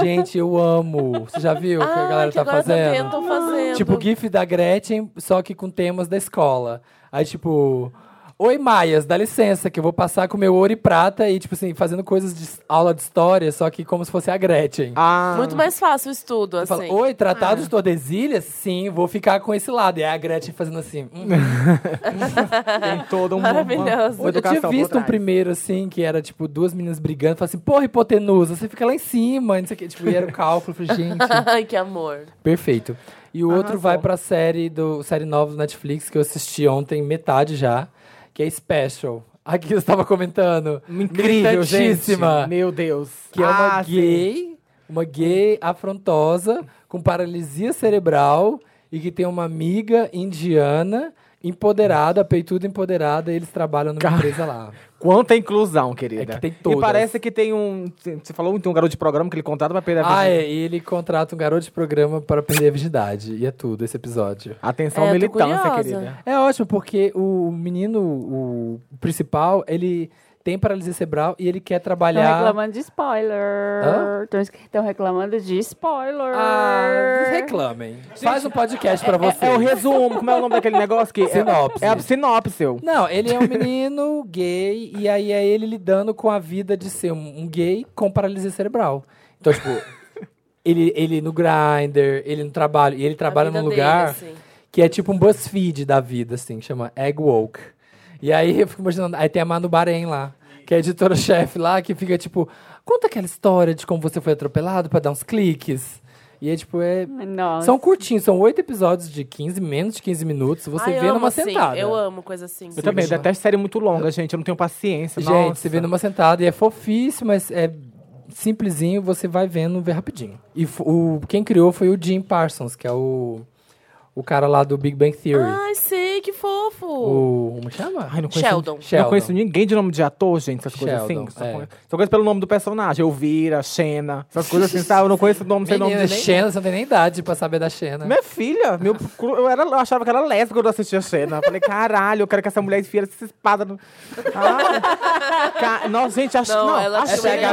Speaker 2: Gente, eu amo. Você já viu o que a galera
Speaker 4: que
Speaker 2: tá
Speaker 4: agora
Speaker 2: fazendo?
Speaker 4: também estão fazendo.
Speaker 2: Tipo, GIF da Gretchen, só que com temas da escola. Aí, tipo. Oi, Maias, dá licença, que eu vou passar com meu ouro e prata e, tipo assim, fazendo coisas de s- aula de história, só que como se fosse a Gretchen.
Speaker 3: Ah,
Speaker 4: Muito mais fácil o estudo, assim.
Speaker 2: Fala, Oi, tratado de Tordesilhas? Sim, vou ficar com esse lado. E aí a Gretchen fazendo assim. hum.
Speaker 3: Uhum. tem todo um.
Speaker 4: Maravilhoso.
Speaker 3: uma
Speaker 2: Eu
Speaker 3: educação
Speaker 2: tinha
Speaker 3: por
Speaker 2: visto um
Speaker 3: trás.
Speaker 2: primeiro, assim, que era, tipo, duas meninas brigando. Falava assim, porra, hipotenusa, você fica lá em cima. Não sei o que. Tipo, e era o cálculo. Falei,
Speaker 3: (laughs)
Speaker 2: gente,
Speaker 4: (laughs) Ai, que amor.
Speaker 2: Perfeito. E o outro
Speaker 3: Arrasou.
Speaker 2: vai pra série do série nova do Netflix que eu assisti ontem, metade já, que é Special. Aqui eu estava comentando.
Speaker 3: Incrível, gente.
Speaker 2: Militantíssima.
Speaker 3: Meu Deus.
Speaker 2: Que é uma
Speaker 3: Ah, sim.
Speaker 2: gay, uma gay afrontosa com paralisia cerebral e que tem uma amiga indiana empoderada, peituda empoderada, e eles trabalham numa empresa
Speaker 3: (laughs)
Speaker 2: lá.
Speaker 3: Quanta inclusão, querida.
Speaker 2: É que tem todas.
Speaker 3: E parece que tem um. Você falou que tem um garoto de programa que ele contrata pra perder a
Speaker 2: Ah,
Speaker 3: virgindade.
Speaker 2: é, e ele contrata um garoto de programa para perder a virgindade. E é tudo esse episódio.
Speaker 3: Atenção,
Speaker 4: É, eu tô
Speaker 3: militância,
Speaker 4: curiosa.
Speaker 3: querida.
Speaker 2: É ótimo, porque o menino, o principal, ele tem paralisia cerebral e ele quer
Speaker 1: Estão
Speaker 2: trabalhar.
Speaker 1: reclamando de spoiler. Estão reclamando de spoiler.
Speaker 2: Ah, reclamem. Faz um podcast pra você.
Speaker 3: É, é o resumo, como é o nome daquele negócio que. é-
Speaker 2: Sinopse.
Speaker 3: É, a sinopse. eu.
Speaker 2: Não, ele é um menino gay e aí é ele lidando com a vida de ser um, um gay com paralisia cerebral. Então, tipo, ele, ele no grinder, ele no trabalho, e ele trabalha
Speaker 4: vida
Speaker 2: num
Speaker 4: dele,
Speaker 2: lugar
Speaker 4: assim.
Speaker 2: que é tipo um BuzzFeed da vida, assim, que chama Egg Woke. E aí eu fico imaginando, aí tem a Manu Bahrein lá, que é a editora-chefe lá, que fica tipo, conta aquela história de como você foi atropelado pra dar uns cliques. E é tipo, é.
Speaker 1: Nossa.
Speaker 2: São curtinhos, são oito episódios de 15, menos de 15 minutos, você
Speaker 4: Ai,
Speaker 2: vê
Speaker 4: amo,
Speaker 2: numa
Speaker 4: assim,
Speaker 2: sentada. né?
Speaker 4: Eu amo coisa assim.
Speaker 3: Eu também,
Speaker 2: Sim.
Speaker 3: detesto série muito longa, gente. Eu não tenho paciência.
Speaker 2: Gente, você vê numa sentada e é fofíssimo, mas é simplesinho, você vai vendo, vê rapidinho. E f- o, quem criou foi o Jim Parsons, que é o, o cara lá do Big Bang Theory.
Speaker 3: Ah.
Speaker 4: Ai, sei, que fofo.
Speaker 2: o, como chama?
Speaker 3: Ai, não conheço,
Speaker 4: Sheldon.
Speaker 2: Sheldon.
Speaker 3: Não conheço ninguém de nome de ator, gente, essas coisas
Speaker 2: Sheldon,
Speaker 3: assim. Só,
Speaker 2: é.
Speaker 3: conheço, só conheço pelo nome do personagem. Elvira, Xena, essas coisas assim, sabe? Eu não conheço o nome, sei nome
Speaker 2: Menina,
Speaker 3: de ninguém.
Speaker 2: Xena, você não tem nem idade pra saber da
Speaker 4: né?
Speaker 2: Xena.
Speaker 3: Minha filha,
Speaker 4: (laughs)
Speaker 3: meu, cu- eu, era, eu achava que era lésbica quando eu assistia a cena. Eu Falei, caralho, eu quero que essa mulher enfie essa espada no. Ah, ca- Nossa, gente, acho
Speaker 4: Não,
Speaker 3: não,
Speaker 4: ela
Speaker 3: acho-
Speaker 2: Essa é a
Speaker 4: tinha-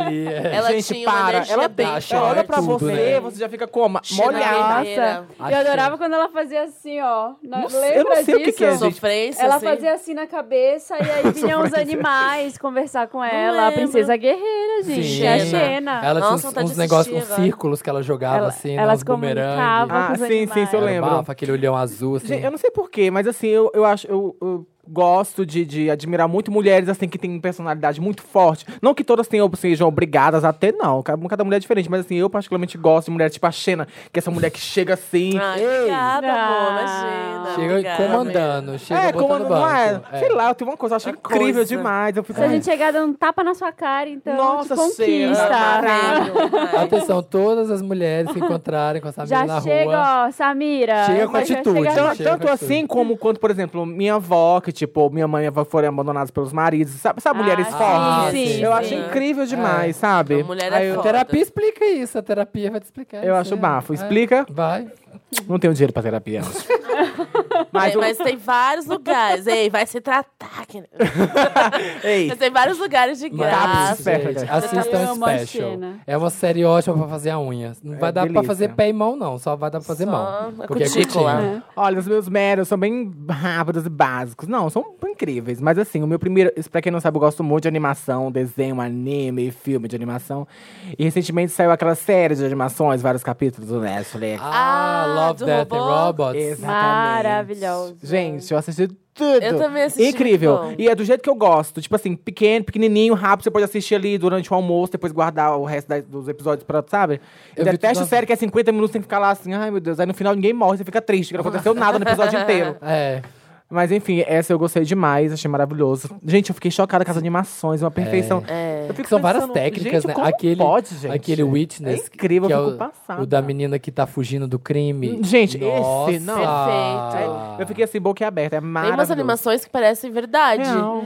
Speaker 2: Gabriele. é.
Speaker 4: Ela
Speaker 3: gente,
Speaker 4: tinha uma
Speaker 3: para.
Speaker 4: energia
Speaker 3: Ela
Speaker 4: bem-
Speaker 3: tem.
Speaker 2: Acha
Speaker 3: Ela olha pra
Speaker 2: tudo,
Speaker 3: você,
Speaker 2: né?
Speaker 3: você já fica como?
Speaker 4: Xena
Speaker 3: Molhada.
Speaker 1: Nossa,
Speaker 4: Guerreira.
Speaker 1: eu adorava quando ela fazia assim, ó. Na,
Speaker 3: Não sei-
Speaker 1: lembra
Speaker 3: eu não sei o que
Speaker 1: disso?
Speaker 3: que é, gente.
Speaker 4: Sofrência,
Speaker 1: Ela
Speaker 4: assim.
Speaker 1: fazia assim na cabeça
Speaker 3: (laughs)
Speaker 1: e aí vinham os
Speaker 3: Sofrência.
Speaker 1: animais conversar com ela. A
Speaker 4: lembro.
Speaker 1: princesa guerreira, gente.
Speaker 2: Sim.
Speaker 1: É a
Speaker 4: Xena.
Speaker 1: Xena.
Speaker 2: Ela tinha
Speaker 4: Nossa,
Speaker 2: uns,
Speaker 4: vontade de
Speaker 2: uns negócios, uns
Speaker 4: assistir agora.
Speaker 2: círculos que ela jogava
Speaker 1: Ela-
Speaker 2: assim,
Speaker 1: ela
Speaker 2: né, uns
Speaker 1: se
Speaker 2: bumerangues.
Speaker 1: comunicava.
Speaker 3: Ah,
Speaker 1: Poucos
Speaker 3: sim, sim,
Speaker 1: animais.
Speaker 3: isso eu
Speaker 2: Era
Speaker 3: lembro.
Speaker 2: Bafa, aquele olhão azul, assim.
Speaker 3: Gente, eu não sei porquê, mas assim, eu, eu acho. Eu, eu gosto de, de admirar muito mulheres assim que têm personalidade muito forte. Não que todas tenham, sejam obrigadas a ter, não. Cada cada mulher é diferente, mas assim, eu particularmente gosto de mulher tipo a Xena, que é essa mulher que chega assim.
Speaker 4: Ai, obrigada, amor, imagina.
Speaker 2: Chega
Speaker 4: obrigada.
Speaker 2: comandando, chega
Speaker 3: é, como
Speaker 2: botando
Speaker 3: não
Speaker 2: banco.
Speaker 3: é,
Speaker 2: É.
Speaker 3: Sei lá, eu tenho uma coisa, eu acho
Speaker 4: Uma
Speaker 3: incrível
Speaker 4: coisa.
Speaker 3: demais. Eu fico, assim.
Speaker 1: Se a gente chegar dando um tapa na sua cara, então
Speaker 3: Nossa,
Speaker 1: te conquista.
Speaker 4: Maravilha.
Speaker 2: Atenção, todas as mulheres que encontrarem com essa menina
Speaker 1: Já
Speaker 2: Tá na
Speaker 1: chega,
Speaker 2: rua.
Speaker 1: ó, Samira.
Speaker 2: Chega com
Speaker 1: Já
Speaker 2: atitude.
Speaker 1: chega-
Speaker 2: Então-
Speaker 3: Tan-
Speaker 2: Chega,
Speaker 3: tanto
Speaker 2: tudo.
Speaker 3: assim como quanto, por exemplo, minha avó, que tipo, minha mãe e minha avó foram abandonadas pelos maridos, sabe, sabe
Speaker 1: Ah,
Speaker 3: mulheres
Speaker 1: sim,
Speaker 3: fortes?
Speaker 2: sim,
Speaker 3: eu
Speaker 2: sim.
Speaker 3: acho
Speaker 2: É.
Speaker 3: incrível demais, sabe?
Speaker 4: A mulher
Speaker 3: Aí
Speaker 4: é
Speaker 3: eu-
Speaker 4: foda.
Speaker 1: Ah.
Speaker 2: Terapia explica isso, a terapia vai te explicar.
Speaker 3: Eu
Speaker 2: isso,
Speaker 3: acho
Speaker 2: né? É.
Speaker 3: bafo. Explica.
Speaker 2: Vai.
Speaker 3: Não tenho dinheiro pra terapia.
Speaker 4: Mas,
Speaker 3: mas o-
Speaker 4: É, mas tem vários lugares. Ei, vai se tratar. que-
Speaker 3: Ei,
Speaker 4: Mas tem vários lugares de
Speaker 2: Mas,
Speaker 4: graça.
Speaker 3: Tá,
Speaker 2: gente,
Speaker 3: Graça.
Speaker 2: assistam
Speaker 1: Eu amo a
Speaker 2: um Special.
Speaker 1: Xena.
Speaker 2: É uma série ótima pra fazer a unha. Não
Speaker 3: É
Speaker 2: vai dar pra
Speaker 3: delícia.
Speaker 2: fazer pé e mão, não. Só vai dar pra fazer
Speaker 4: Só
Speaker 2: mão.
Speaker 4: a
Speaker 2: Porque é
Speaker 4: cutícula.
Speaker 2: curtinho.
Speaker 3: olha, os meus meros são bem rápidos e básicos. Não, são incríveis. Mas assim, o meu primeiro. isso, Pra quem não sabe, eu gosto muito de animação, desenho, anime, filme de animação. E recentemente saiu aquela série de animações, vários capítulos do Netflix.
Speaker 2: Ah,
Speaker 4: Ah,
Speaker 2: Love,
Speaker 4: do
Speaker 2: Death
Speaker 4: robô?
Speaker 2: and Robots.
Speaker 1: Maravilhosa.
Speaker 3: Gente, eu assisti tudo.
Speaker 4: é. Eu também assisti,
Speaker 3: Incrível.
Speaker 4: muito bom.
Speaker 3: E é do jeito que eu gosto. Tipo assim, pequeno, pequenininho, rápido. Você pode assistir ali durante o almoço, depois guardar o resto da- dos episódios pra, sabe?
Speaker 2: Eu
Speaker 3: Eu
Speaker 2: vi
Speaker 3: detesto
Speaker 2: tudo-
Speaker 3: série que é 50 minutos, tem que ficar lá assim, ai meu Deus. Aí no final ninguém morre, você fica triste, que não aconteceu nada no episódio inteiro.
Speaker 2: É.
Speaker 3: Mas enfim, essa eu gostei demais, achei maravilhoso. Gente, eu fiquei chocada com as animações, uma perfeição.
Speaker 4: É.
Speaker 3: Eu fico
Speaker 2: São várias
Speaker 3: pensando,
Speaker 2: técnicas,
Speaker 3: gente,
Speaker 2: né?
Speaker 3: como
Speaker 2: Aquele-
Speaker 3: pode, gente?
Speaker 2: Aquele Witness.
Speaker 3: É incrível,
Speaker 2: que
Speaker 3: eu
Speaker 2: é
Speaker 3: fico
Speaker 2: o,
Speaker 3: passada.
Speaker 2: o da menina que tá fugindo do crime.
Speaker 3: Gente,
Speaker 2: Nossa.
Speaker 3: esse não.
Speaker 4: Perfeito.
Speaker 3: Eu fiquei assim, boquiaberta. É
Speaker 4: Tem
Speaker 3: maravilhoso.
Speaker 4: umas animações que parecem verdade.
Speaker 3: Real.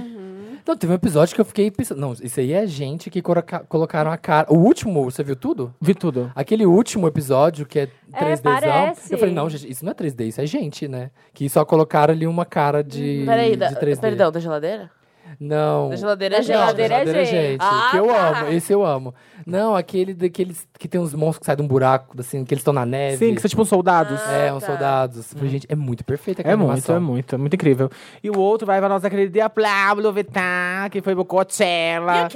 Speaker 2: Não, teve um episódio que eu fiquei pensando. Não, isso aí é gente que coloca- colocaram a cara. O último, você viu tudo?
Speaker 3: Vi tudo.
Speaker 2: Aquele último episódio que é 3Dzão.
Speaker 1: parece.
Speaker 2: Eu falei, não, gente, isso não é 3D, isso é gente, né? Que só colocaram ali uma cara de,
Speaker 4: Hum, Peraí,
Speaker 2: de
Speaker 4: da,
Speaker 2: 3D.
Speaker 4: perdão, da geladeira?
Speaker 2: Não.
Speaker 4: Da geladeira é
Speaker 1: Da
Speaker 4: geladeira.
Speaker 1: geladeira é
Speaker 2: Geladeira
Speaker 1: gente.
Speaker 4: Ah,
Speaker 2: que eu
Speaker 4: tá.
Speaker 2: amo, esse eu amo. Não, aquele daqueles que tem uns monstros que saem de um buraco, assim, que eles estão na neve.
Speaker 3: Sim, que são tipo uns soldados.
Speaker 2: É,
Speaker 4: Ah,
Speaker 2: uns
Speaker 4: tá.
Speaker 2: soldados. Falei, gente, é muito perfeito aquela
Speaker 3: É muito,
Speaker 2: animação.
Speaker 3: é muito, é muito incrível. E o outro vai pra nossa querida Pablo Vittar, que foi pro Coachella.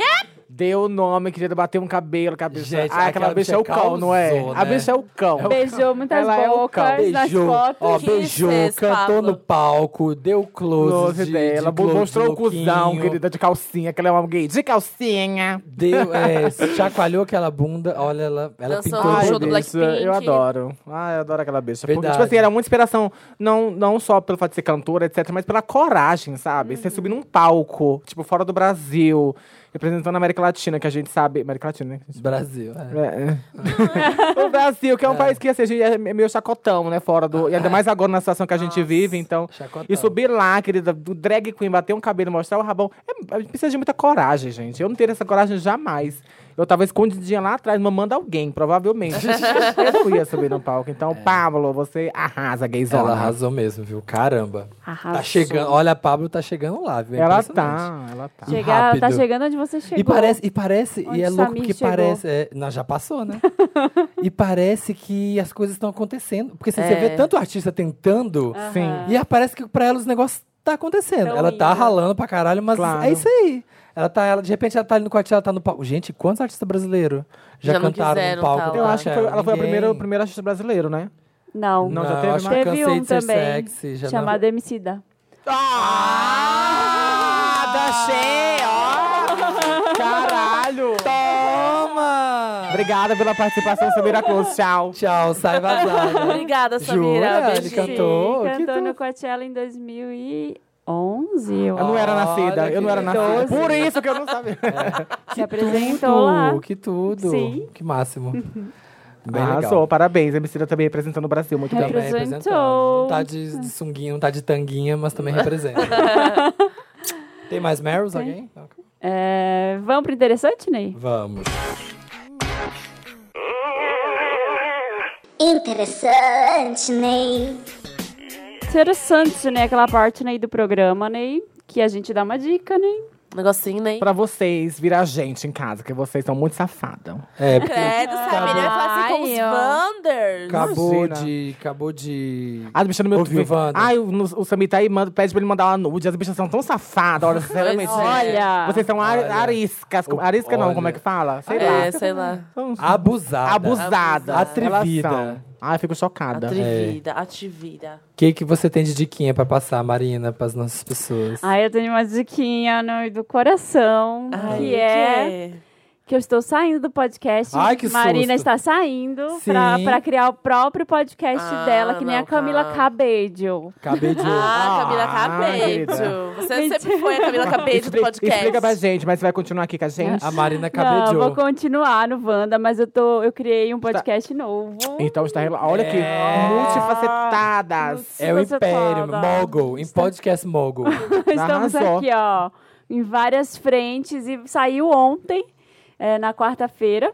Speaker 3: Deu o nome, queria bater um cabelo, cabeça.
Speaker 2: Gente,
Speaker 3: ah, aquela
Speaker 2: aquela
Speaker 3: bicha é o
Speaker 2: bicha
Speaker 3: cão, não é?
Speaker 2: causou,
Speaker 3: A
Speaker 2: né?
Speaker 3: bicha é o cão.
Speaker 1: Beijou muitas
Speaker 3: Ela é o cão.
Speaker 1: bocas nas
Speaker 2: Beijou,
Speaker 1: fotos.
Speaker 2: ó,
Speaker 4: Que
Speaker 2: beijou,
Speaker 4: fez,
Speaker 2: cantou
Speaker 4: Pablo?
Speaker 2: no palco, deu close,
Speaker 3: Close
Speaker 2: de,
Speaker 3: dela,
Speaker 2: de close
Speaker 3: mostrou o
Speaker 2: de lookinho,
Speaker 3: cuzão, um querida, de calcinha, que ela é uma gay de calcinha.
Speaker 2: Deu,
Speaker 3: (laughs)
Speaker 2: é, chacoalhou aquela bunda, olha, ela, ela
Speaker 4: Dançou
Speaker 2: pintou
Speaker 4: no
Speaker 2: o
Speaker 4: Ah, show do
Speaker 2: dedo.
Speaker 4: Blackpink.
Speaker 3: eu adoro. Ah, eu adoro aquela bicha. Porque,
Speaker 2: Verdade.
Speaker 3: tipo assim, era muita inspiração, não, não só pelo fato de ser cantora, etc., mas pela coragem, sabe?
Speaker 4: Uhum.
Speaker 3: Você subir num palco, tipo, fora do Brasil, representando a América Latina, que a gente sabe. América Latina, né?
Speaker 2: Brasil, é.
Speaker 3: É. (laughs) o Brasil, que é um país que assim, a gente é meio chacotão, né? Fora do. E ainda mais agora na situação que a gente vive, então.
Speaker 2: chacotão.
Speaker 3: E subir lá, querida, do drag queen, bater um cabelo, mostrar o rabão. É, precisa de muita coragem, gente. Eu não teria essa coragem jamais. Eu tava escondidinha lá atrás, mamando alguém, provavelmente. eu não ia subir no palco. Então, Pablo, você arrasa,
Speaker 2: Ela
Speaker 3: gayzona.
Speaker 2: arrasou mesmo, viu? Caramba.
Speaker 1: Arrasou.
Speaker 2: Tá chegando, olha, a Pablo tá chegando lá, viu? É
Speaker 3: Ela
Speaker 2: impressionante.
Speaker 3: tá, ela tá.
Speaker 1: Chegar, tá
Speaker 2: rápido.
Speaker 1: chegando onde você chegou.
Speaker 2: E parece, e parece,
Speaker 1: Onde
Speaker 2: e é louco
Speaker 1: Samir
Speaker 2: porque
Speaker 1: chegou.
Speaker 2: parece. É, não, já passou,
Speaker 1: (laughs)
Speaker 2: né? e parece que as coisas estão acontecendo. Porque assim, você
Speaker 4: É.
Speaker 2: vê tanto artista tentando,
Speaker 3: Sim.
Speaker 2: e aí parece que pra ela os negócios tá acontecendo.
Speaker 1: Tão
Speaker 2: ela tá
Speaker 1: indo.
Speaker 2: ralando pra caralho, mas
Speaker 3: Claro.
Speaker 2: é isso aí. Ela tá, ela, de repente ela tá ali no quartel, ela tá no palco. Gente, quantos artistas brasileiros já,
Speaker 4: Já não
Speaker 2: cantaram
Speaker 4: quiseram
Speaker 2: no palco?
Speaker 4: tá
Speaker 2: do
Speaker 4: lá.
Speaker 3: Eu acho que foi-
Speaker 2: Coachella?
Speaker 3: ela foi a
Speaker 2: Ninguém.
Speaker 3: primeira, o primeiro artista brasileiro, né?
Speaker 1: Não.
Speaker 3: Não,
Speaker 2: Não,
Speaker 3: já teve
Speaker 2: acho
Speaker 3: mais?
Speaker 2: que eu
Speaker 1: Teve
Speaker 2: cansei
Speaker 1: um
Speaker 2: de ser
Speaker 1: também.
Speaker 2: sexy. Já não...
Speaker 1: Chamado Emicida.
Speaker 3: Ah, Dachê, ó! Caralho!
Speaker 2: Toma!
Speaker 3: Obrigada pela participação, Samira Close. Tchau.
Speaker 2: Tchau, sai
Speaker 3: é
Speaker 2: vazada.
Speaker 4: Obrigada, Samira. Um
Speaker 2: Jura?
Speaker 4: Beijinho.
Speaker 2: Ele cantou?
Speaker 1: Sim,
Speaker 2: Que
Speaker 1: cantou no
Speaker 2: tudo. Ah,
Speaker 1: Coachella em 2011, eu
Speaker 3: Eu não era
Speaker 2: Olha
Speaker 3: nascida, eu não
Speaker 2: que
Speaker 3: era nascida.
Speaker 2: doze.
Speaker 3: Por isso que eu não sabia.
Speaker 1: Se apresentou lá.
Speaker 2: Que tudo.
Speaker 1: Sim.
Speaker 2: Que máximo. Bem
Speaker 3: Arrasou,
Speaker 2: legal.
Speaker 3: parabéns. A Emicida também representando o Brasil muito bem.
Speaker 1: Repre-
Speaker 2: Também
Speaker 1: Representou.
Speaker 2: representando. Não tá de, de sunguinha, não tá de tanguinha, mas também representa. Tem mais Meryls, alguém?
Speaker 1: É, vamos pro interessante, Ney?
Speaker 2: Vamos.
Speaker 7: Interessante, Ney.
Speaker 1: Interessante, né? Aquela parte, Ney, do programa, Ney, que a gente dá uma dica, Ney.
Speaker 4: Negocinho, né?
Speaker 3: Pra vocês virar gente em casa, que vocês são muito safada.
Speaker 2: É, porque
Speaker 4: Credo, Samira vai falar assim com os
Speaker 1: Ai, ó.
Speaker 4: Wanders.
Speaker 2: acabou
Speaker 3: Imagina.
Speaker 2: de. Acabou de.
Speaker 3: As bichas no meu
Speaker 2: Ouviu,
Speaker 3: Twitter.
Speaker 2: Wanda?
Speaker 3: Ai, o, o Samir tá aí, manda, pede pra ele mandar uma nude. As bichas são tão safadas, olha, sinceramente.
Speaker 4: Pois é.
Speaker 1: Olha.
Speaker 3: Vocês são ar,
Speaker 2: Olha.
Speaker 3: ariscas.
Speaker 2: O-
Speaker 3: Arisca não,
Speaker 2: olha.
Speaker 3: como é que fala? Sei lá.
Speaker 4: É, sei lá.
Speaker 3: São-
Speaker 2: Abusada.
Speaker 3: Abusada.
Speaker 2: Atrevida.
Speaker 3: Elas são. Ai, fico chocada.
Speaker 4: Atrevida, ativida.
Speaker 2: O que, que você tem de diquinha pra passar, Marina, pras nossas pessoas?
Speaker 1: Ai, eu tenho uma diquinha Ney, do coração,
Speaker 4: Ai,
Speaker 1: que é... que eu estou saindo do podcast.
Speaker 2: Ai, que
Speaker 1: Marina
Speaker 2: susto.
Speaker 1: está saindo
Speaker 2: Sim.
Speaker 1: pra, pra criar o próprio podcast
Speaker 4: Ah,
Speaker 1: dela, que nem
Speaker 4: não,
Speaker 1: a Camila
Speaker 4: cara.
Speaker 1: Cabello.
Speaker 2: Acabei de.
Speaker 4: Ah, Camila
Speaker 3: Ah,
Speaker 4: Cabedio.
Speaker 3: querida.
Speaker 4: Você sempre foi a Camila Cabedio do
Speaker 3: Expli-
Speaker 4: podcast.
Speaker 3: Explica pra gente, mas você vai continuar aqui com a gente?
Speaker 2: A Marina
Speaker 1: Não, eu
Speaker 2: Cabediou.
Speaker 1: vou continuar no Wanda, mas eu, tô, eu criei
Speaker 2: Tá.
Speaker 1: um podcast novo.
Speaker 3: Então está rela- Olha aqui,
Speaker 2: É.
Speaker 3: multifacetadas.
Speaker 2: É o
Speaker 1: Você tá
Speaker 2: Império,
Speaker 1: toda.
Speaker 2: Mogul, em podcast Mogul.
Speaker 1: (laughs) Estamos
Speaker 3: arrasou.
Speaker 1: aqui, ó, em várias frentes e saiu ontem, é, na quarta-feira.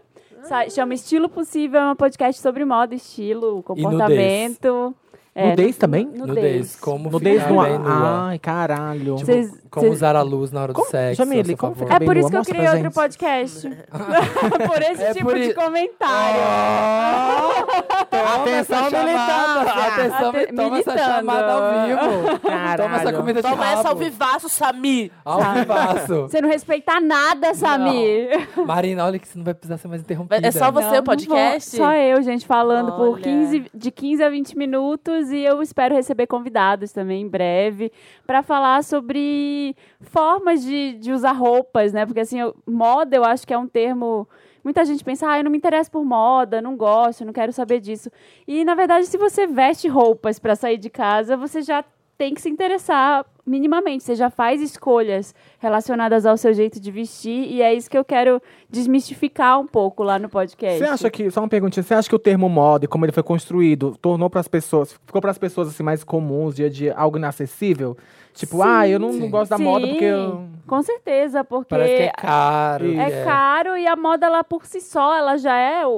Speaker 1: Sa- chama Estilo Possível, é um podcast sobre moda, estilo, comportamento. É,
Speaker 3: Nudez também?
Speaker 1: nu-
Speaker 2: Nudez, como
Speaker 3: Nudez Ah.
Speaker 2: ficar
Speaker 3: no
Speaker 2: bem nua.
Speaker 3: ar. Ai, caralho.
Speaker 2: Tipo,
Speaker 3: (laughs)
Speaker 1: Vocês-
Speaker 2: como
Speaker 1: vocês-
Speaker 2: usar a luz na hora do
Speaker 3: Como-
Speaker 2: sexo.
Speaker 3: Jamile,
Speaker 2: a seu
Speaker 3: como
Speaker 2: favor.
Speaker 1: É
Speaker 3: Bem
Speaker 1: por
Speaker 3: nua,
Speaker 1: isso que eu
Speaker 3: mostra
Speaker 1: criei
Speaker 3: pra
Speaker 1: outro
Speaker 3: gente.
Speaker 1: podcast. (laughs) por esse
Speaker 2: É
Speaker 1: tipo
Speaker 2: por
Speaker 1: de
Speaker 2: i- Ah.
Speaker 1: comentário.
Speaker 3: Atenção,
Speaker 2: Atenção, militada! Atenção,
Speaker 1: Ate-
Speaker 2: toma essa
Speaker 1: militando.
Speaker 2: chamada ao
Speaker 3: Então
Speaker 2: vivo.
Speaker 3: Caralho.
Speaker 2: Toma essa comida de
Speaker 4: Toma essa ao
Speaker 2: rabo.
Speaker 4: vivaço, Sami.
Speaker 2: Ao vivaço.
Speaker 1: Você não respeita nada, Samir.
Speaker 2: Marina, olha que você não vai precisar ser mais interrompida.
Speaker 4: É só você
Speaker 1: Não,
Speaker 4: o podcast?
Speaker 1: não vou. Só eu, gente, falando por
Speaker 4: Olha.
Speaker 1: 15, de 15 a 20 minutos e eu espero receber convidados também em breve para falar sobre formas de, de usar roupas, né? Porque assim, eu- moda eu acho que é um termo. Muita gente pensa, ah, eu não me interesso por moda, não gosto, não quero saber disso. E na verdade, se você veste roupas para sair de casa, você já tem que se interessar minimamente. Você já faz escolhas relacionadas ao seu jeito de vestir e é isso que eu quero desmistificar um pouco lá no podcast.
Speaker 3: Você acha que, só uma perguntinha, você acha que o termo moda e como ele foi construído tornou pras pessoas, ficou pras pessoas assim mais comuns, dia a dia, algo inacessível? Tipo, ah, eu não, não
Speaker 2: Sim.
Speaker 3: gosto da
Speaker 1: Sim,
Speaker 3: moda porque eu.
Speaker 1: Com certeza, porque
Speaker 2: Parece que é caro.
Speaker 1: É caro e a moda ela por si só, ela já é o,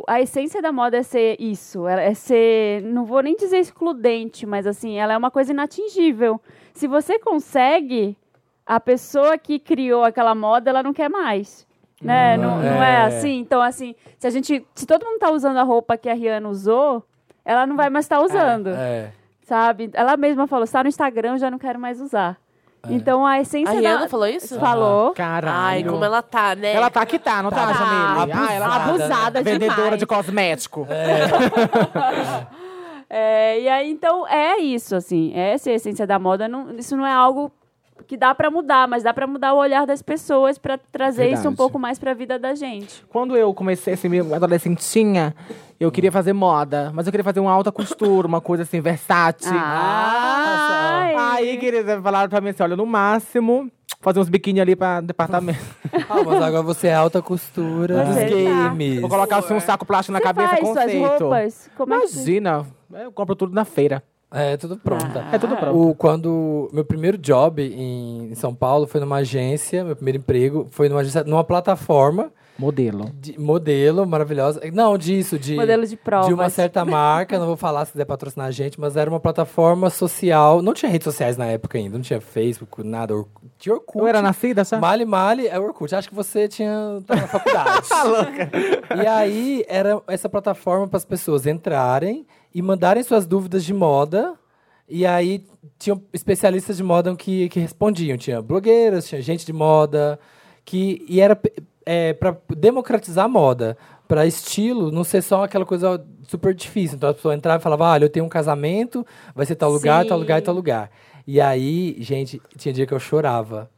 Speaker 1: o- a essência da moda é ser isso, ela é ser, não vou nem dizer excludente, mas assim, ela é uma coisa inatingível. Se você consegue, a pessoa que criou aquela moda, ela não quer mais. Né? Não,
Speaker 2: Não,
Speaker 1: não é
Speaker 2: é.
Speaker 1: assim. Então, assim, se a gente. Se todo mundo tá usando a roupa que a Rihanna usou, ela não vai mais estar usando.
Speaker 2: É.
Speaker 1: Sabe? Ela mesma falou, está no Instagram, eu já não quero mais usar. Então a essência
Speaker 4: A Rihanna
Speaker 1: da-
Speaker 4: falou isso? né?
Speaker 1: Falou.
Speaker 3: Caralho.
Speaker 4: Ai, como ela tá, né?
Speaker 3: Ela tá que tá, não tá,
Speaker 2: Tá.
Speaker 3: Jamile? Ah, ela tá.
Speaker 2: né?
Speaker 1: Abusada
Speaker 3: Vendedora
Speaker 1: demais.
Speaker 3: de cosmético.
Speaker 1: É, e aí, então, é isso, assim. Essa é a essência da moda. Não- isso não é algo que dá pra mudar, mas dá pra mudar o olhar das pessoas pra trazer isso um
Speaker 2: Verdade.
Speaker 1: pouco mais pra vida da gente.
Speaker 3: Quando eu comecei, assim, meio adolescentinha, eu queria fazer moda. Mas eu queria fazer uma alta costura, uma coisa assim, versátil.
Speaker 4: Ah,
Speaker 1: Ai.
Speaker 3: Aí, querida, falaram pra mim assim, olha, no máximo, fazer uns biquíni ali pra departamento.
Speaker 2: Ah, mas agora você é alta costura
Speaker 1: Você
Speaker 2: dos
Speaker 1: tá.
Speaker 2: games.
Speaker 3: Vou colocar assim, um saco plástico na
Speaker 1: Você
Speaker 3: cabeça,
Speaker 1: faz
Speaker 3: conceito.
Speaker 1: suas roupas? Como é que você-
Speaker 3: Imagina, eu compro tudo na feira.
Speaker 2: É, tudo pronta.
Speaker 3: É
Speaker 1: Ah,
Speaker 3: tudo pronto.
Speaker 2: O, quando meu primeiro job em, em São Paulo foi numa agência, meu primeiro emprego foi numa agência, numa plataforma
Speaker 3: Modelo.
Speaker 2: de modelo maravilhosa. Não, disso, de
Speaker 1: Modelo de provas.
Speaker 2: de
Speaker 1: (laughs)
Speaker 2: uma certa marca, não vou falar se quiser patrocinar a gente, mas era uma plataforma social, não tinha redes sociais na época ainda, não tinha Facebook, nada, Or- tinha Orkut.
Speaker 3: Eu era nascida, sabe?
Speaker 2: Male Male é Orkut. Acho que você tinha tá na faculdade. E aí era essa plataforma para as pessoas entrarem e mandarem suas dúvidas de moda. E aí tinham especialistas de moda que, que respondiam. Tinha blogueiras, tinha gente de moda. Que, e era para democratizar a moda. Para estilo não ser só aquela coisa super difícil. Então a pessoa entrava e falava: olha, eu tenho um casamento, vai ser tal lugar, tal lugar e tal lugar. E aí, gente, tinha dia que eu chorava.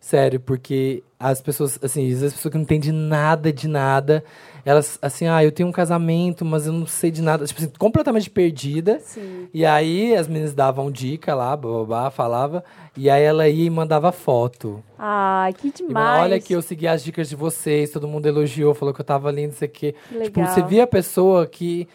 Speaker 2: Sério, porque as pessoas, assim, às vezes as pessoas que não entendem nada de nada, elas, assim, ah, eu tenho um casamento, mas eu não sei de nada, tipo assim, completamente perdida.
Speaker 1: Sim.
Speaker 2: E aí as meninas davam dica lá, babá, falava, e aí ela ia e mandava foto.
Speaker 1: Ai, Ah, que
Speaker 2: E mandava,
Speaker 1: demais.
Speaker 2: Olha que eu segui as dicas de vocês, todo mundo elogiou, falou que eu tava linda, isso aqui. Tipo,
Speaker 1: legal.
Speaker 2: você via a pessoa que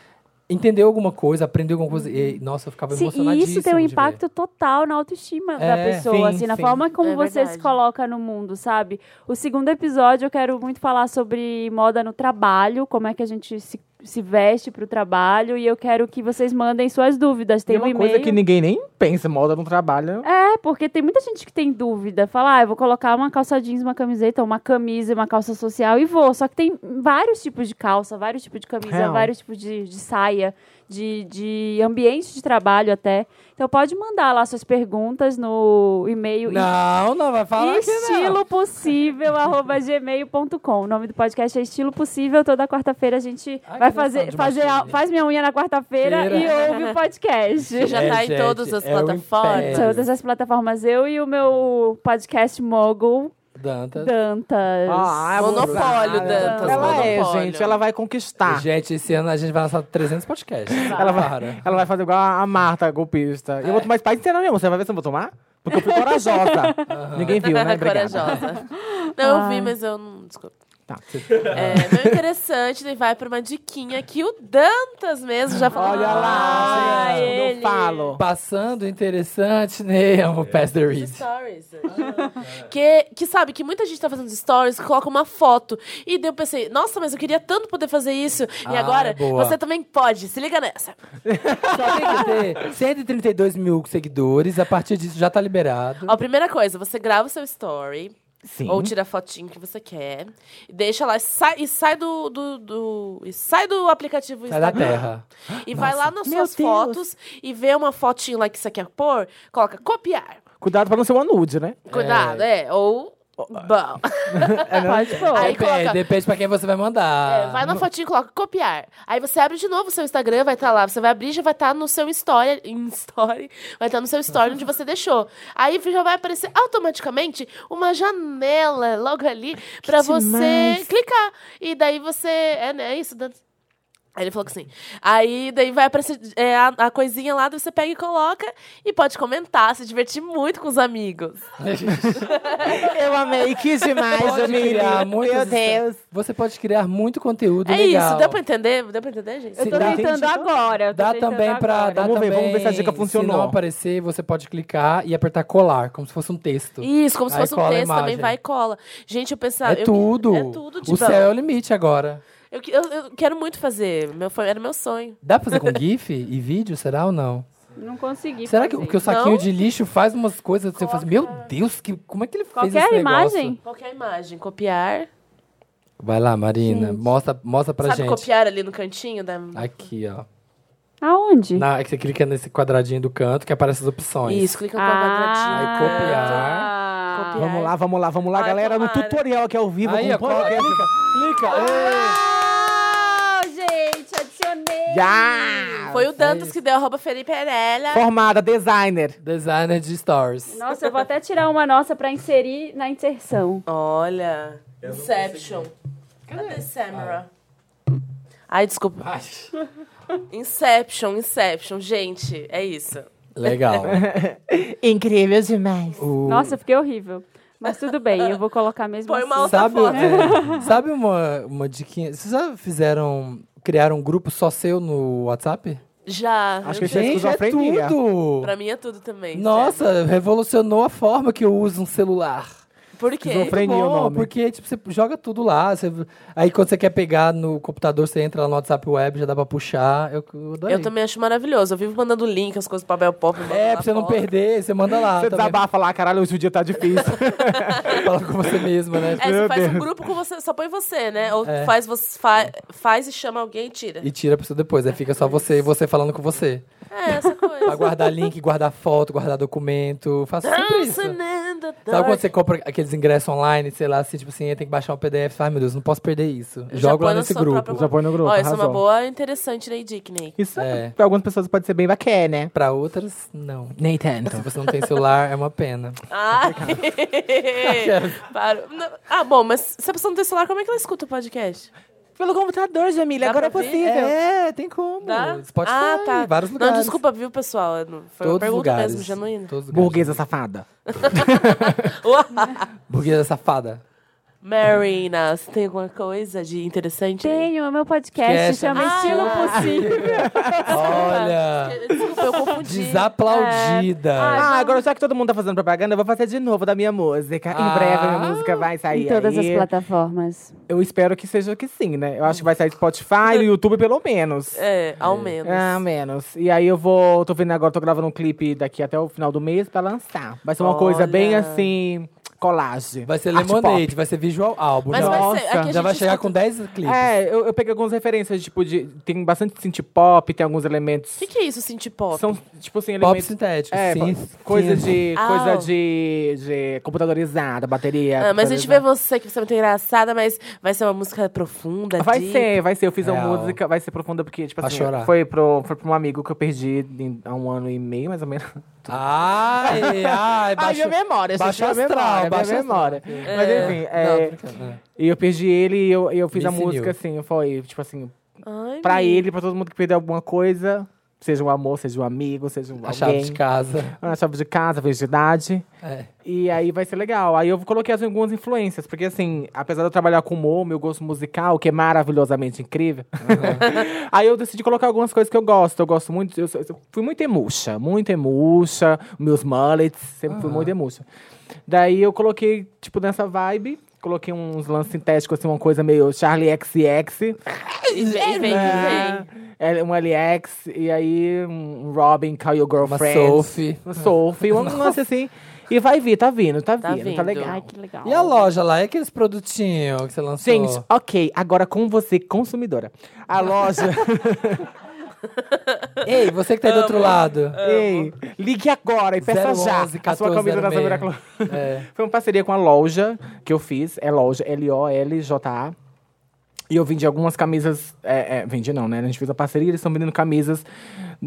Speaker 2: entendeu alguma coisa, aprendeu alguma coisa, e, nossa, eu ficava
Speaker 1: Uhum. Sim, e
Speaker 2: emocionadíssimo
Speaker 1: isso tem um
Speaker 2: de ver.
Speaker 1: impacto total na autoestima da
Speaker 2: É,
Speaker 1: pessoa,
Speaker 3: sim,
Speaker 1: assim, na
Speaker 3: sim.
Speaker 1: forma como
Speaker 4: É
Speaker 1: você se
Speaker 4: verdade.
Speaker 1: coloca no mundo, sabe? O segundo episódio eu quero muito falar sobre moda no trabalho, como é que a gente se, se veste pro trabalho, e eu quero que vocês mandem suas dúvidas. Tem
Speaker 3: Tem uma
Speaker 1: um
Speaker 3: coisa
Speaker 1: e-mail.
Speaker 3: que ninguém nem pensa, moda não trabalha.
Speaker 1: É, porque tem muita gente que tem dúvida. Fala, ah, eu vou colocar uma calça jeans, uma camiseta, uma camisa, e uma calça social e vou. Só que tem vários tipos de calça, vários tipos de camisa,
Speaker 3: Real.
Speaker 1: vários tipos de, de saia, de, de ambiente de trabalho até. Então pode mandar lá suas perguntas no e-mail.
Speaker 2: Não, não vai falar que não.
Speaker 1: estilopossível@gmail.com. O nome do podcast é Estilo Possível. Toda quarta-feira a gente
Speaker 2: Ai,
Speaker 1: vai
Speaker 2: que noção
Speaker 1: fazer,
Speaker 2: de
Speaker 1: fazer a-
Speaker 2: maconha.
Speaker 1: faz minha unha na quarta-feira
Speaker 2: Feira.
Speaker 1: e ouve o
Speaker 2: (laughs)
Speaker 1: podcast.
Speaker 4: Já tá em todas as plataformas.
Speaker 2: É. o império.
Speaker 1: Todas as plataformas, eu e o meu podcast Mogul,
Speaker 2: Dantas.
Speaker 1: Dantas.
Speaker 3: Ah, é
Speaker 4: Monopólio,
Speaker 3: abusada.
Speaker 4: Dantas,
Speaker 3: Ela é,
Speaker 4: monopólio.
Speaker 3: gente, ela vai conquistar.
Speaker 2: Gente, esse ano a gente vai lançar 300 podcasts.
Speaker 3: Ela vai,
Speaker 2: Para.
Speaker 3: ela vai fazer igual a Marta, golpista. Eu vou tomar Spice inteira mesmo, você vai ver se eu vou tomar? Porque eu fui corajosa. Ninguém viu, né? Obrigada.
Speaker 4: é
Speaker 3: (laughs)
Speaker 4: Corajosa. Não, eu
Speaker 1: Ai.
Speaker 4: vi, mas eu não. Desculpa.
Speaker 3: Tá.
Speaker 4: É, meio interessante, ele vai pra uma diquinha que o Dantas mesmo já falou.
Speaker 3: Olha lá,
Speaker 1: Ah,
Speaker 3: gente,
Speaker 1: ele.
Speaker 3: não falo.
Speaker 2: Passando interessante, né?
Speaker 3: É.
Speaker 2: Amo Pass the Read.
Speaker 4: Stories. (laughs) que, que sabe que muita gente tá fazendo stories, coloca uma foto. E daí eu pensei, nossa, mas eu queria tanto poder fazer isso. E
Speaker 2: Ah,
Speaker 4: agora
Speaker 2: é boa.
Speaker 4: você também pode. Se liga nessa.
Speaker 2: Só tem que ter 132 mil seguidores. A partir disso já tá liberado.
Speaker 4: Ó, primeira coisa, você grava o seu story.
Speaker 3: Sim.
Speaker 4: Ou tira a fotinho que você quer. e Deixa lá e sai, e sai do, do, do- E sai do aplicativo
Speaker 2: Sai da
Speaker 4: Instagram.
Speaker 2: terra.
Speaker 4: E vai lá nas suas fotos e vê uma fotinho lá que você quer pôr, coloca copiar.
Speaker 3: Cuidado pra não ser uma nude, né?
Speaker 4: Cuidado, é. Ou.
Speaker 2: (laughs)
Speaker 4: Bom.
Speaker 2: É, né?
Speaker 1: Pode pôr.
Speaker 4: Aí
Speaker 2: Depende,
Speaker 4: coloca-
Speaker 2: depende pra quem você vai mandar.
Speaker 4: É, vai na fotinho e coloca copiar. Aí você abre de novo o seu Instagram, vai estar lá. Você vai abrir já vai estar no seu story, (laughs) em story, vai estar no seu story onde você deixou. Aí já vai aparecer automaticamente uma janela logo ali pra você
Speaker 3: demais.
Speaker 4: clicar. E daí você. É, né? Isso, é Dan- Aí ele falou que sim. Aí daí vai aparecer é, a, a coisinha lá, daí você pega e coloca e pode comentar, se divertir muito com os amigos.
Speaker 8: Eu amei, que demais, eu
Speaker 2: Pode
Speaker 8: me
Speaker 2: criar muitas
Speaker 8: Meu
Speaker 2: histó-
Speaker 8: Deus.
Speaker 2: Você pode criar muito conteúdo
Speaker 4: é
Speaker 2: legal.
Speaker 4: isso, deu pra entender? Deu pra entender, gente?
Speaker 1: Eu tô
Speaker 2: dá-
Speaker 1: tentando agora. eu tô
Speaker 2: Dá
Speaker 1: tentando
Speaker 2: também pra.
Speaker 1: agora.
Speaker 2: Dá
Speaker 3: Vamos ver,
Speaker 2: também,
Speaker 3: vamos ver se a dica funcionou.
Speaker 2: Se não aparecer, você pode clicar e apertar colar, como se fosse um texto.
Speaker 4: Isso, como se
Speaker 2: Aí
Speaker 4: fosse um
Speaker 2: cola a
Speaker 4: texto também,
Speaker 2: imagem.
Speaker 4: vai e cola. Gente, eu pensava.
Speaker 2: é
Speaker 4: eu-
Speaker 2: tudo.
Speaker 4: É tudo, tipo.
Speaker 2: o céu é o limite agora.
Speaker 4: Eu, que- eu, eu quero muito fazer. Meu, foi, era meu sonho.
Speaker 2: Dá pra fazer com (laughs) GIF e vídeo, será ou não?
Speaker 1: Não consegui.
Speaker 2: será que,
Speaker 1: fazer.
Speaker 2: que o saquinho
Speaker 4: Não?
Speaker 2: de lixo faz umas coisas que você fala assim, meu Deus, que, como é que ele fez
Speaker 1: Qualquer
Speaker 2: esse negócio?
Speaker 1: imagem?
Speaker 4: Qualquer é imagem, copiar.
Speaker 2: Vai lá, Marina, mostra, mostra pra
Speaker 4: Sabe
Speaker 2: gente. Ah,
Speaker 4: copiar ali no cantinho da.
Speaker 2: Aqui, ó.
Speaker 1: Aonde?
Speaker 2: Na, que você clica nesse quadradinho do canto que aparece as opções.
Speaker 4: Isso, clica com a quadradinha.
Speaker 1: Ah,
Speaker 2: copiar.
Speaker 4: Copiar.
Speaker 3: Vamos lá, vamos lá, vamos lá,
Speaker 4: Ai,
Speaker 3: galera. No
Speaker 4: tomara.
Speaker 3: tutorial que é ao vivo,
Speaker 2: Aí,
Speaker 3: com
Speaker 2: ó, cola,
Speaker 3: podcast.
Speaker 2: clica, clica.
Speaker 1: Ah, gente, adicionei.
Speaker 3: Já!
Speaker 2: Ah,
Speaker 4: Foi o
Speaker 2: é
Speaker 4: Dantas que deu arroba Felipe Arella.
Speaker 3: Formada, designer.
Speaker 2: Ei, Designer de stories.
Speaker 1: Nossa, eu vou até tirar uma nossa pra inserir na inserção.
Speaker 4: Olha.
Speaker 5: Eu não Ah.
Speaker 4: Inception. Cadê Samara? Ai, desculpa. Inception, Inception. Gente, é isso.
Speaker 2: Legal.
Speaker 8: Incrível demais.
Speaker 2: O-
Speaker 1: Nossa, eu fiquei horrível. Mas tudo bem, eu vou colocar mesmo
Speaker 4: Põe
Speaker 1: assim.
Speaker 4: uma (laughs) outra
Speaker 2: Sabe,
Speaker 4: foto.
Speaker 2: é, sabe uma, uma diquinha? Vocês já fizeram, criaram um grupo só seu no WhatsApp?
Speaker 4: Já.
Speaker 3: Acho que
Speaker 4: eu
Speaker 3: a gente
Speaker 4: sei.
Speaker 3: é esquizofrenia.
Speaker 2: é tudo!
Speaker 4: Pra mim é tudo também.
Speaker 2: Nossa, revolucionou a forma que eu uso um celular.
Speaker 4: sério. Por quê?
Speaker 3: Esquizofrenia
Speaker 2: Bom,
Speaker 3: o nome.
Speaker 2: Porque, tipo, você joga tudo lá. você- Aí quando você quer pegar no computador, você entra lá no WhatsApp Web, já dá pra puxar. Eu, eu adorei.
Speaker 4: Eu também acho maravilhoso. Eu vivo mandando link, as coisas pro Abel Pop.
Speaker 2: É, pra você não perder, você manda lá.
Speaker 3: Você
Speaker 2: também.
Speaker 3: desabafa lá, caralho, hoje o dia tá difícil.
Speaker 2: (laughs) É. Fala com você mesma, né?
Speaker 4: É, você
Speaker 3: Meu
Speaker 4: faz um
Speaker 3: Deus.
Speaker 4: grupo com você, só põe você, né? Ou
Speaker 2: É.
Speaker 4: faz, você, fa- faz e chama alguém e tira.
Speaker 2: E tira pra você depois. Aí fica só você e você falando com você.
Speaker 4: É, essa
Speaker 2: Pra
Speaker 4: coisa.
Speaker 2: guardar link, guardar foto, guardar documento. Faço (laughs) sempre isso.
Speaker 4: Nanda,
Speaker 2: Sabe quando você compra aqueles ingressos online, sei lá, assim, tipo assim, tem que baixar um PDF. Ai, meu Deus, não posso perder isso.
Speaker 4: Eu já
Speaker 2: Jogo lá
Speaker 4: ponho na
Speaker 2: nesse
Speaker 4: sua
Speaker 2: grupo.
Speaker 4: própria-
Speaker 3: Já põe no grupo,
Speaker 4: Ó, essa é uma
Speaker 3: arrasou.
Speaker 4: boa interessante, né, Dick, Ney?
Speaker 3: Isso
Speaker 2: É.
Speaker 3: pra algumas pessoas pode ser bem bacana, né?
Speaker 2: Pra outras, não. Nem tanto. Se você não tem celular, é uma pena. (laughs)
Speaker 4: (laughs) Ah, Parou. Não, Ah, bom, mas se a pessoa não tem celular, como é que ela escuta o podcast?
Speaker 8: Pelo computador, Jamília,
Speaker 4: Dá
Speaker 8: agora é
Speaker 4: pra ver?
Speaker 8: possível.
Speaker 2: É, tem como.
Speaker 4: Dá?
Speaker 2: Spotify,
Speaker 4: ah, tá.
Speaker 2: vários lugares.
Speaker 4: Não, desculpa, viu, pessoal? Eu não- Foi
Speaker 2: Todos
Speaker 4: uma
Speaker 2: os
Speaker 4: pergunta
Speaker 2: lugares.
Speaker 4: mesmo, genuína.
Speaker 2: Todos os lugares.
Speaker 3: Burguesa safada.
Speaker 2: Burguesa safada.
Speaker 4: Marina, você tem alguma coisa de interessante? aí?
Speaker 1: Tenho, é meu podcast,
Speaker 2: Esquece,
Speaker 1: chama
Speaker 4: ah,
Speaker 1: Estilo
Speaker 4: ah.
Speaker 1: é Possível.
Speaker 2: Olha,
Speaker 4: Desculpa, eu confundi.
Speaker 2: desaplaudida.
Speaker 1: Ai,
Speaker 4: É.
Speaker 3: Ah, agora já que todo mundo tá fazendo propaganda, eu vou fazer de novo da minha música.
Speaker 2: Ah.
Speaker 3: Em breve a minha música vai sair.
Speaker 1: Em todas
Speaker 3: aí.
Speaker 1: as plataformas.
Speaker 3: Eu espero que seja que sim, né? Eu acho que vai sair Spotify e YouTube pelo menos.
Speaker 4: É, ao menos.
Speaker 3: Ah, menos. E aí eu vou. Tô vendo agora, tô gravando um clipe daqui até o final do mês pra lançar. Vai ser uma coisa
Speaker 4: Olha.
Speaker 3: bem assim. Colagem.
Speaker 2: Vai ser
Speaker 3: Art pop.
Speaker 2: Lemonade, vai ser visual álbum.
Speaker 4: Mas
Speaker 2: já.
Speaker 4: vai
Speaker 3: Nossa,
Speaker 4: ser. Aqui a gente
Speaker 2: já vai chegar
Speaker 4: escuta-
Speaker 2: com 10 clipes.
Speaker 3: É, eu, eu peguei algumas referências, tipo, de. Tem bastante synth pop, tem alguns elementos.
Speaker 4: O que, que é isso, synth pop?
Speaker 3: São, tipo assim,
Speaker 2: Pop
Speaker 3: elementos.
Speaker 2: sintético,
Speaker 3: É,
Speaker 2: sim.
Speaker 3: coisa de.
Speaker 4: Ah.
Speaker 3: Coisa de, de computadorizada, bateria.
Speaker 4: Ah, mas a gente vê
Speaker 2: né?
Speaker 3: computadorizada.
Speaker 4: você, que você é muito engraçada, mas vai ser uma música profunda,
Speaker 3: Vai
Speaker 4: deep.
Speaker 3: ser, vai ser. Eu fiz
Speaker 2: Real.
Speaker 3: uma música, vai ser profunda, porque, tipo
Speaker 2: Pra
Speaker 3: assim,
Speaker 2: chorar.
Speaker 3: foi, pro, foi pra um amigo que eu perdi em- há um ano e meio, mais ou menos. (laughs)
Speaker 2: Ai, ai,
Speaker 3: Ai,
Speaker 2: É baixo...
Speaker 3: minha memória, gente,
Speaker 2: baixo
Speaker 3: minha
Speaker 2: astral,
Speaker 3: memória,
Speaker 2: baixo
Speaker 3: minha
Speaker 2: astral.
Speaker 3: memória. Mas enfim, é,
Speaker 2: Não, tô brincando, né?
Speaker 3: e eu perdi ele e eu, e eu fiz
Speaker 2: Me
Speaker 3: a música
Speaker 2: ensinou.
Speaker 3: assim, foi, tipo assim,
Speaker 4: Ai,
Speaker 3: pra
Speaker 4: menina.
Speaker 3: ele, pra todo mundo que perdeu alguma coisa, seja um amor, seja um amigo, seja um
Speaker 2: A chave
Speaker 3: alguém. Ah,
Speaker 2: de casa.
Speaker 3: A chave de casa, a virgindade.
Speaker 2: É.
Speaker 3: E aí vai ser legal. Aí eu coloquei as- algumas influências, porque assim, apesar de eu trabalhar com humor, meu gosto musical, que é maravilhosamente incrível, (laughs) aí eu decidi colocar algumas coisas que eu gosto. Eu gosto muito, eu, sou- eu fui muito emuxa, muito emuxa, meus mullets, sempre fui muito emuxa. Daí eu coloquei, tipo, nessa vibe, coloquei uns lances sintéticos, assim, uma coisa meio Charlie XX.
Speaker 4: E Vem, vem,
Speaker 3: né?
Speaker 4: vem.
Speaker 3: É, um LX, e aí um Robin, Call Your
Speaker 2: Uma
Speaker 3: Girlfriend.
Speaker 2: Sophie.
Speaker 3: Uma Sophie, um lance assim. E vai vir, tá vindo, tá,
Speaker 4: Tá
Speaker 3: vindo,
Speaker 4: vindo.
Speaker 3: tá legal.
Speaker 1: Ai, que legal.
Speaker 2: E a loja lá, é aqueles produtinhos que você lançou?
Speaker 3: Gente, ok, agora com você, consumidora. A loja.
Speaker 2: Ei, você que tá aí do outro lado.
Speaker 3: Ei, ligue agora e peça
Speaker 2: 011
Speaker 3: já a sua camisa da
Speaker 2: 1406.
Speaker 3: Samira Close.
Speaker 2: É.
Speaker 3: Foi uma parceria com a loja que eu fiz, é loja L-O-L-J-A. E eu vendi algumas camisas. É, é, vendi não, né? A gente fez a parceria, eles estão vendendo camisas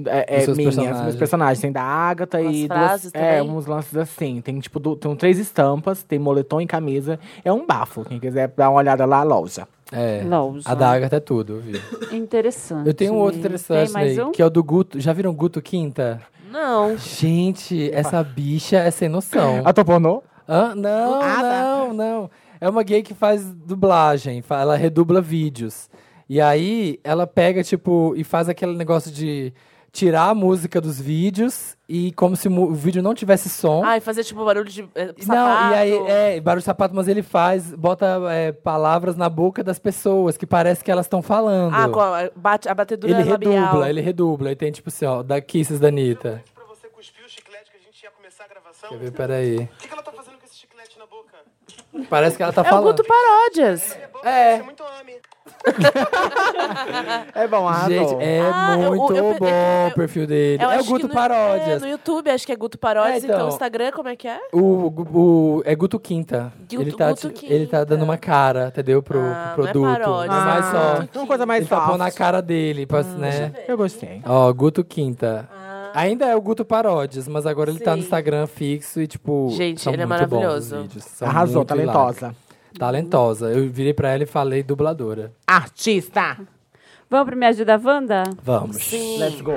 Speaker 3: é, é,
Speaker 2: Dos seus
Speaker 3: minhas,
Speaker 2: personagens.
Speaker 3: meus personagens. Tem da Agatha
Speaker 4: Umas
Speaker 3: e
Speaker 4: frases
Speaker 3: duas. É,
Speaker 4: também.
Speaker 3: uns lances assim. Tem um tipo, do- tem três estampas, tem moletom e camisa. É um bafo. Quem quiser dar uma olhada lá, loja.
Speaker 2: É.
Speaker 1: Lawson.
Speaker 2: A da Agatha é tudo, eu vi.
Speaker 1: Interessante.
Speaker 2: Eu tenho um outro
Speaker 1: Tem
Speaker 2: interessante
Speaker 1: mais
Speaker 2: aí,
Speaker 1: um?
Speaker 2: que é o do Guto. Já viram Guto Quinta?
Speaker 4: Não.
Speaker 2: Gente, essa bicha é sem noção.
Speaker 3: Ator pornô?
Speaker 2: Hã? não,
Speaker 8: Ah, tá.
Speaker 2: não, não. É uma gay que faz dublagem, fa- ela redubla vídeos. E aí ela pega, tipo, e faz aquele negócio de tirar a música dos vídeos e como se mu- o vídeo não tivesse som.
Speaker 4: Ai, fazer tipo barulho de eh, sapato.
Speaker 2: Não, e aí, é, barulho de sapato, mas ele faz, bota é, palavras na boca das pessoas, que parece que elas estão falando.
Speaker 4: Ah, com a, bate, a batedura
Speaker 2: ele
Speaker 4: labial.
Speaker 2: redubla, ele redubla. E tem, tipo assim, ó, da Kisses da Anitta.
Speaker 9: pra você cuspir o chiclete que a gente ia começar a gravação?
Speaker 2: Quer
Speaker 9: O
Speaker 2: ver? Peraí.
Speaker 9: que, que ela tá fazendo com esse chiclete na boca?
Speaker 2: Parece que ela tá
Speaker 4: É o
Speaker 2: falando.
Speaker 4: Guto Paródias.
Speaker 9: É bom, é. você é muito homem.
Speaker 3: É bom,
Speaker 2: Gente, é
Speaker 4: Ah, eu-
Speaker 2: muito
Speaker 4: eu- eu-
Speaker 2: bom
Speaker 4: eu-
Speaker 2: o perfil dele.
Speaker 4: Eu
Speaker 2: é o
Speaker 4: acho que
Speaker 2: Guto
Speaker 4: no- É,
Speaker 2: Paródias.
Speaker 4: no YouTube acho que é Guto Paródias,
Speaker 2: É,
Speaker 4: então.
Speaker 2: então.
Speaker 4: o Instagram como é que é?
Speaker 2: o, o, é Guto Quinta.
Speaker 4: Guto-
Speaker 2: ele, tá,
Speaker 4: Guto
Speaker 2: ti- ele tá
Speaker 4: Quinta.
Speaker 2: dando uma cara, entendeu? Pro,
Speaker 4: Ah,
Speaker 2: pro produto.
Speaker 4: Não é paródia. Hum,
Speaker 2: Não é mais
Speaker 4: é
Speaker 2: só.
Speaker 4: Guto
Speaker 3: Uma coisa mais
Speaker 2: Ele tá pondo na
Speaker 3: soft.
Speaker 2: cara dele, pra, né?
Speaker 3: Eu gostei.
Speaker 2: Ó, Guto Quinta. Ainda é o Guto Paródias, mas agora ele tá no
Speaker 4: Ah. Sim.
Speaker 2: Instagram fixo e, tipo.
Speaker 4: Gente,
Speaker 2: são
Speaker 4: ele é
Speaker 2: muito bons os
Speaker 4: maravilhoso.
Speaker 2: vídeos, são
Speaker 3: Arrasou,
Speaker 2: muito hilários.
Speaker 3: talentosa.
Speaker 2: Talentosa. Eu virei pra ela e falei dubladora.
Speaker 3: Artista.
Speaker 2: é-
Speaker 1: Vamos pro Me Ajuda Wanda?
Speaker 2: Vamos. (laughs)
Speaker 3: Let's go.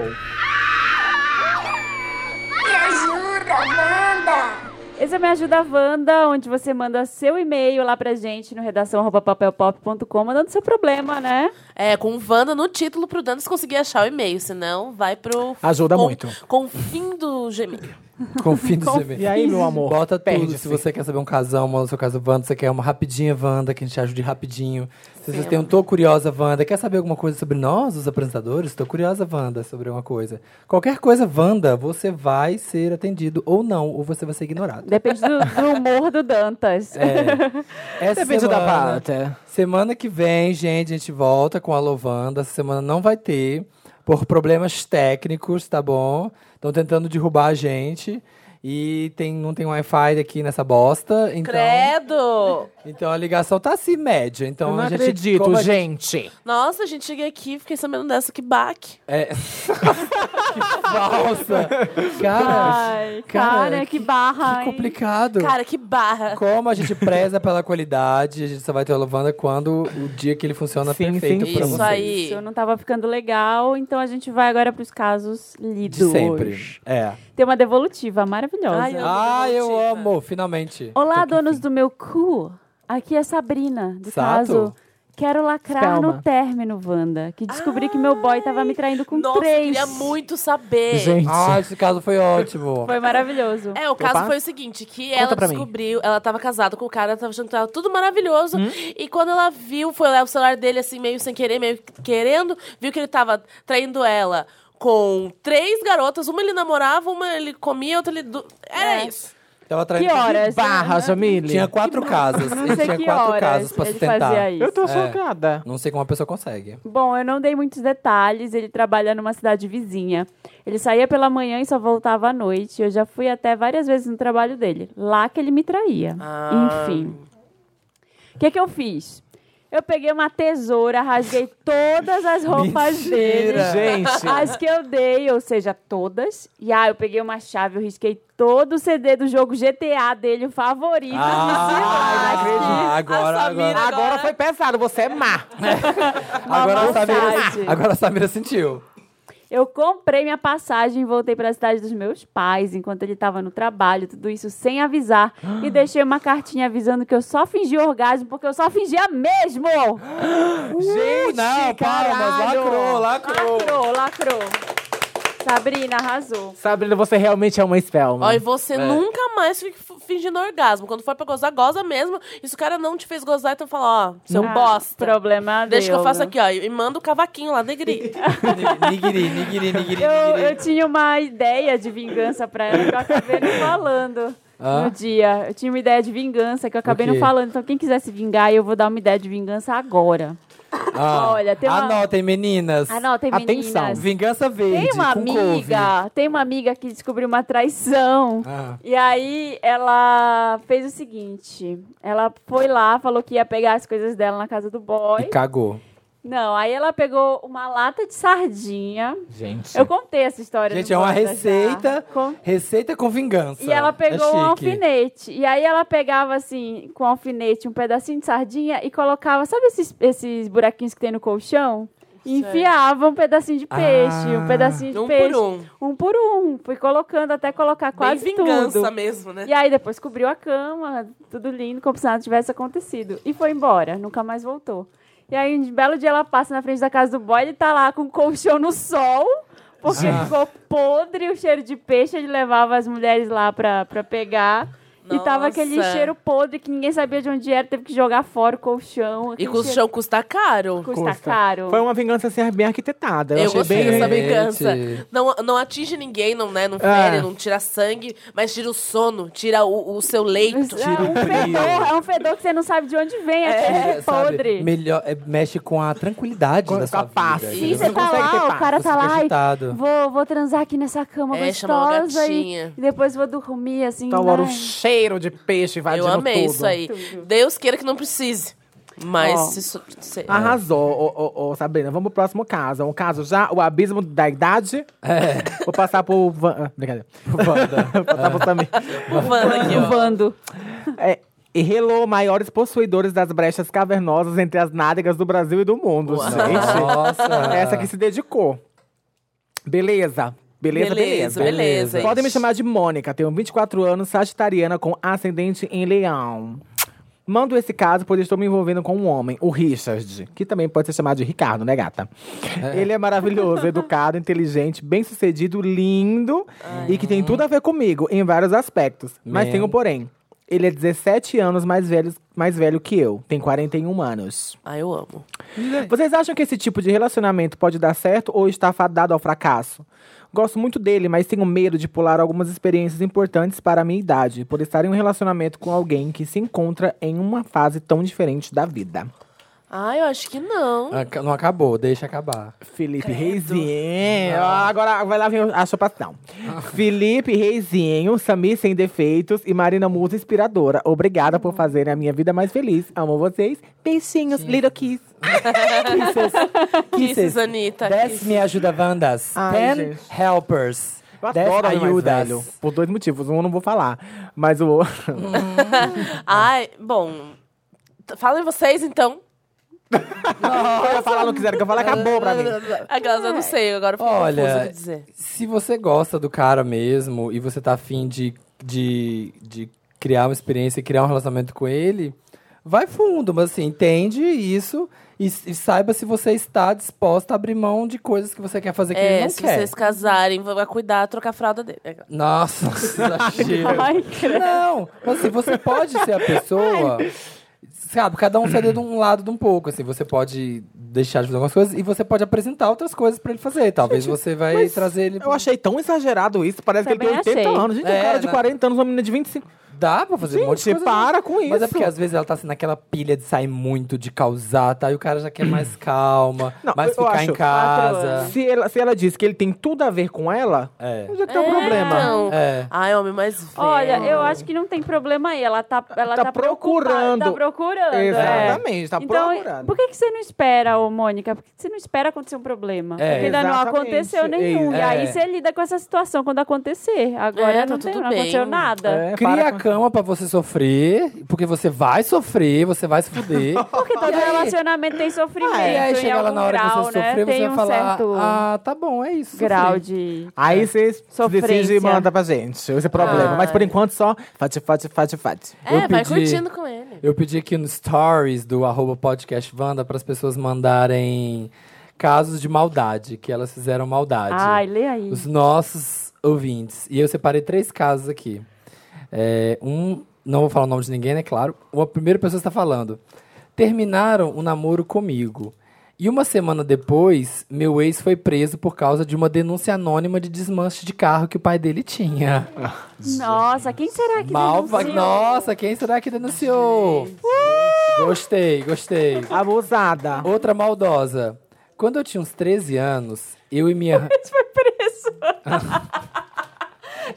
Speaker 7: Me ajuda, Wanda!
Speaker 1: Esse é o Me Ajuda Wanda, onde você manda seu e-mail lá pra gente no redação.papelpop.com, mandando seu problema, né?
Speaker 4: É, com Wanda no título pro Dantas conseguir achar o e-mail, senão vai pro.
Speaker 3: Ajuda
Speaker 4: com-
Speaker 3: muito.
Speaker 4: Com o fim do Gmail.
Speaker 2: Confie no seu
Speaker 3: E aí, meu amor? assim.
Speaker 2: Bota tudo.
Speaker 3: Perde-se.
Speaker 2: Se você quer saber um casal, manda no seu caso Wanda. Você quer uma rapidinha, Wanda, que a gente ajude rapidinho. Se você tem um Tô Curiosa, Wanda, quer saber alguma coisa sobre nós, os apresentadores? Tô Curiosa, Wanda, sobre uma coisa. Qualquer coisa, Wanda, você vai ser atendido ou não, ou você vai ser ignorado.
Speaker 1: Depende do, do humor do Dantas. (laughs)
Speaker 2: É. Essa
Speaker 3: Depende da
Speaker 2: semana,
Speaker 3: pauta.
Speaker 2: Semana que vem, gente, a gente volta com a Lovanda. Essa semana não vai ter, por problemas técnicos, tá bom? Estão tentando derrubar a gente. E tem, não tem Wi-Fi aqui nessa bosta. Então,
Speaker 4: Credo!
Speaker 2: então a ligação tá assim, média. Então
Speaker 3: Eu não
Speaker 2: a gente,
Speaker 3: acredito,
Speaker 2: como a gente-
Speaker 3: gente.
Speaker 4: Nossa, gente, cheguei aqui, fiquei sabendo dessa, que baque.
Speaker 2: É.
Speaker 3: (laughs)
Speaker 2: Nossa! Cara,
Speaker 1: Ai,
Speaker 2: cara,
Speaker 1: cara, que barra.
Speaker 2: que
Speaker 1: hein?
Speaker 2: complicado.
Speaker 4: Cara, que barra.
Speaker 2: Como a gente preza pela qualidade, a gente só vai ter o Lovanda quando o dia que ele funciona
Speaker 3: Sim,
Speaker 2: perfeito
Speaker 3: sim,
Speaker 2: pra
Speaker 3: sim.
Speaker 2: vocês.
Speaker 4: Isso aí.
Speaker 1: Isso não tava ficando legal, então a gente vai agora pros casos lidos.
Speaker 2: De sempre. É.
Speaker 1: Tem uma devolutiva maravilhosa.
Speaker 4: Ai, eu-
Speaker 2: Ah, eu
Speaker 4: Devolutiva.
Speaker 2: amo, finalmente.
Speaker 1: Olá,
Speaker 2: Tô aqui.
Speaker 1: donos do meu cu. Aqui é Sabrina, do
Speaker 2: Sato?
Speaker 1: caso. Quero lacrar
Speaker 3: Spelma.
Speaker 1: no término, Wanda. Que descobri que meu boy tava me traindo com
Speaker 4: Nossa, eu
Speaker 1: três.
Speaker 4: queria muito saber.
Speaker 3: Gente.
Speaker 2: Ah, esse caso foi ótimo.
Speaker 1: Foi maravilhoso.
Speaker 4: É, o caso foi o seguinte, que ela
Speaker 3: pra mim.
Speaker 4: descobriu, ela tava casada com o cara, tava achando que tava tudo maravilhoso,
Speaker 3: Hum?
Speaker 4: e quando ela viu, foi lá o celular dele, assim, meio sem querer, meio que querendo, viu que ele tava traindo ela com três garotas, uma ele namorava, uma ele comia, outra ele... du- Era
Speaker 1: É.
Speaker 4: isso.
Speaker 2: Tava traindo.
Speaker 1: Que horas?
Speaker 3: Barra, família.
Speaker 2: Tinha quatro casas.
Speaker 1: Não
Speaker 2: Ele
Speaker 1: sei
Speaker 2: tinha
Speaker 1: que
Speaker 2: quatro
Speaker 1: horas
Speaker 2: casas pra
Speaker 1: ele
Speaker 2: se tentar.
Speaker 1: fazia isso.
Speaker 3: Eu tô
Speaker 2: É.
Speaker 3: chocada.
Speaker 2: Não sei como a pessoa consegue.
Speaker 1: Bom, eu não dei muitos detalhes, ele trabalha numa cidade vizinha. Ele saía pela manhã e só voltava à noite. Eu já fui até várias vezes no trabalho dele. Lá que ele me traía. Enfim. O que, que eu fiz? Eu peguei uma tesoura, rasguei todas as roupas dele.
Speaker 3: Gente.
Speaker 1: As que eu dei, ou seja, todas. E ah, eu peguei uma chave, eu risquei todo o CD do jogo GTA dele, o favorito.
Speaker 2: Ah,
Speaker 1: que se lasque.
Speaker 2: acredito. Agora,
Speaker 4: A
Speaker 2: agora,
Speaker 4: Samira-
Speaker 2: agora,
Speaker 3: Agora foi pesado, você é má.
Speaker 2: a
Speaker 1: vontade.
Speaker 2: Samira, agora a Samira sentiu.
Speaker 1: Eu comprei minha passagem e voltei para a cidade dos meus pais enquanto ele estava no trabalho, tudo isso sem avisar. e deixei uma cartinha avisando que eu só fingi orgasmo porque eu só fingia mesmo.
Speaker 2: Gente, não, para, mas
Speaker 3: caralho.
Speaker 2: lacrou, lacrou.
Speaker 1: Lacrou, lacrou. Sabrina arrasou.
Speaker 3: Sabrina, você realmente é uma
Speaker 4: Ó,
Speaker 3: espelma.
Speaker 4: e você nunca mais fica f- fingindo orgasmo. Quando for pra gozar, goza mesmo. E se o cara não te fez gozar, então fala, ó, seu
Speaker 1: Ah,
Speaker 4: bosta.
Speaker 1: Problema
Speaker 4: Deixa que eu
Speaker 1: deu,
Speaker 4: faço
Speaker 1: né?
Speaker 4: aqui, ó, e manda o cavaquinho lá, negri.
Speaker 1: (laughs)
Speaker 2: Ni- Nigiri, nigiri, nigiri,
Speaker 1: Eu, eu
Speaker 2: nigiri.
Speaker 1: tinha uma ideia de vingança pra ela que eu acabei não falando
Speaker 2: Ah?
Speaker 1: no dia. Eu tinha uma ideia de vingança que eu acabei
Speaker 2: quê?
Speaker 1: não falando. Então, quem quiser se vingar, eu vou dar uma ideia de vingança agora.
Speaker 2: Ah,
Speaker 1: Olha, tem uma-
Speaker 2: Anotem, meninas.
Speaker 1: Anotem, meninas.
Speaker 3: Atenção,
Speaker 2: Vingança verde
Speaker 1: Tem uma
Speaker 2: com couve.
Speaker 1: amiga, tem uma amiga que descobriu uma traição.
Speaker 2: Ah.
Speaker 1: E aí ela fez o seguinte: ela foi lá, falou que ia pegar as coisas dela na casa do
Speaker 2: E
Speaker 1: boy.
Speaker 2: cagou.
Speaker 1: Não, aí ela pegou uma lata de sardinha.
Speaker 2: Gente.
Speaker 1: Eu contei essa história.
Speaker 2: Gente,
Speaker 1: no
Speaker 2: é uma
Speaker 1: Bota já.
Speaker 2: receita.
Speaker 1: Com-
Speaker 2: Receita com vingança.
Speaker 1: E ela pegou um
Speaker 2: é chique.
Speaker 1: alfinete. E aí ela pegava, assim, com alfinete, um pedacinho de sardinha e colocava, sabe esses, esses buraquinhos que tem no colchão? E enfiava um pedacinho de peixe,
Speaker 2: Ah.
Speaker 1: um pedacinho de
Speaker 4: Um
Speaker 1: peixe.
Speaker 4: por um.
Speaker 1: Um por um. Fui colocando até colocar quase
Speaker 4: Bem vingança
Speaker 1: tudo.
Speaker 4: mesmo, né?
Speaker 1: E aí depois cobriu a cama, tudo lindo, como se nada tivesse acontecido. E foi embora, nunca mais voltou. E aí, um belo dia, ela passa na frente da casa do boy, ele tá lá com o colchão no sol, porque
Speaker 3: Ah.
Speaker 1: ficou podre o cheiro de peixe, ele levava as mulheres lá pra, pra pegar. E tava
Speaker 4: Nossa.
Speaker 1: aquele cheiro podre que ninguém sabia de onde era, teve que jogar fora o colchão.
Speaker 4: E
Speaker 1: aquele
Speaker 4: com o
Speaker 1: cheiro
Speaker 4: chão custa caro.
Speaker 1: custa,
Speaker 3: custa.
Speaker 1: caro.
Speaker 3: Foi uma vingança assim, bem arquitetada. Eu,
Speaker 4: Eu
Speaker 3: achei
Speaker 4: gostei
Speaker 3: bem... Tá
Speaker 4: dessa
Speaker 2: Gente.
Speaker 4: vingança. Não, não atinge ninguém, não, né? Não
Speaker 3: É.
Speaker 4: fere, não tira sangue, mas tira o sono, tira o, o seu leito.
Speaker 1: é um fedor, é um fedor que você não sabe de onde vem, é,
Speaker 2: É, sabe,
Speaker 1: podre.
Speaker 2: Melhor, é, mexe com a tranquilidade
Speaker 3: Com-
Speaker 2: da
Speaker 3: com
Speaker 2: sua
Speaker 3: a paz.
Speaker 2: vida,
Speaker 1: Sim,
Speaker 2: entendeu?
Speaker 1: você
Speaker 3: não
Speaker 1: tá
Speaker 3: consegue ter
Speaker 1: lá, o
Speaker 3: paz,
Speaker 1: cara
Speaker 2: você
Speaker 1: tá
Speaker 2: fica
Speaker 1: lá
Speaker 2: agitado.
Speaker 1: e vou, vou transar aqui nessa cama
Speaker 4: É, chamou a
Speaker 1: gostosa e,
Speaker 4: gatinha.
Speaker 1: e depois vou dormir, assim.
Speaker 3: Então, agora o
Speaker 1: ai.
Speaker 3: cheiro de peixe invadindo
Speaker 4: Eu amei
Speaker 3: tudo.
Speaker 4: isso aí. Deus queira que não precise. Mas
Speaker 1: Ó.
Speaker 4: se, isso- se-
Speaker 1: Ah.
Speaker 4: (laughs)
Speaker 3: Arrasou, ô, ô, ô, Sabrina. Vamos pro próximo caso. Um caso já, o abismo da idade.
Speaker 2: É,
Speaker 3: Vou passar pro... Van... ah, Brincadeira. (laughs) Vou passar pro Samir.
Speaker 4: o Wanda aqui, ó.
Speaker 1: Vando.
Speaker 3: É, e relou maiores possuidores das brechas cavernosas entre as nádegas do Brasil e do mundo, gente.
Speaker 2: Nossa.
Speaker 3: Essa que se dedicou. Beleza. Beleza, beleza.
Speaker 4: Beleza, beleza.
Speaker 3: Podem me
Speaker 4: gente.
Speaker 3: chamar de Mônica. Tenho 24 anos, sagitariana com ascendente em leão. Mando esse caso, pois estou me envolvendo com um homem, o Richard, que também pode ser chamado de Ricardo, né, gata? Ele é maravilhoso, educado, inteligente, bem-sucedido, lindo e que tem tudo a ver comigo em vários aspectos. Mas
Speaker 2: Man.
Speaker 3: tem um porém. Ele é 17 anos mais velho, mais velho que eu, tem 41 anos.
Speaker 4: Ah, eu amo.
Speaker 3: Vocês acham que esse tipo de relacionamento pode dar certo ou está fadado ao fracasso? Gosto muito dele, mas tenho medo de pular algumas experiências importantes para a minha idade, por estar em um relacionamento com alguém que se encontra em uma fase tão diferente da vida.
Speaker 4: Ah, eu acho que não.
Speaker 2: Aca- Não acabou, deixa acabar.
Speaker 3: Felipe Reizinho. Ah, Agora vai lá vir a chupação. Felipe Reizinho, Samir Sem Defeitos e Marina Musa Inspiradora. Obrigada por fazerem a minha vida mais feliz. Amo vocês. Beijinhos, Little Kiss.
Speaker 4: Kisses, Anitta.
Speaker 2: Dez
Speaker 4: kisses.
Speaker 2: me ajuda, Vandas.
Speaker 3: Ai,
Speaker 2: Ten
Speaker 3: gente.
Speaker 2: helpers.
Speaker 3: Eu
Speaker 2: Dez
Speaker 3: adoro homem mais
Speaker 2: ajudas.
Speaker 3: velho, Por dois motivos. Um eu não vou falar.
Speaker 1: (laughs)
Speaker 3: Mas o (laughs) outro.
Speaker 4: Ai, bom. t- Falem vocês, então.
Speaker 3: eu ia falar, não quiseram que eu fale, acabou pra mim.
Speaker 4: Aquelas, eu não sei, agora eu fico
Speaker 2: Olha,
Speaker 4: confusa o que dizer.
Speaker 2: Se você gosta do cara mesmo e você tá afim de, de, de criar uma experiência e criar um relacionamento com ele, vai fundo, mas assim, entende isso e, e saiba se você está disposta a abrir mão de coisas que você quer fazer que ele
Speaker 4: É,
Speaker 2: não
Speaker 4: se
Speaker 2: quer.
Speaker 4: vocês casarem, vai cuidar, trocar a fralda dele. É,
Speaker 2: Nossa, que exagero.
Speaker 1: Ai, (laughs) credo.
Speaker 2: Não, mas assim, você pode ser a pessoa. Sabe, cada um ceder de um lado de um pouco, assim, você pode deixar de fazer algumas coisas e você pode apresentar outras coisas pra ele fazer. Talvez você vai trazer ele.
Speaker 3: Eu achei tão exagerado isso. Parece que ele
Speaker 1: Também
Speaker 3: tem 80
Speaker 1: achei.
Speaker 3: anos. Gente,
Speaker 2: É,
Speaker 3: um cara de
Speaker 2: né?
Speaker 3: 40 anos, uma menina de 25.
Speaker 2: Dá pra fazer um monte de
Speaker 3: Gente,
Speaker 2: coisa.
Speaker 3: para com
Speaker 2: Mas é
Speaker 3: isso.
Speaker 2: porque às vezes ela tá assim naquela pilha de sair muito, de causar, tá? E o cara já quer
Speaker 3: (clears throat)
Speaker 2: mais calma,
Speaker 3: Não,
Speaker 2: mais
Speaker 3: eu- eu
Speaker 2: ficar
Speaker 3: acho-
Speaker 2: em casa.
Speaker 1: anos.
Speaker 3: Se ela, se ela diz que ele tem tudo a ver com ela,
Speaker 2: É.
Speaker 3: já tem um problema.
Speaker 4: Então,
Speaker 2: É.
Speaker 4: ai, homem mais velho.
Speaker 1: Olha, eu acho que não tem problema aí. Ela tá, ela
Speaker 3: Tá
Speaker 1: tá,
Speaker 3: procurando.
Speaker 1: preocupada, Tá procurando. é.
Speaker 3: Exatamente, tá
Speaker 1: então,
Speaker 3: procurando.
Speaker 1: por que, que você não espera, ô Mônica? Por que você não espera acontecer um problema?
Speaker 2: É,
Speaker 1: Porque ainda não
Speaker 3: exatamente.
Speaker 1: aconteceu nenhum.
Speaker 2: É.
Speaker 1: E aí você lida com essa situação quando acontecer. Agora
Speaker 4: É, tá
Speaker 1: não, tem,
Speaker 4: tudo
Speaker 1: não aconteceu
Speaker 4: bem.
Speaker 1: nada.
Speaker 3: É,
Speaker 2: Cria
Speaker 3: para
Speaker 2: a
Speaker 3: com-
Speaker 2: cama pra você sofrer, porque você vai sofrer, você vai se fuder.
Speaker 3: (laughs)
Speaker 1: Porque todo relacionamento tem sofrimento.
Speaker 2: e Ah, é. aí
Speaker 1: em
Speaker 2: chega lá
Speaker 1: algum
Speaker 2: na hora
Speaker 1: grau,
Speaker 2: que você
Speaker 1: né?
Speaker 2: sofrer, você
Speaker 1: tem
Speaker 2: vai
Speaker 1: um
Speaker 2: falar,
Speaker 1: certo
Speaker 2: ah, tá bom, é isso.
Speaker 1: grau
Speaker 2: sofri."
Speaker 1: de.
Speaker 3: Aí vocês decidem e
Speaker 1: Sofrência.
Speaker 3: manda pra gente esse problema.
Speaker 4: Ai.
Speaker 3: Mas por enquanto só fate, fate, fate, fate.
Speaker 4: É,
Speaker 2: eu
Speaker 4: vai
Speaker 2: pedi-
Speaker 4: curtindo com ele.
Speaker 2: Eu pedi aqui no stories do arroba podcast Wanda para as pessoas mandarem casos de maldade, que elas fizeram maldade.
Speaker 1: Ai, lê aí.
Speaker 2: Os nossos ouvintes. E eu separei três casos aqui. É, um, não vou falar o nome de ninguém, né? Claro. Uma primeira pessoa está falando. Terminaram o namoro comigo. E uma semana depois, meu ex foi preso por causa de uma denúncia anônima de desmanche de carro que o pai dele tinha.
Speaker 1: Nossa, quem será que
Speaker 2: Malva,
Speaker 1: denunciou?
Speaker 2: nossa, quem será que denunciou? Uh! Gostei, gostei.
Speaker 3: Abusada.
Speaker 2: Outra maldosa. Quando eu tinha uns 13 anos, eu e minha.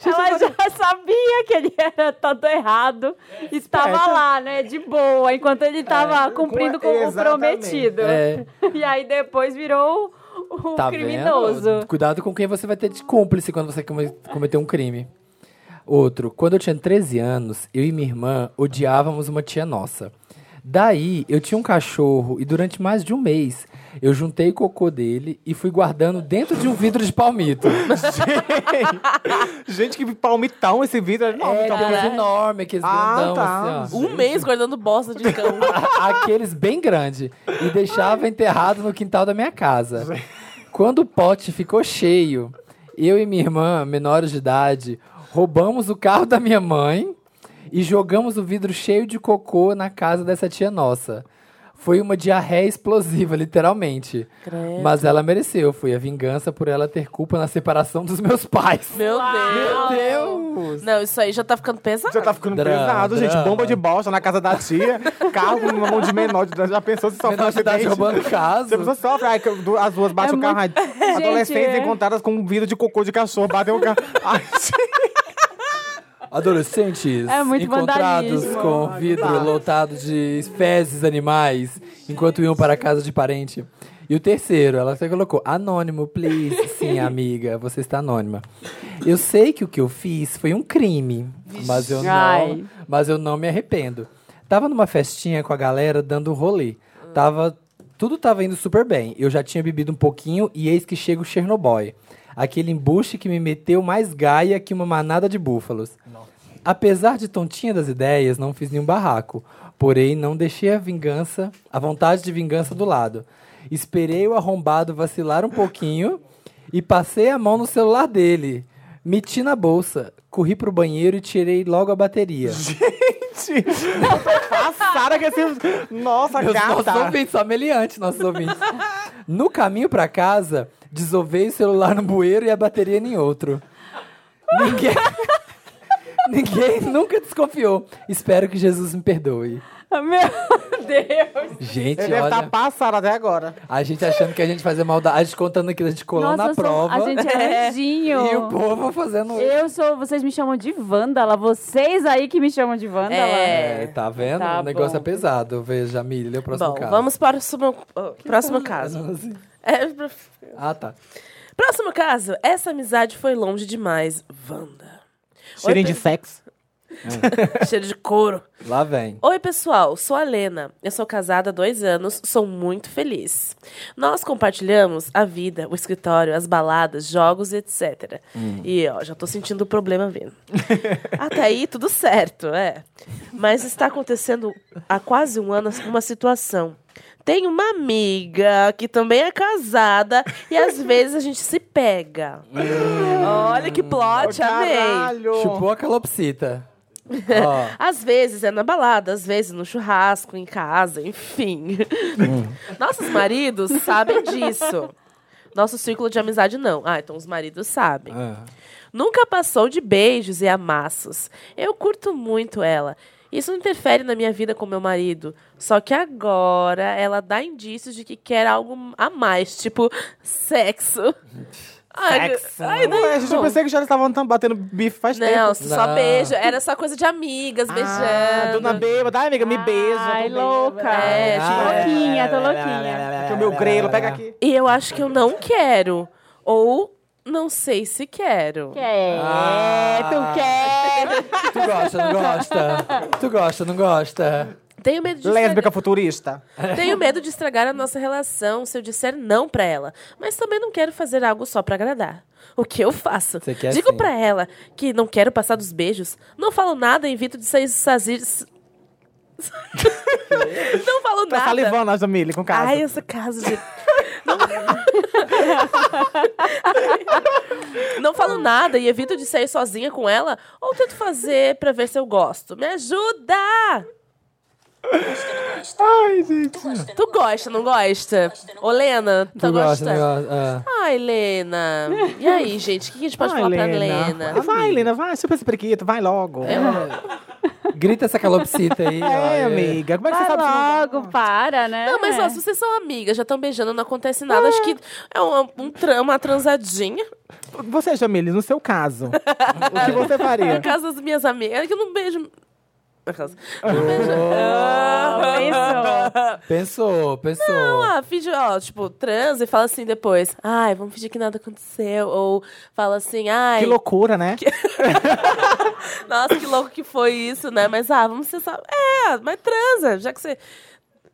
Speaker 1: Ela já sabia. sabia que ele era todo errado
Speaker 2: É
Speaker 1: e estava lá, né, de boa, enquanto ele estava cumprindo com o
Speaker 3: exatamente.
Speaker 1: prometido.
Speaker 2: É.
Speaker 1: E aí depois virou o
Speaker 2: Tá
Speaker 1: Um criminoso.
Speaker 2: vendo? Cuidado com quem você vai ter de cúmplice quando você come- cometer um crime. Outro, quando eu tinha 13 anos, eu e minha irmã odiávamos uma tia nossa. Daí, eu tinha um cachorro e durante mais de um mês, eu juntei cocô dele e fui guardando dentro de um vidro de palmito.
Speaker 3: Gente, que palmitão esse vidro. Não,
Speaker 2: é,
Speaker 3: então-
Speaker 2: aqueles enormes, aqueles
Speaker 3: Ah,
Speaker 2: grandão,
Speaker 3: tá.
Speaker 2: assim, ó.
Speaker 4: Um mês guardando bosta de cão.
Speaker 2: (laughs) aqueles bem grande e deixava enterrado no quintal da minha casa. Quando o pote ficou cheio, eu e minha irmã, menores de idade, roubamos o carro da minha mãe e jogamos o vidro cheio de cocô na casa dessa tia nossa. Foi uma diarreia explosiva, literalmente. Mas ela mereceu. Foi a vingança por ela ter culpa na separação dos meus pais.
Speaker 4: Meu Deus.
Speaker 2: Deus!
Speaker 4: Não, isso aí já tá ficando pesado.
Speaker 3: Já tá ficando
Speaker 2: Drama,
Speaker 3: pesado, gente.
Speaker 2: drama.
Speaker 3: Bomba de bosta na casa da tia. Carro na mão de menor. de idade. Já pensou se sofre um
Speaker 2: Menor de idade
Speaker 3: acidente?
Speaker 2: roubando casa.
Speaker 3: Você pessoa sofre. Ai, que du- as duas batem
Speaker 1: É
Speaker 3: o carro. ai,
Speaker 4: (laughs)
Speaker 3: Adolescentes
Speaker 1: é.
Speaker 3: encontradas com um vidro de cocô de cachorro. Batem o carro. (laughs) Ai, gente.
Speaker 2: Adolescentes
Speaker 1: É muito
Speaker 2: encontrados
Speaker 1: vandalismo.
Speaker 2: com vidro lotado de fezes animais enquanto iam para a casa de parente. E o terceiro, ela até colocou, anônimo,
Speaker 1: (laughs)
Speaker 2: please. Sim, amiga, você está anônima. Eu sei que o que eu fiz foi um crime, mas eu
Speaker 1: Ai.
Speaker 2: não, mas eu não me arrependo. Tava numa festinha com a galera dando um rolê. Tava tudo tava indo super bem. Eu já tinha bebido um pouquinho e eis que chega o Chernobyl. Aquele embuste que me meteu mais gaia que uma manada de búfalos. Apesar de tontinha das ideias, não fiz nenhum barraco. Porém, não deixei a vingança, a vontade de vingança do lado. Esperei o arrombado vacilar um pouquinho e passei a mão no celular dele. Meti na bolsa, corri pro banheiro e tirei logo a bateria.
Speaker 3: Passada que é esse... Nossa, (laughs)
Speaker 2: Meus nossos
Speaker 3: gata.
Speaker 2: ouvintes, só meliante, nossos ouvintes. No caminho pra casa, desovei o celular no bueiro e a bateria em outro. Ninguém. (laughs) Ninguém nunca desconfiou. Espero que Jesus me perdoe.
Speaker 1: (laughs) Meu Deus.
Speaker 2: Gente,
Speaker 3: Ele tá- deve
Speaker 2: olha,
Speaker 3: estar passado até agora.
Speaker 2: a gente achando que a gente fazia maldade, a gente contando aquilo, a gente
Speaker 1: Nossa,
Speaker 2: colou na
Speaker 1: eu sou-
Speaker 2: prova.
Speaker 1: a gente é anjinho.
Speaker 2: (laughs) E o povo fazendo.
Speaker 1: Eu sou, vocês me chamam de Vândala, vocês aí que me chamam de Vândala.
Speaker 4: É.
Speaker 2: É, tá vendo?
Speaker 1: Tá
Speaker 2: o negócio
Speaker 1: bom.
Speaker 2: é pesado. Veja, Mili, lê o próximo
Speaker 4: Bom,
Speaker 2: caso.
Speaker 4: vamos para o sumo- ó, próximo caso. É, pro-
Speaker 2: (laughs) Ah, tá.
Speaker 4: próximo caso. Essa amizade foi longe demais, Wanda.
Speaker 3: Cheirinho
Speaker 4: pe-
Speaker 3: de sexo.
Speaker 4: Cheiro de couro.
Speaker 2: Lá vem.
Speaker 4: Oi, pessoal, sou a Lena. Eu sou casada há dois anos, sou muito feliz. Nós compartilhamos a vida, o escritório, as baladas, jogos, etc. E ó, já tô sentindo o problema vindo. Até aí, tudo certo, é. Mas está acontecendo há quase um ano uma situação. Tem uma amiga que também é casada e às vezes a gente se pega. Olha que plot, Ah, amei.
Speaker 2: Chupou a calopsita. Ó.
Speaker 4: Às vezes é na balada, às vezes no churrasco, em casa, enfim.
Speaker 2: Hum.
Speaker 4: Nossos maridos sabem disso. Nosso círculo de amizade não. Ah, então os maridos sabem.
Speaker 2: Ah.
Speaker 4: Nunca passou de beijos e amassos. Eu curto muito ela. Isso não interfere na minha vida com meu marido. Só que agora ela dá indícios de que quer algo a mais, tipo sexo. Ai,
Speaker 3: Sexo.
Speaker 4: ai, não.
Speaker 3: Ué, gente, eu pensei que já estavam tam- batendo bife faz tempo.
Speaker 4: Não, só
Speaker 2: Não.
Speaker 4: beijo. Era só coisa de amigas,
Speaker 3: Ah,
Speaker 4: beijando.
Speaker 3: dona bêbada. Ai, amiga, me beija.
Speaker 1: Ai,
Speaker 3: tô bêbada.
Speaker 1: louca.
Speaker 4: É,
Speaker 1: tô
Speaker 4: tipo-
Speaker 1: louquinha, tô
Speaker 2: é,
Speaker 1: louquinha.
Speaker 3: Aqui é o meu grelo, pega aqui.
Speaker 4: E eu acho que eu não quero. Ou não sei se quero.
Speaker 1: Quer,
Speaker 2: Ah.
Speaker 1: tu quer.
Speaker 2: Tu gosta, não gosta? Tu gosta, não gosta?
Speaker 4: Tenho medo de
Speaker 3: Lésbica futurista.
Speaker 4: estragar- Tenho medo de estragar a nossa relação se eu disser não pra ela, mas também não quero fazer algo só pra agradar. O que eu faço?
Speaker 2: Você quer
Speaker 4: Digo
Speaker 2: sim.
Speaker 4: pra ela que não quero passar dos beijos, não falo nada, invito de sair (laughs) sair- Não falo
Speaker 3: Tá
Speaker 4: nada.
Speaker 3: salivando a Jamile com casa.
Speaker 4: Ai, essa casa de. (laughs) Não... Não falo nada e evito de sair sozinha com ela ou tento fazer pra ver se eu gosto. Me ajuda!
Speaker 3: Ai, gente.
Speaker 4: Tu gosta, não gosta? Ô, Lena, tá
Speaker 2: tu gosta,
Speaker 4: gostando?
Speaker 2: não gosta? Ah.
Speaker 4: Ai, Lena. E aí, gente, o que a gente pode falar pra Lena?
Speaker 3: Vai, Lena, vai. Super esse periquito, vai logo.
Speaker 2: Ah, Grita essa calopsita aí.
Speaker 3: É,
Speaker 2: ó,
Speaker 3: amiga. Como é que você
Speaker 1: Vai
Speaker 3: sabe? se não-
Speaker 1: logo, para, né?
Speaker 4: Não, mas ó, se vocês são amigas, já estão beijando, não acontece nada. Acho que é um, um tra- uma transadinha.
Speaker 3: Você, Jamile, no seu caso, o que você
Speaker 4: No
Speaker 3: faria?
Speaker 4: caso das minhas amigas, é que eu não beijo. No caso.
Speaker 2: Oh.
Speaker 1: Ah, pensou.
Speaker 2: Pensou, pensou.
Speaker 4: Sei lá, finge, ó, tipo, trans e fala assim depois. Ai, vamos fingir que nada aconteceu. Ou fala assim, (laughs) ai,
Speaker 3: Que loucura, né?
Speaker 4: nossa, que louco que foi isso, né? Mas ah, vamos ser só. É, mas transa, já que você.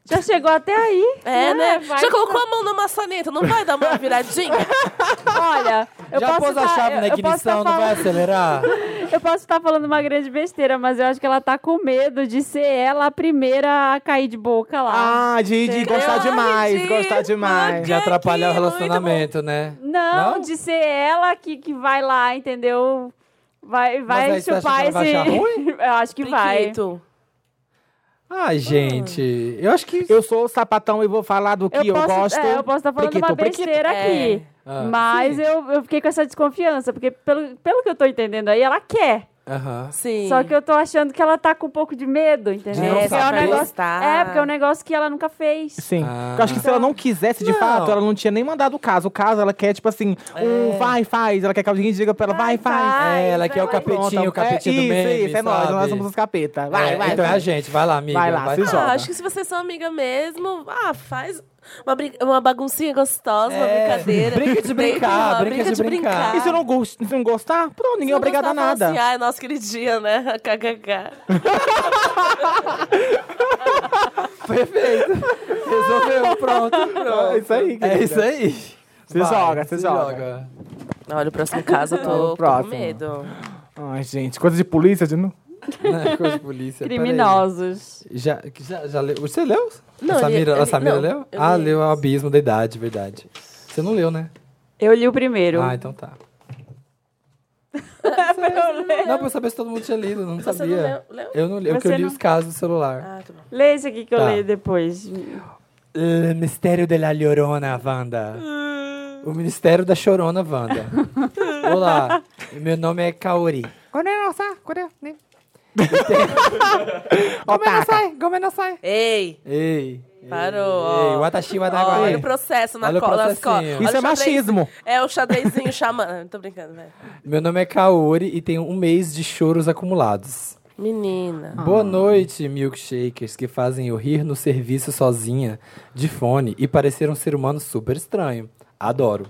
Speaker 1: Já chegou até aí.
Speaker 4: É, né?
Speaker 1: Vai
Speaker 4: Já
Speaker 1: que-
Speaker 4: colocou a mão na maçaneta, não vai dar uma viradinha?
Speaker 1: Olha, eu
Speaker 2: Já
Speaker 1: posso
Speaker 2: pôs a
Speaker 1: tá-
Speaker 2: chave
Speaker 1: eu-
Speaker 2: na
Speaker 1: eu posso tá
Speaker 2: ignição, não vai
Speaker 1: falando-
Speaker 2: acelerar?
Speaker 1: Eu posso estar falando uma grande besteira, mas eu acho que ela tá com medo de ser ela a primeira a cair de boca lá.
Speaker 3: Ah, de, de gostar
Speaker 4: Ai,
Speaker 3: demais,
Speaker 4: gente,
Speaker 3: gostar demais.
Speaker 2: De atrapalhar o
Speaker 4: Muito bom.
Speaker 2: relacionamento, né?
Speaker 1: Não,
Speaker 2: Não?
Speaker 1: de ser ela que, que vai lá, entendeu? Vai, vai
Speaker 2: aí você acha
Speaker 1: chupar
Speaker 2: que ela vai
Speaker 1: esse.
Speaker 2: achar
Speaker 1: (laughs) eu acho que (laughs) vai.
Speaker 4: Brinquedo.
Speaker 2: Ai, gente. Eu acho que.
Speaker 3: Eu sou sapatão e vou falar do que eu,
Speaker 1: posso,
Speaker 3: gosto.
Speaker 1: é, eu posso estar falando
Speaker 3: Priquito,
Speaker 1: uma
Speaker 3: priquito.
Speaker 1: besteira
Speaker 4: É.
Speaker 1: aqui.
Speaker 2: Ah.
Speaker 1: mas eu, eu fiquei com essa desconfiança, porque pelo, pelo que eu tô entendendo aí, ela quer.
Speaker 2: Aham.
Speaker 4: Sim.
Speaker 1: Só que eu tô achando que ela tá com um pouco de medo, entendeu?
Speaker 2: não
Speaker 1: porque é, um
Speaker 2: saber.
Speaker 1: negócio, é, porque é um negócio que ela nunca fez.
Speaker 3: Sim.
Speaker 2: Ah.
Speaker 3: Eu acho que se ela não quisesse, de
Speaker 2: Não.
Speaker 3: fato, ela não tinha nem mandado o caso. O caso, ela quer, tipo assim, um vai, faz. Ela quer que alguém diga pra ela, vai, faz.
Speaker 1: Ai,
Speaker 2: É, ela
Speaker 1: vai
Speaker 2: quer o
Speaker 1: lá.
Speaker 2: capetinho, o capetinho
Speaker 3: é,
Speaker 2: do meme,
Speaker 3: Isso, isso, é nós.
Speaker 2: sabe?
Speaker 3: Nós somos os capeta. Vai,
Speaker 2: É,
Speaker 3: vai.
Speaker 2: Então é
Speaker 3: vai.
Speaker 2: a gente, vai lá, amiga.
Speaker 3: Vai lá, se
Speaker 4: Ah,
Speaker 3: joga.
Speaker 4: acho que se vocês são amiga mesmo, ah, faz uma, brin- uma baguncinha gostosa, uma
Speaker 2: É.
Speaker 4: brincadeira.
Speaker 2: Brinca de brincar,
Speaker 4: Tem uma-
Speaker 2: brinca de brincar.
Speaker 3: E se eu não, gost... se não gostar, pronto, ninguém é obrigado a
Speaker 4: gostar, fala
Speaker 3: nada.
Speaker 4: Assim, Ai, nossa, aquele dia, né? (laughs) KKK.
Speaker 2: Perfeito. (laughs) Resolveu, pronto, pronto.
Speaker 3: É isso aí,
Speaker 2: É
Speaker 3: querida.
Speaker 2: isso aí.
Speaker 3: Se joga, se joga.
Speaker 4: Olha,
Speaker 3: (laughs)
Speaker 4: o próximo caso eu tô,
Speaker 3: O
Speaker 4: tô com
Speaker 3: próximo.
Speaker 4: medo.
Speaker 3: Ai, gente, coisa de polícia, de novo.
Speaker 2: Não, coisa de polícia. peraí.
Speaker 1: Criminosos.
Speaker 2: Já, já, já leu? Você leu?
Speaker 4: Não,
Speaker 2: a Samira,
Speaker 4: eu li-
Speaker 2: a Samira
Speaker 4: não,
Speaker 2: leu?
Speaker 4: eu
Speaker 2: Ah,
Speaker 4: li
Speaker 2: leu o Abismo da Idade, verdade. Você não leu, né?
Speaker 1: Eu li o primeiro. (laughs)
Speaker 2: Ah, então tá. Não, pra eu saber se todo mundo tinha lido, não
Speaker 4: Você
Speaker 2: sabia.
Speaker 4: não leu? leu?
Speaker 2: Eu não li, eu, que eu
Speaker 1: Você
Speaker 2: li
Speaker 1: não-
Speaker 2: os casos do celular.
Speaker 4: Ah, tá bom.
Speaker 1: Lê esse aqui que eu
Speaker 2: Tá.
Speaker 1: leio depois.
Speaker 2: O Mistério de la Llorona, Wanda. O Ministério da Chorona, Wanda. Olá, meu nome é Kaori.
Speaker 3: né? é Ó, taca.
Speaker 4: Ei,
Speaker 2: Ei.
Speaker 4: Parou,
Speaker 2: Ei,
Speaker 4: ó.
Speaker 2: Watashi
Speaker 4: ó, olha o
Speaker 2: Wadagai.
Speaker 4: processo na
Speaker 2: Olha o
Speaker 4: cola. nas
Speaker 2: processinho.
Speaker 4: colas.
Speaker 2: Isso
Speaker 3: Isso
Speaker 4: Olha o
Speaker 3: é
Speaker 4: xadrez-
Speaker 3: machismo.
Speaker 4: É o xadrezinho xamã. Tô brincando, né? velho.
Speaker 2: Meu nome é Kaori e tenho um mês de choros acumulados.
Speaker 3: (laughs)
Speaker 4: Menina.
Speaker 2: Boa noite, milkshakers que fazem eu rir no serviço sozinha, de fone, e parecer um ser humano super estranho. Adoro.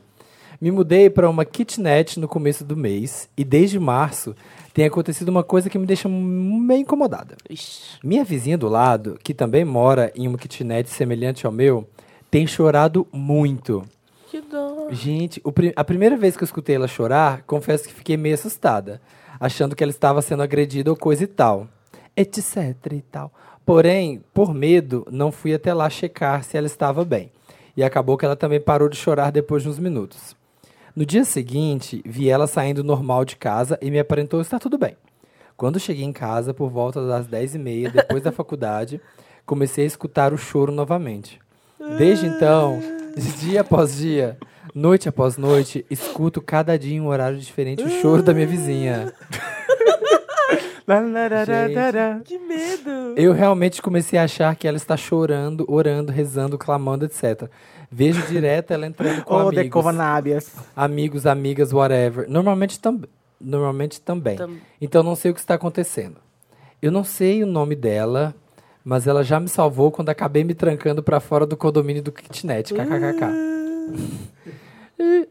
Speaker 2: Me mudei para uma kitnet no começo do mês e desde março tem acontecido uma coisa que me deixa meio incomodada.
Speaker 4: Ixi.
Speaker 2: Minha vizinha do lado, que também mora em uma kitnet semelhante ao meu, tem chorado muito.
Speaker 4: Que dó.
Speaker 2: Gente, o pri- a primeira vez que eu escutei ela chorar, confesso que fiquei meio assustada, achando que ela estava sendo agredida ou coisa e tal, etc e tal. Porém, por medo, não fui até lá checar se ela estava bem. E acabou que ela também parou de chorar depois de uns minutos. No dia seguinte, vi ela saindo normal de casa e me aparentou estar tudo bem. Quando cheguei em casa, por volta das 10h30, depois da faculdade, comecei a escutar o choro novamente. Desde então, (laughs) dia após dia, noite após noite, escuto cada dia em um horário diferente o choro da minha vizinha.
Speaker 4: Que medo.
Speaker 2: Eu realmente comecei a achar que ela está chorando, orando, rezando, clamando, etc. Vejo direto ela entrando
Speaker 3: (laughs)
Speaker 2: com
Speaker 3: Ô,
Speaker 2: amigos.
Speaker 3: decovanábias.
Speaker 2: amigos, amigas, whatever. Normalmente, tam normalmente também.
Speaker 4: Tam-
Speaker 2: Então não sei o que está acontecendo. Eu não sei o nome dela, mas ela já me salvou quando acabei me trancando pra fora do condomínio do kitnet.
Speaker 1: Ah.
Speaker 2: KKKK.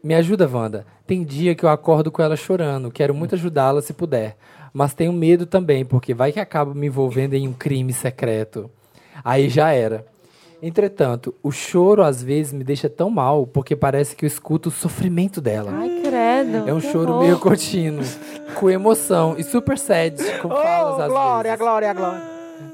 Speaker 2: me ajuda, Wanda. Tem dia que eu acordo com ela chorando. Quero muito ajudá-la se puder. Mas tenho medo também, porque vai que acabo me envolvendo em um crime secreto. Aí já era. Entretanto, o choro às vezes me deixa tão mal porque parece que eu escuto o sofrimento dela.
Speaker 1: Ai, credo.
Speaker 2: É um
Speaker 1: que
Speaker 2: choro
Speaker 1: horror.
Speaker 2: meio contínuo, com emoção e super sad, com falas
Speaker 3: Ô,
Speaker 2: às
Speaker 3: glória,
Speaker 2: vezes.
Speaker 3: glória, glória.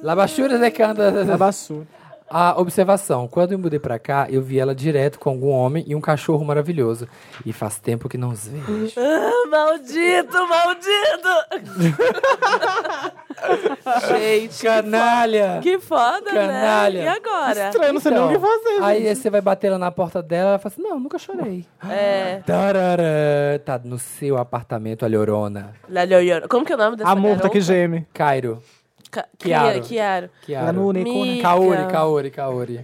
Speaker 2: Labachura de canta.
Speaker 3: Abassu.
Speaker 2: A observação, quando eu mudei pra cá, eu vi ela direto com algum homem e um cachorro maravilhoso. E faz tempo que não os vejo.
Speaker 4: Ah, maldito, maldito. (laughs) Gente,
Speaker 2: Canalha!
Speaker 4: que foda,
Speaker 2: Canalha.
Speaker 4: né? E agora?
Speaker 3: Estranho, não sei nem o que fazer.
Speaker 2: Então, aí você vai bater lá na porta dela e fala assim, não, nunca chorei.
Speaker 4: É.
Speaker 2: Tarará, tá no seu apartamento, a Llorona.
Speaker 4: La Llorona. Como que é o nome dessa
Speaker 3: Amor tá
Speaker 4: garota?
Speaker 3: que geme.
Speaker 2: Cairo.
Speaker 4: Ca-
Speaker 2: Chiaro.
Speaker 4: Kia- Chiaro.
Speaker 2: Kiara.
Speaker 3: Ela é né? no
Speaker 4: Mi-
Speaker 3: unicórnio.
Speaker 2: Kaori,
Speaker 4: Fica.
Speaker 2: Kaori, Kaori.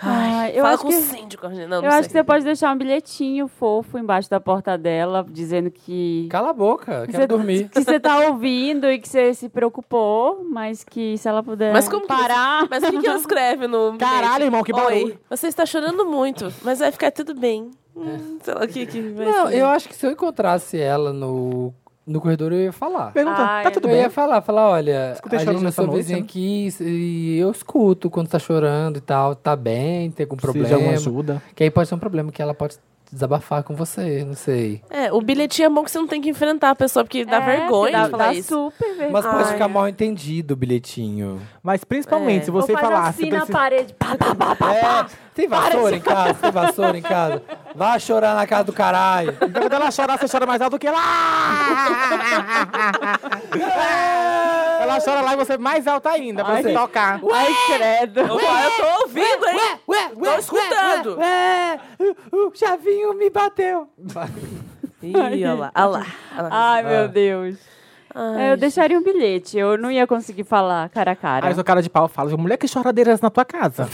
Speaker 1: Ai, eu
Speaker 4: Fala
Speaker 1: acho
Speaker 4: com
Speaker 1: que...
Speaker 4: o síndico. Não, não
Speaker 1: Eu
Speaker 4: sei.
Speaker 1: acho que você pode deixar um bilhetinho fofo embaixo da porta dela, dizendo que.
Speaker 2: Cala a boca, quero
Speaker 1: Você-
Speaker 2: dormir.
Speaker 1: Que você tá ouvindo e que você se preocupou, mas que se ela puder
Speaker 4: Mas como que
Speaker 1: parar.
Speaker 4: Mas o que, que ela escreve no bilhete?
Speaker 3: Caralho, irmão, que
Speaker 4: Oi,
Speaker 3: barulho.
Speaker 4: você está chorando muito, mas vai ficar tudo bem. Hum, sei lá o que que vai
Speaker 2: Não,
Speaker 4: ser.
Speaker 2: eu acho que se eu encontrasse ela no, no corredor, eu ia falar.
Speaker 3: Pergunta,
Speaker 1: Ai,
Speaker 3: tá tudo
Speaker 2: Eu
Speaker 3: bem?
Speaker 2: ia falar, falar, olha,
Speaker 3: Escutei
Speaker 2: a
Speaker 3: chorando
Speaker 2: gente é
Speaker 3: nessa
Speaker 2: sua
Speaker 3: noite,
Speaker 2: vizinha
Speaker 3: né?
Speaker 2: aqui e eu escuto quando tá chorando e tal, tá bem, tem algum problema.
Speaker 3: Precisa de alguma ajuda.
Speaker 2: Que aí pode ser um problema que ela pode desabafar com você, não sei.
Speaker 4: É, o bilhetinho é bom que você não tem que enfrentar a pessoa, porque dá
Speaker 1: É,
Speaker 4: vergonha
Speaker 1: dá,
Speaker 4: de falar
Speaker 1: dá
Speaker 4: isso.
Speaker 1: super vergonha.
Speaker 2: Mas pode
Speaker 4: Ai,
Speaker 2: ficar
Speaker 4: é.
Speaker 2: mal entendido o bilhetinho.
Speaker 3: Mas principalmente,
Speaker 4: É.
Speaker 3: se
Speaker 1: Ou
Speaker 3: você
Speaker 1: faz
Speaker 3: falar...
Speaker 1: assim
Speaker 3: se
Speaker 1: na
Speaker 3: precisa-
Speaker 1: parede. Pá, pá, pá, pá.
Speaker 2: É, tem vassoura em casa, tem vassoura em casa. Vai chorar na casa do caralho.
Speaker 3: Então, Quando ela chorar, você chora mais alto do que (laughs) ela. ela chora lá e você mais alto ainda, pra você tocar.
Speaker 1: Ai, credo.
Speaker 4: Opa, eu tô ouvindo, hein?
Speaker 3: ué,
Speaker 4: ué, escutando.
Speaker 3: Ué, ué, o, o chavinho me bateu.
Speaker 4: Ih, olha lá, olha lá. olha lá.
Speaker 1: Ai,
Speaker 2: Ah.
Speaker 1: meu Deus.
Speaker 4: Ai,
Speaker 1: É, Eu deixaria um bilhete. Eu não ia conseguir falar cara a cara.
Speaker 3: Aí o cara de pau fala, mulher que choradeiras na tua casa.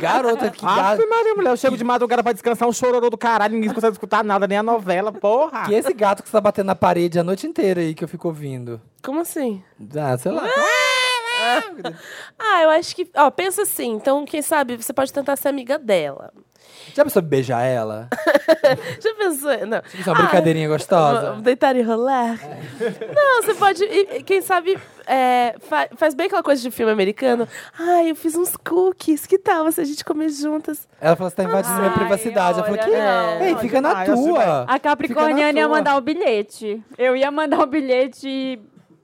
Speaker 2: Garota que
Speaker 3: Ah,
Speaker 2: gato.
Speaker 3: Maria, mulher, eu chego de madrugada pra descansar, um chororô do caralho, ninguém consegue escutar nada, nem a novela, porra.
Speaker 2: Que esse gato que você tá batendo na parede a noite inteira aí que eu fico ouvindo.
Speaker 4: Como assim?
Speaker 2: Ah, sei lá.
Speaker 4: Ah, eu acho que. Ó, pensa assim. Então, quem sabe você pode tentar ser amiga dela.
Speaker 2: Já pensou em beijar ela?
Speaker 4: Já pensou? Não.
Speaker 2: Isso é uma brincadeirinha gostosa.
Speaker 4: Vamos Deitar e rolar? Não, você pode. e- e Quem sabe é, fa- faz bem aquela coisa de filme americano. Ai, eu fiz uns cookies. Que tal se a gente comer juntas?
Speaker 2: Ela falou, você tá invadindo minha
Speaker 1: Ai,
Speaker 2: privacidade. Ela falou,
Speaker 1: olha,
Speaker 2: que...
Speaker 3: né?
Speaker 1: não,
Speaker 2: Ei,
Speaker 1: não,
Speaker 2: fica na
Speaker 3: demais,
Speaker 2: tua.
Speaker 1: A Capricorniana
Speaker 3: Fica na
Speaker 1: ia
Speaker 3: tua.
Speaker 1: mandar o bilhete. Eu ia mandar o bilhete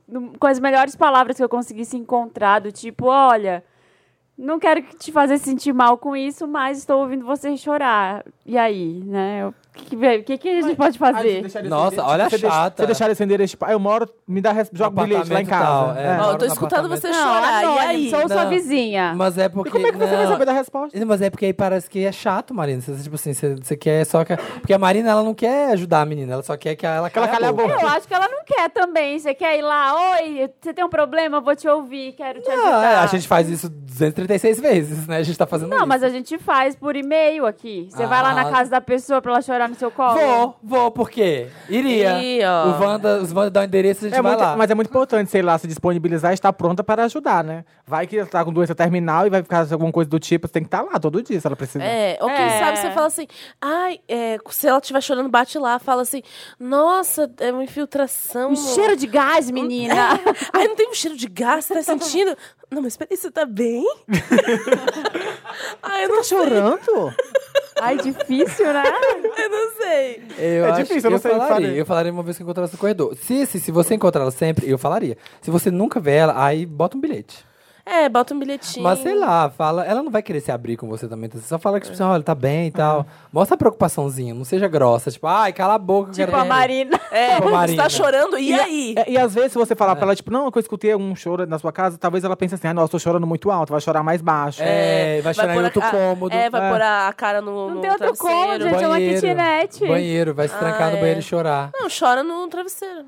Speaker 1: no- com as melhores palavras que eu conseguisse encontrar, do tipo, olha, não quero que te fazer sentir mal com isso, mas estou ouvindo você chorar. E aí, né? O que, que- que, que a gente pode fazer?
Speaker 2: Nossa, olha a
Speaker 3: Você deixa-
Speaker 2: chata.
Speaker 3: Você deixar acender esse pai, eu moro, me dá, res- joga um bilhete lá em
Speaker 2: Apartamento
Speaker 3: casa.
Speaker 2: tal, é.
Speaker 3: É.
Speaker 4: Ó, eu
Speaker 2: moro
Speaker 4: tô
Speaker 2: no
Speaker 4: escutando
Speaker 2: apartamento.
Speaker 4: você
Speaker 1: Não,
Speaker 4: chorar. e
Speaker 1: anônimo,
Speaker 4: aí?
Speaker 1: Sou sua
Speaker 2: Não.
Speaker 1: vizinha.
Speaker 2: Mas é porque...
Speaker 3: E como é que você vai
Speaker 2: não,
Speaker 3: saber da resposta?
Speaker 2: Mas é porque aí parece que é chato, Marina. Você, tipo assim, você, você quer só que... Porque a Marina, ela não quer ajudar a menina. Ela só quer que ela
Speaker 3: Ela
Speaker 2: cale
Speaker 3: calha a boca. né?
Speaker 1: Eu acho que ela não quer também. Você quer ir lá, oi, você tem um problema, eu vou te ouvir, quero te
Speaker 2: Ah,
Speaker 3: Tá.
Speaker 1: ajudar.
Speaker 2: a gente faz isso 236 vezes, né? A gente tá fazendo
Speaker 1: Não,
Speaker 2: isso.
Speaker 1: mas a gente faz por e-mail aqui. Você vai lá na
Speaker 2: Ah.
Speaker 1: casa da pessoa pra ela chorar no seu colo?
Speaker 2: Vou, vou, por quê? Iria.
Speaker 4: Ih, ó.
Speaker 2: O Wanda, os Wanda dão o endereço e a gente
Speaker 3: É
Speaker 2: vai
Speaker 3: muito-
Speaker 2: lá.
Speaker 3: mas é muito importante, sei lá, se disponibilizar e estar pronta para ajudar, né? Vai que ela tá com doença terminal e vai ficar com alguma coisa do tipo, você tem que estar lá todo dia se ela precisar.
Speaker 4: É, ou quem
Speaker 1: É.
Speaker 4: sabe você fala assim, ai, é, se ela estiver chorando, bate lá, fala assim, nossa, é uma infiltração. É.
Speaker 1: Um cheiro de gás, menina.
Speaker 4: Ai, não tem um cheiro de gás, você tá sentindo? Não, mas peraí, você tá (laughs) bem? ai, eu não,
Speaker 3: Tá chorando?
Speaker 1: (laughs) Ai, difícil, (laughs) né?
Speaker 4: eu não sei.
Speaker 2: Eu
Speaker 3: É
Speaker 2: acho
Speaker 3: difícil,
Speaker 2: que
Speaker 3: eu não sei o que
Speaker 2: falaria.
Speaker 3: fazer.
Speaker 2: Eu falaria uma vez que eu encontrasse no corredor. Se, se, se você encontrar ela sempre, eu falaria. Se você nunca vê ela, aí bota um bilhete.
Speaker 4: É, bota um bilhetinho.
Speaker 2: Mas sei lá, fala. Ela não vai querer se abrir com você também. Então você só fala que, tipo, assim, olha, tá bem e tal. Mostra a preocupaçãozinha, não seja grossa. Tipo, ai, cala a boca. eu
Speaker 1: Tipo
Speaker 2: quero...
Speaker 1: a Marina.
Speaker 4: É,
Speaker 2: Ô,
Speaker 4: você
Speaker 2: Marina.
Speaker 4: tá chorando, e, aí?
Speaker 3: É, e às vezes, se você falar pra ela, tipo, não, que eu escutei algum choro na sua casa, talvez ela pense assim, ah, nossa, tô chorando muito alto, vai chorar mais baixo.
Speaker 2: É, vai chorar
Speaker 4: pôr
Speaker 2: em
Speaker 4: a-
Speaker 2: outro
Speaker 4: a-
Speaker 2: cômodo.
Speaker 4: É, vai
Speaker 3: É.
Speaker 4: pôr a a cara no
Speaker 1: Não
Speaker 4: no
Speaker 1: tem outro
Speaker 4: travesseiro.
Speaker 1: cômodo, gente, é uma kitnet.
Speaker 2: Banheiro, vai se trancar
Speaker 4: Ah,
Speaker 2: no
Speaker 4: é.
Speaker 2: banheiro e chorar.
Speaker 4: Não, chora no travesseiro.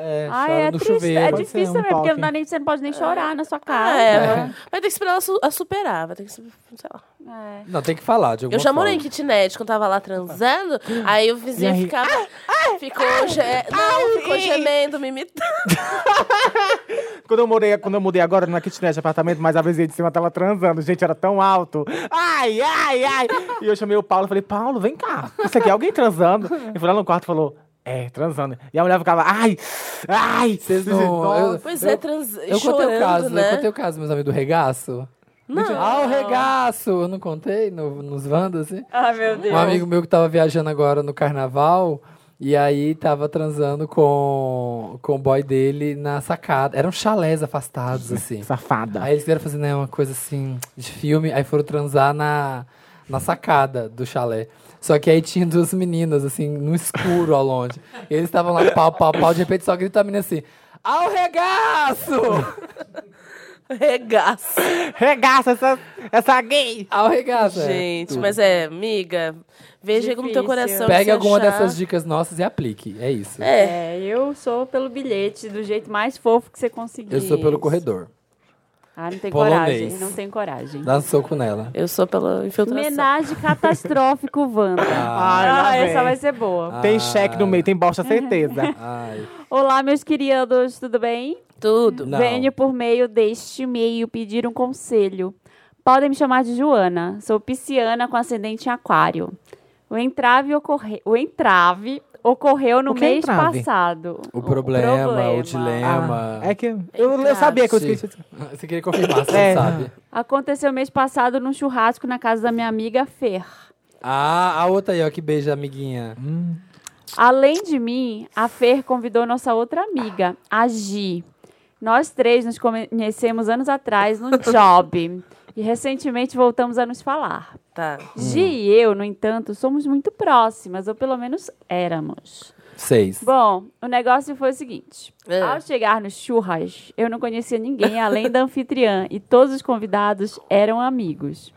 Speaker 2: É,
Speaker 1: Ai,
Speaker 2: chora
Speaker 1: é
Speaker 2: no
Speaker 1: triste. é
Speaker 2: chuveiro.
Speaker 3: pode
Speaker 1: difícil
Speaker 3: ser um
Speaker 1: também, porque não dá
Speaker 3: toque.
Speaker 1: nem, você não pode nem chorar na sua
Speaker 4: Ah,
Speaker 1: casa.
Speaker 4: é.
Speaker 1: né?
Speaker 4: Vai ter que esperar ela su- a superar, vai ter que, su- sei lá.
Speaker 2: Não, tem que falar de alguma
Speaker 4: Eu já morei em
Speaker 2: forma.
Speaker 4: kitnet quando tava lá transando, aí o vizinho
Speaker 3: E aí?
Speaker 4: ficava.
Speaker 2: Ah,
Speaker 4: ficou ge- não, ficou gemendo, me imitando.
Speaker 3: Quando eu, morei, quando eu mudei agora numa kitnet de apartamento, mas a vizinha de cima tava transando, gente, era tão alto. Ai, ai, ai. E eu chamei o Paulo e falei, Paulo, vem cá. Isso aqui é alguém transando? Ele foi lá no quarto e falou, é, transando. E a mulher ficava, ai, ai.
Speaker 2: Vocês não- eu-
Speaker 3: Nossa.
Speaker 4: Pois é, trans...
Speaker 2: Eu
Speaker 4: chorando,
Speaker 2: contei o caso,
Speaker 4: né?
Speaker 2: eu contei o caso, meus amigos, do regaço. Não. Ah, o regaço! Eu não contei no- nos Vandas, assim?
Speaker 1: Ai, meu Deus.
Speaker 2: Um amigo meu que tava viajando agora no carnaval, e aí tava transando com, com o boy dele na sacada. Eram chalés afastados, assim.
Speaker 3: Safada.
Speaker 2: Aí eles quiseram fazer né, uma coisa assim de filme, aí foram transar na, na sacada do chalé. Só que aí tinha duas meninas, assim, no escuro ao longe. E eles estavam lá, pau, pau, pau, de repente só grita a menina assim: Ao regaço!
Speaker 4: (laughs) Regaço.
Speaker 8: Regaça essa, essa gay!
Speaker 2: Ao regaça.
Speaker 4: Gente, mas é, amiga, veja como teu
Speaker 1: Difícil.
Speaker 4: coração se
Speaker 2: Pegue alguma
Speaker 4: achar.
Speaker 2: dessas dicas nossas e aplique. É isso.
Speaker 4: É.
Speaker 1: É, eu sou pelo bilhete, do jeito mais fofo que você conseguir.
Speaker 2: Eu sou pelo corredor.
Speaker 1: Ah, não tem coragem.
Speaker 2: Polonês.
Speaker 1: Não tem coragem.
Speaker 2: Dá um soco nela.
Speaker 4: Eu sou pela infiltração.
Speaker 1: Homenagem catastrófico, Wanda.
Speaker 8: Ai, lá
Speaker 1: Ah,
Speaker 8: vem.
Speaker 1: essa vai ser boa.
Speaker 8: Tem cheque no meio, tem bosta, certeza.
Speaker 2: Ai.
Speaker 1: Olá, meus queridos, tudo bem?
Speaker 4: Tudo.
Speaker 2: Não.
Speaker 1: Venho por meio deste e-mail pedir um conselho. Podem me chamar de Joana. Sou pisciana com ascendente em aquário. O entrave, ocorre... o entrave ocorreu no
Speaker 8: O que é
Speaker 1: mês
Speaker 8: entrave?
Speaker 1: passado.
Speaker 2: O problema, o dilema.
Speaker 8: Ah, é que eu, eu sabia
Speaker 3: é
Speaker 8: que eu esqueci.
Speaker 2: Você queria confirmar, você
Speaker 8: É.
Speaker 2: não sabe.
Speaker 1: Aconteceu mês passado num churrasco na casa da minha amiga Fer.
Speaker 2: Ah, a outra aí, ó, que beija, amiguinha.
Speaker 1: Além de mim, a Fer convidou nossa outra amiga, a Gi. Nós três nos conhecemos anos
Speaker 8: (laughs)
Speaker 1: atrás no Job. E recentemente voltamos a nos falar.
Speaker 4: Tá.
Speaker 1: Gi e eu, no entanto, somos muito próximas, ou pelo menos éramos.
Speaker 2: Seis.
Speaker 1: Bom, o negócio foi o seguinte:
Speaker 4: É.
Speaker 1: ao chegar no churras, eu não conhecia ninguém além da anfitriã e todos os convidados eram amigos.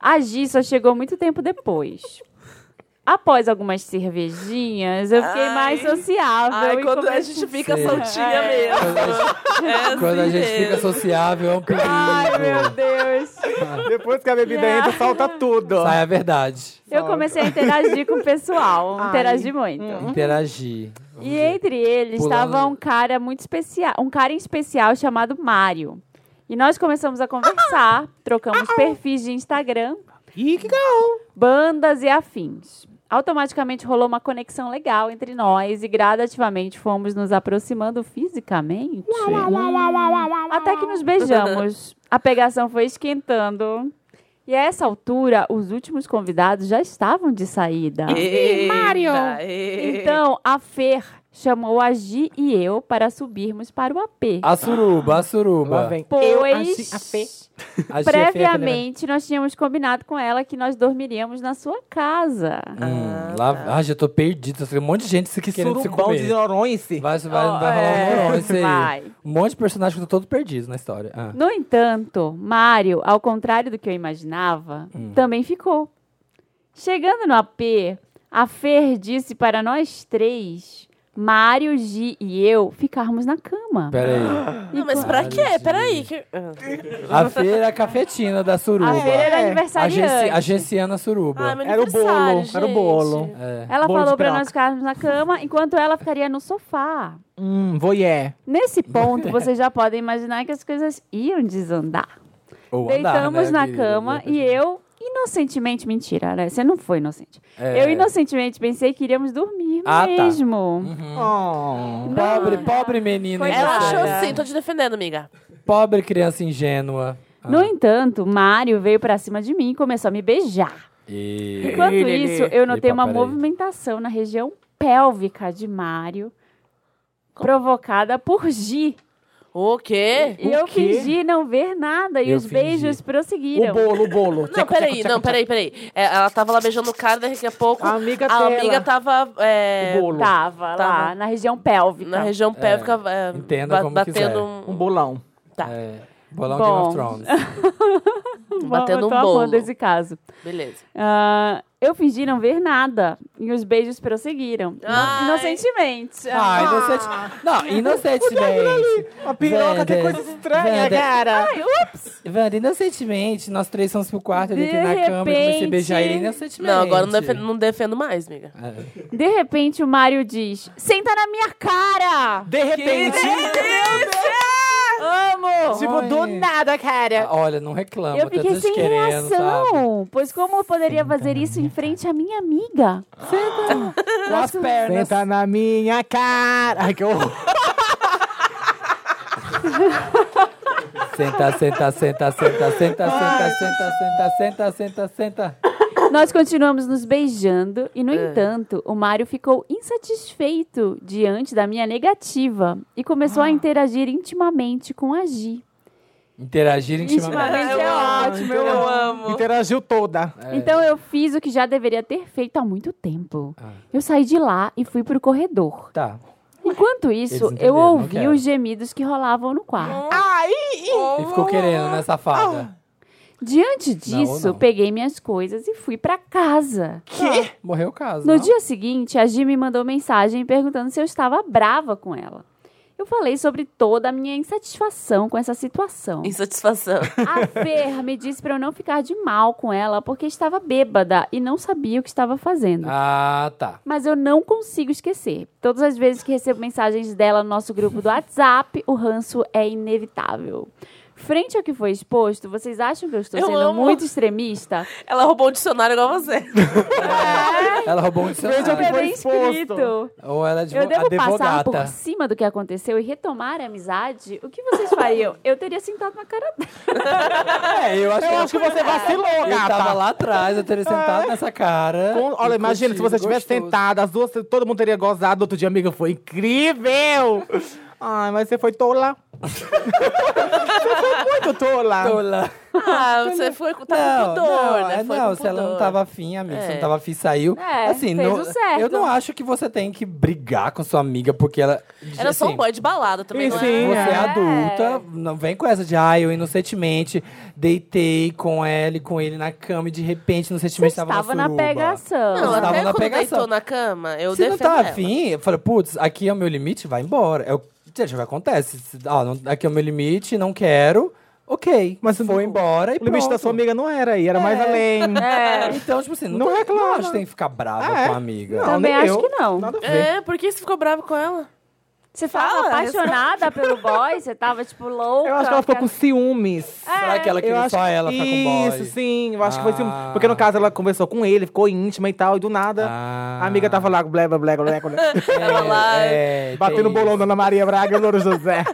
Speaker 1: A Gi só chegou muito tempo depois. Após algumas cervejinhas, eu fiquei
Speaker 4: Ai.
Speaker 1: mais sociável.
Speaker 4: Ai,
Speaker 1: e
Speaker 4: quando a
Speaker 1: comecei-
Speaker 4: gente fica
Speaker 2: Sim.
Speaker 4: soltinha
Speaker 1: É.
Speaker 4: mesmo.
Speaker 2: Quando a gente,
Speaker 4: É
Speaker 2: quando a
Speaker 4: assim
Speaker 2: gente
Speaker 4: mesmo.
Speaker 2: fica sociável, é um perigo.
Speaker 1: Ai, meu Deus.
Speaker 8: Depois que a bebida
Speaker 1: Yeah.
Speaker 8: entra, solta tudo.
Speaker 2: Sai a verdade.
Speaker 1: Eu comecei a interagir com o pessoal.
Speaker 8: Ai.
Speaker 1: Interagi muito.
Speaker 4: Hum,
Speaker 2: Interagir.
Speaker 1: E entre eles
Speaker 2: Pulando.
Speaker 1: estava um cara muito especial, um cara em especial chamado Mário. E nós começamos a conversar, trocamos perfis de Instagram,
Speaker 8: Ih, que gal!
Speaker 1: bandas e afins. Automaticamente rolou uma conexão legal entre nós e gradativamente fomos nos aproximando fisicamente. Até que nos beijamos. A pegação foi esquentando. E a essa altura, os últimos convidados já estavam de saída.
Speaker 4: Eita, é.
Speaker 1: Mário!
Speaker 2: É.
Speaker 4: eita.
Speaker 1: Então, a Fer chamou a Gi e eu para subirmos para o AP.
Speaker 2: A suruba, a
Speaker 8: Lá
Speaker 2: suruba.
Speaker 8: vem. Eu achei a fé.
Speaker 1: Pois,
Speaker 2: A Gia é feia, né?
Speaker 1: previamente, nós tínhamos combinado com ela que nós dormiríamos na sua casa.
Speaker 2: Hum, lá, ah, já tô perdido. Tem um monte de gente que querendo se
Speaker 8: Surubão
Speaker 2: comer.
Speaker 8: de Noronha-se.
Speaker 2: Vai, vai,
Speaker 1: Ó,
Speaker 2: vai rolar um
Speaker 1: é,
Speaker 2: horror isso aí.
Speaker 1: vai.
Speaker 2: Um monte de personagem que eu tô todo perdido na história. Ah.
Speaker 1: No entanto, Mário, ao contrário do que eu imaginava,
Speaker 2: Hum.
Speaker 1: também ficou. Chegando no AP, a Fer disse para nós três, Mário, Gi e eu, ficarmos na cama.
Speaker 2: Pera aí.
Speaker 1: (gasps)
Speaker 4: Não, mas pra quê? Peraí. Que... Ah,
Speaker 2: A feira é a cafetina da suruba.
Speaker 1: A Fer era
Speaker 8: É.
Speaker 1: aniversariante.
Speaker 2: Agenci- agenciando a suruba.
Speaker 4: Ah, meu
Speaker 8: Era o bolo,
Speaker 4: aniversário,
Speaker 8: era o
Speaker 4: gente.
Speaker 8: bolo.
Speaker 2: É.
Speaker 1: Ela
Speaker 8: Bolo de
Speaker 1: falou para
Speaker 8: piroca.
Speaker 1: nós ficarmos na cama, enquanto ela ficaria no sofá.
Speaker 8: Hum, voyeur.
Speaker 1: Nesse
Speaker 2: (laughs)
Speaker 1: ponto, vocês já podem imaginar que as coisas iam desandar.
Speaker 2: Ou andar,
Speaker 1: Deitamos
Speaker 2: né,
Speaker 1: na
Speaker 2: querida?
Speaker 1: cama e eu, inocentemente, mentira, né? Você não foi inocente.
Speaker 2: É.
Speaker 1: Eu, inocentemente, pensei que iríamos dormir
Speaker 2: Ah, tá.
Speaker 1: mesmo.
Speaker 8: Oh.
Speaker 2: Pobre, pobre menina.
Speaker 4: Ela
Speaker 1: Coitada.
Speaker 4: achou
Speaker 2: inocente.
Speaker 4: assim, tô te defendendo, amiga.
Speaker 2: Pobre criança ingênua. Ah.
Speaker 1: No entanto, Mário veio pra cima de mim e começou a me beijar.
Speaker 2: E...
Speaker 1: Enquanto
Speaker 8: Lelê.
Speaker 1: isso, eu notei
Speaker 2: Epa,
Speaker 1: uma
Speaker 2: peraí.
Speaker 1: movimentação na região pélvica de Mário, provocada por Gi.
Speaker 4: O quê?
Speaker 1: E eu
Speaker 8: quê?
Speaker 1: fingi não ver nada e
Speaker 2: Eu
Speaker 1: os beijos
Speaker 2: fingi.
Speaker 8: O
Speaker 1: prosseguiram.
Speaker 8: bolo, o bolo.
Speaker 4: Não, peraí, não, peraí, peraí. É, ela tava lá beijando o cara, daqui a pouco
Speaker 8: A amiga
Speaker 4: a
Speaker 8: dela.
Speaker 4: amiga tava é,
Speaker 8: O bolo.
Speaker 1: Tava, lá,
Speaker 4: Tava.
Speaker 1: na região pélvica.
Speaker 4: na região pélvica é,
Speaker 2: entenda
Speaker 4: ba-
Speaker 2: como quiser.
Speaker 4: batendo
Speaker 8: Um
Speaker 4: um,
Speaker 8: bolão.
Speaker 2: É, Bolão
Speaker 1: Bom.
Speaker 2: Game of Thrones.
Speaker 4: batendo
Speaker 1: eu
Speaker 4: um
Speaker 1: tô amando
Speaker 4: bolo.
Speaker 1: esse caso.
Speaker 4: Beleza.
Speaker 1: Ah, eu fingi não ver nada e os beijos prosseguiram.
Speaker 4: Ai.
Speaker 1: Inocentemente.
Speaker 2: Ah, inocente. Não, inocentemente.
Speaker 8: A piroca, que
Speaker 2: Vanda,
Speaker 8: coisa estranha,
Speaker 2: Vanda.
Speaker 8: cara.
Speaker 1: Ai, ups!
Speaker 2: Vanda, inocentemente, nós três fomos pro quarto, eu
Speaker 1: De
Speaker 2: deitei na cama e comecei a beijar
Speaker 1: repente-
Speaker 2: ele inocentemente.
Speaker 4: Não, agora não defendo, não defendo mais, amiga.
Speaker 2: É.
Speaker 1: De repente o Mário diz: Senta na minha cara!
Speaker 8: De repente.
Speaker 1: Amo!
Speaker 8: Tipo, do
Speaker 2: Olha.
Speaker 8: nada, cara.
Speaker 2: Ah, Olha, não reclama,
Speaker 1: Eu
Speaker 2: tá
Speaker 1: fiquei sem
Speaker 2: desquerendo, sabe?
Speaker 1: reação, pois como eu poderia fazer isso em frente à minha amiga?
Speaker 2: Com as pernas.
Speaker 8: Senta na minha cara. Ai, que horror.
Speaker 2: Senta, senta, senta, senta, senta, senta, senta, senta, senta, senta, senta.
Speaker 1: Nós continuamos nos beijando e, no entanto, o Mário ficou insatisfeito diante da minha negativa e começou a interagir intimamente com a Gi.
Speaker 2: Interagir intimamente.
Speaker 1: Intimamente é ótimo, eu amo.
Speaker 8: Interagiu toda.
Speaker 2: É.
Speaker 1: Então eu fiz o que
Speaker 2: Ah.
Speaker 1: já deveria ter feito há muito tempo. Eu saí de lá e fui pro corredor.
Speaker 2: Tá.
Speaker 1: Então Enquanto isso,
Speaker 2: Eles
Speaker 1: eu
Speaker 2: entenderam, não
Speaker 1: ouvi
Speaker 2: quero.
Speaker 1: os gemidos que rolavam no quarto.
Speaker 2: E ficou querendo, né, safada?
Speaker 1: Diante disso,
Speaker 2: não.
Speaker 1: peguei minhas coisas e fui pra casa.
Speaker 2: Morreu o caso.
Speaker 1: No
Speaker 2: não?
Speaker 1: dia seguinte, a Gi me mandou mensagem perguntando se eu estava brava com ela. Eu falei sobre toda a minha insatisfação com essa situação.
Speaker 4: Insatisfação.
Speaker 1: A Fer me disse pra eu não ficar de mal com ela porque estava bêbada e não sabia o que estava fazendo.
Speaker 2: Ah, tá.
Speaker 1: Mas eu não consigo esquecer. Todas as vezes que recebo mensagens dela no nosso grupo do WhatsApp, o ranço é inevitável. Frente ao que foi exposto, vocês acham que eu estou
Speaker 4: Eu
Speaker 1: sendo
Speaker 4: amo.
Speaker 1: muito extremista?
Speaker 4: Ela roubou um dicionário igual você.
Speaker 2: Ela roubou um
Speaker 1: Porque
Speaker 2: dicionário.
Speaker 1: é nem escrito.
Speaker 2: Ou ela é advo-
Speaker 1: Eu devo passar
Speaker 2: advogata.
Speaker 1: por cima do que aconteceu e retomar a amizade? O que vocês fariam? Eu teria sentado na cara dela.
Speaker 2: É, eu acho,
Speaker 8: Eu acho que você vacilou,
Speaker 2: Eu tava
Speaker 8: gata.
Speaker 2: lá atrás, eu teria sentado nessa cara.
Speaker 8: Com- olha,
Speaker 2: e
Speaker 8: imagina, se você
Speaker 2: curtido,
Speaker 8: tivesse
Speaker 2: gostoso.
Speaker 8: tentado, as duas, todo mundo teria gozado. Outro dia, amiga, foi incrível! Ai, mas você foi tola. você foi muito tola.
Speaker 2: Tola.
Speaker 4: Ah, você foi com tava
Speaker 2: Não,
Speaker 4: com pudor,
Speaker 2: não,
Speaker 4: né?
Speaker 2: é,
Speaker 4: Foi
Speaker 2: não
Speaker 4: com
Speaker 2: se ela não
Speaker 4: pudor.
Speaker 2: tava afim, amiga, se
Speaker 4: É.
Speaker 2: não tava afim, saiu.
Speaker 1: É,
Speaker 2: assim,
Speaker 1: fez
Speaker 2: não,
Speaker 1: o certo.
Speaker 2: eu não acho que você tem que brigar com sua amiga porque ela.
Speaker 4: Era só
Speaker 2: assim,
Speaker 4: um boy de balada também,
Speaker 8: E
Speaker 4: não é?
Speaker 8: sim,
Speaker 2: Você é.
Speaker 8: É.
Speaker 2: adulta, não vem com essa de, ah, eu inocentemente deitei com ela e com ele na cama e de repente,
Speaker 1: Você
Speaker 2: inocentemente, tava
Speaker 1: estava na
Speaker 2: suruba.
Speaker 1: pegação.
Speaker 4: Não,
Speaker 2: Você tava
Speaker 4: até
Speaker 2: na
Speaker 4: quando
Speaker 2: pegação.
Speaker 4: deitou na cama, eu
Speaker 2: Se não
Speaker 4: defendo
Speaker 2: tá
Speaker 4: ela.
Speaker 2: afim, eu falo, putz, aqui é o meu limite, vai embora. É o gente, o que acontece. Se- Ó, não- aqui é o meu limite, não quero. Ok. Mas foi embora e
Speaker 8: O limite
Speaker 2: pronto.
Speaker 8: da sua amiga não era aí, era mais além.
Speaker 1: É.
Speaker 2: Então, tipo assim, não,
Speaker 8: Não
Speaker 2: tem,
Speaker 8: reclama.
Speaker 2: não acho que tem que ficar brava
Speaker 8: Ah, é?
Speaker 2: com a amiga.
Speaker 8: Não,
Speaker 1: Também
Speaker 8: nem
Speaker 1: acho
Speaker 8: eu.
Speaker 1: que não.
Speaker 8: Nada a ver.
Speaker 4: É, por que você ficou bravo
Speaker 2: (laughs)
Speaker 4: com ela?
Speaker 1: Você tava
Speaker 4: Fala,
Speaker 1: apaixonada pelo boy? Você tava, tipo, louca? É.
Speaker 8: Eu acho que ela ficou
Speaker 1: Tá,
Speaker 8: com ciúmes.
Speaker 2: Será que ela
Speaker 8: Eu
Speaker 2: queria
Speaker 8: acho
Speaker 2: só
Speaker 8: que-
Speaker 2: ela ficar com o boy?
Speaker 8: Isso, sim. Eu acho que foi ciúmes.
Speaker 2: Ah.
Speaker 8: Porque no caso ela conversou com ele, ficou íntima e tal, e do nada
Speaker 2: Ah.
Speaker 8: a amiga tava lá, blé, blé, blé, blé, blé,
Speaker 4: Ela lá,
Speaker 2: É,
Speaker 8: batendo o
Speaker 2: tem
Speaker 8: bolão da Ana Maria Braga e Louro
Speaker 2: (laughs)
Speaker 8: José.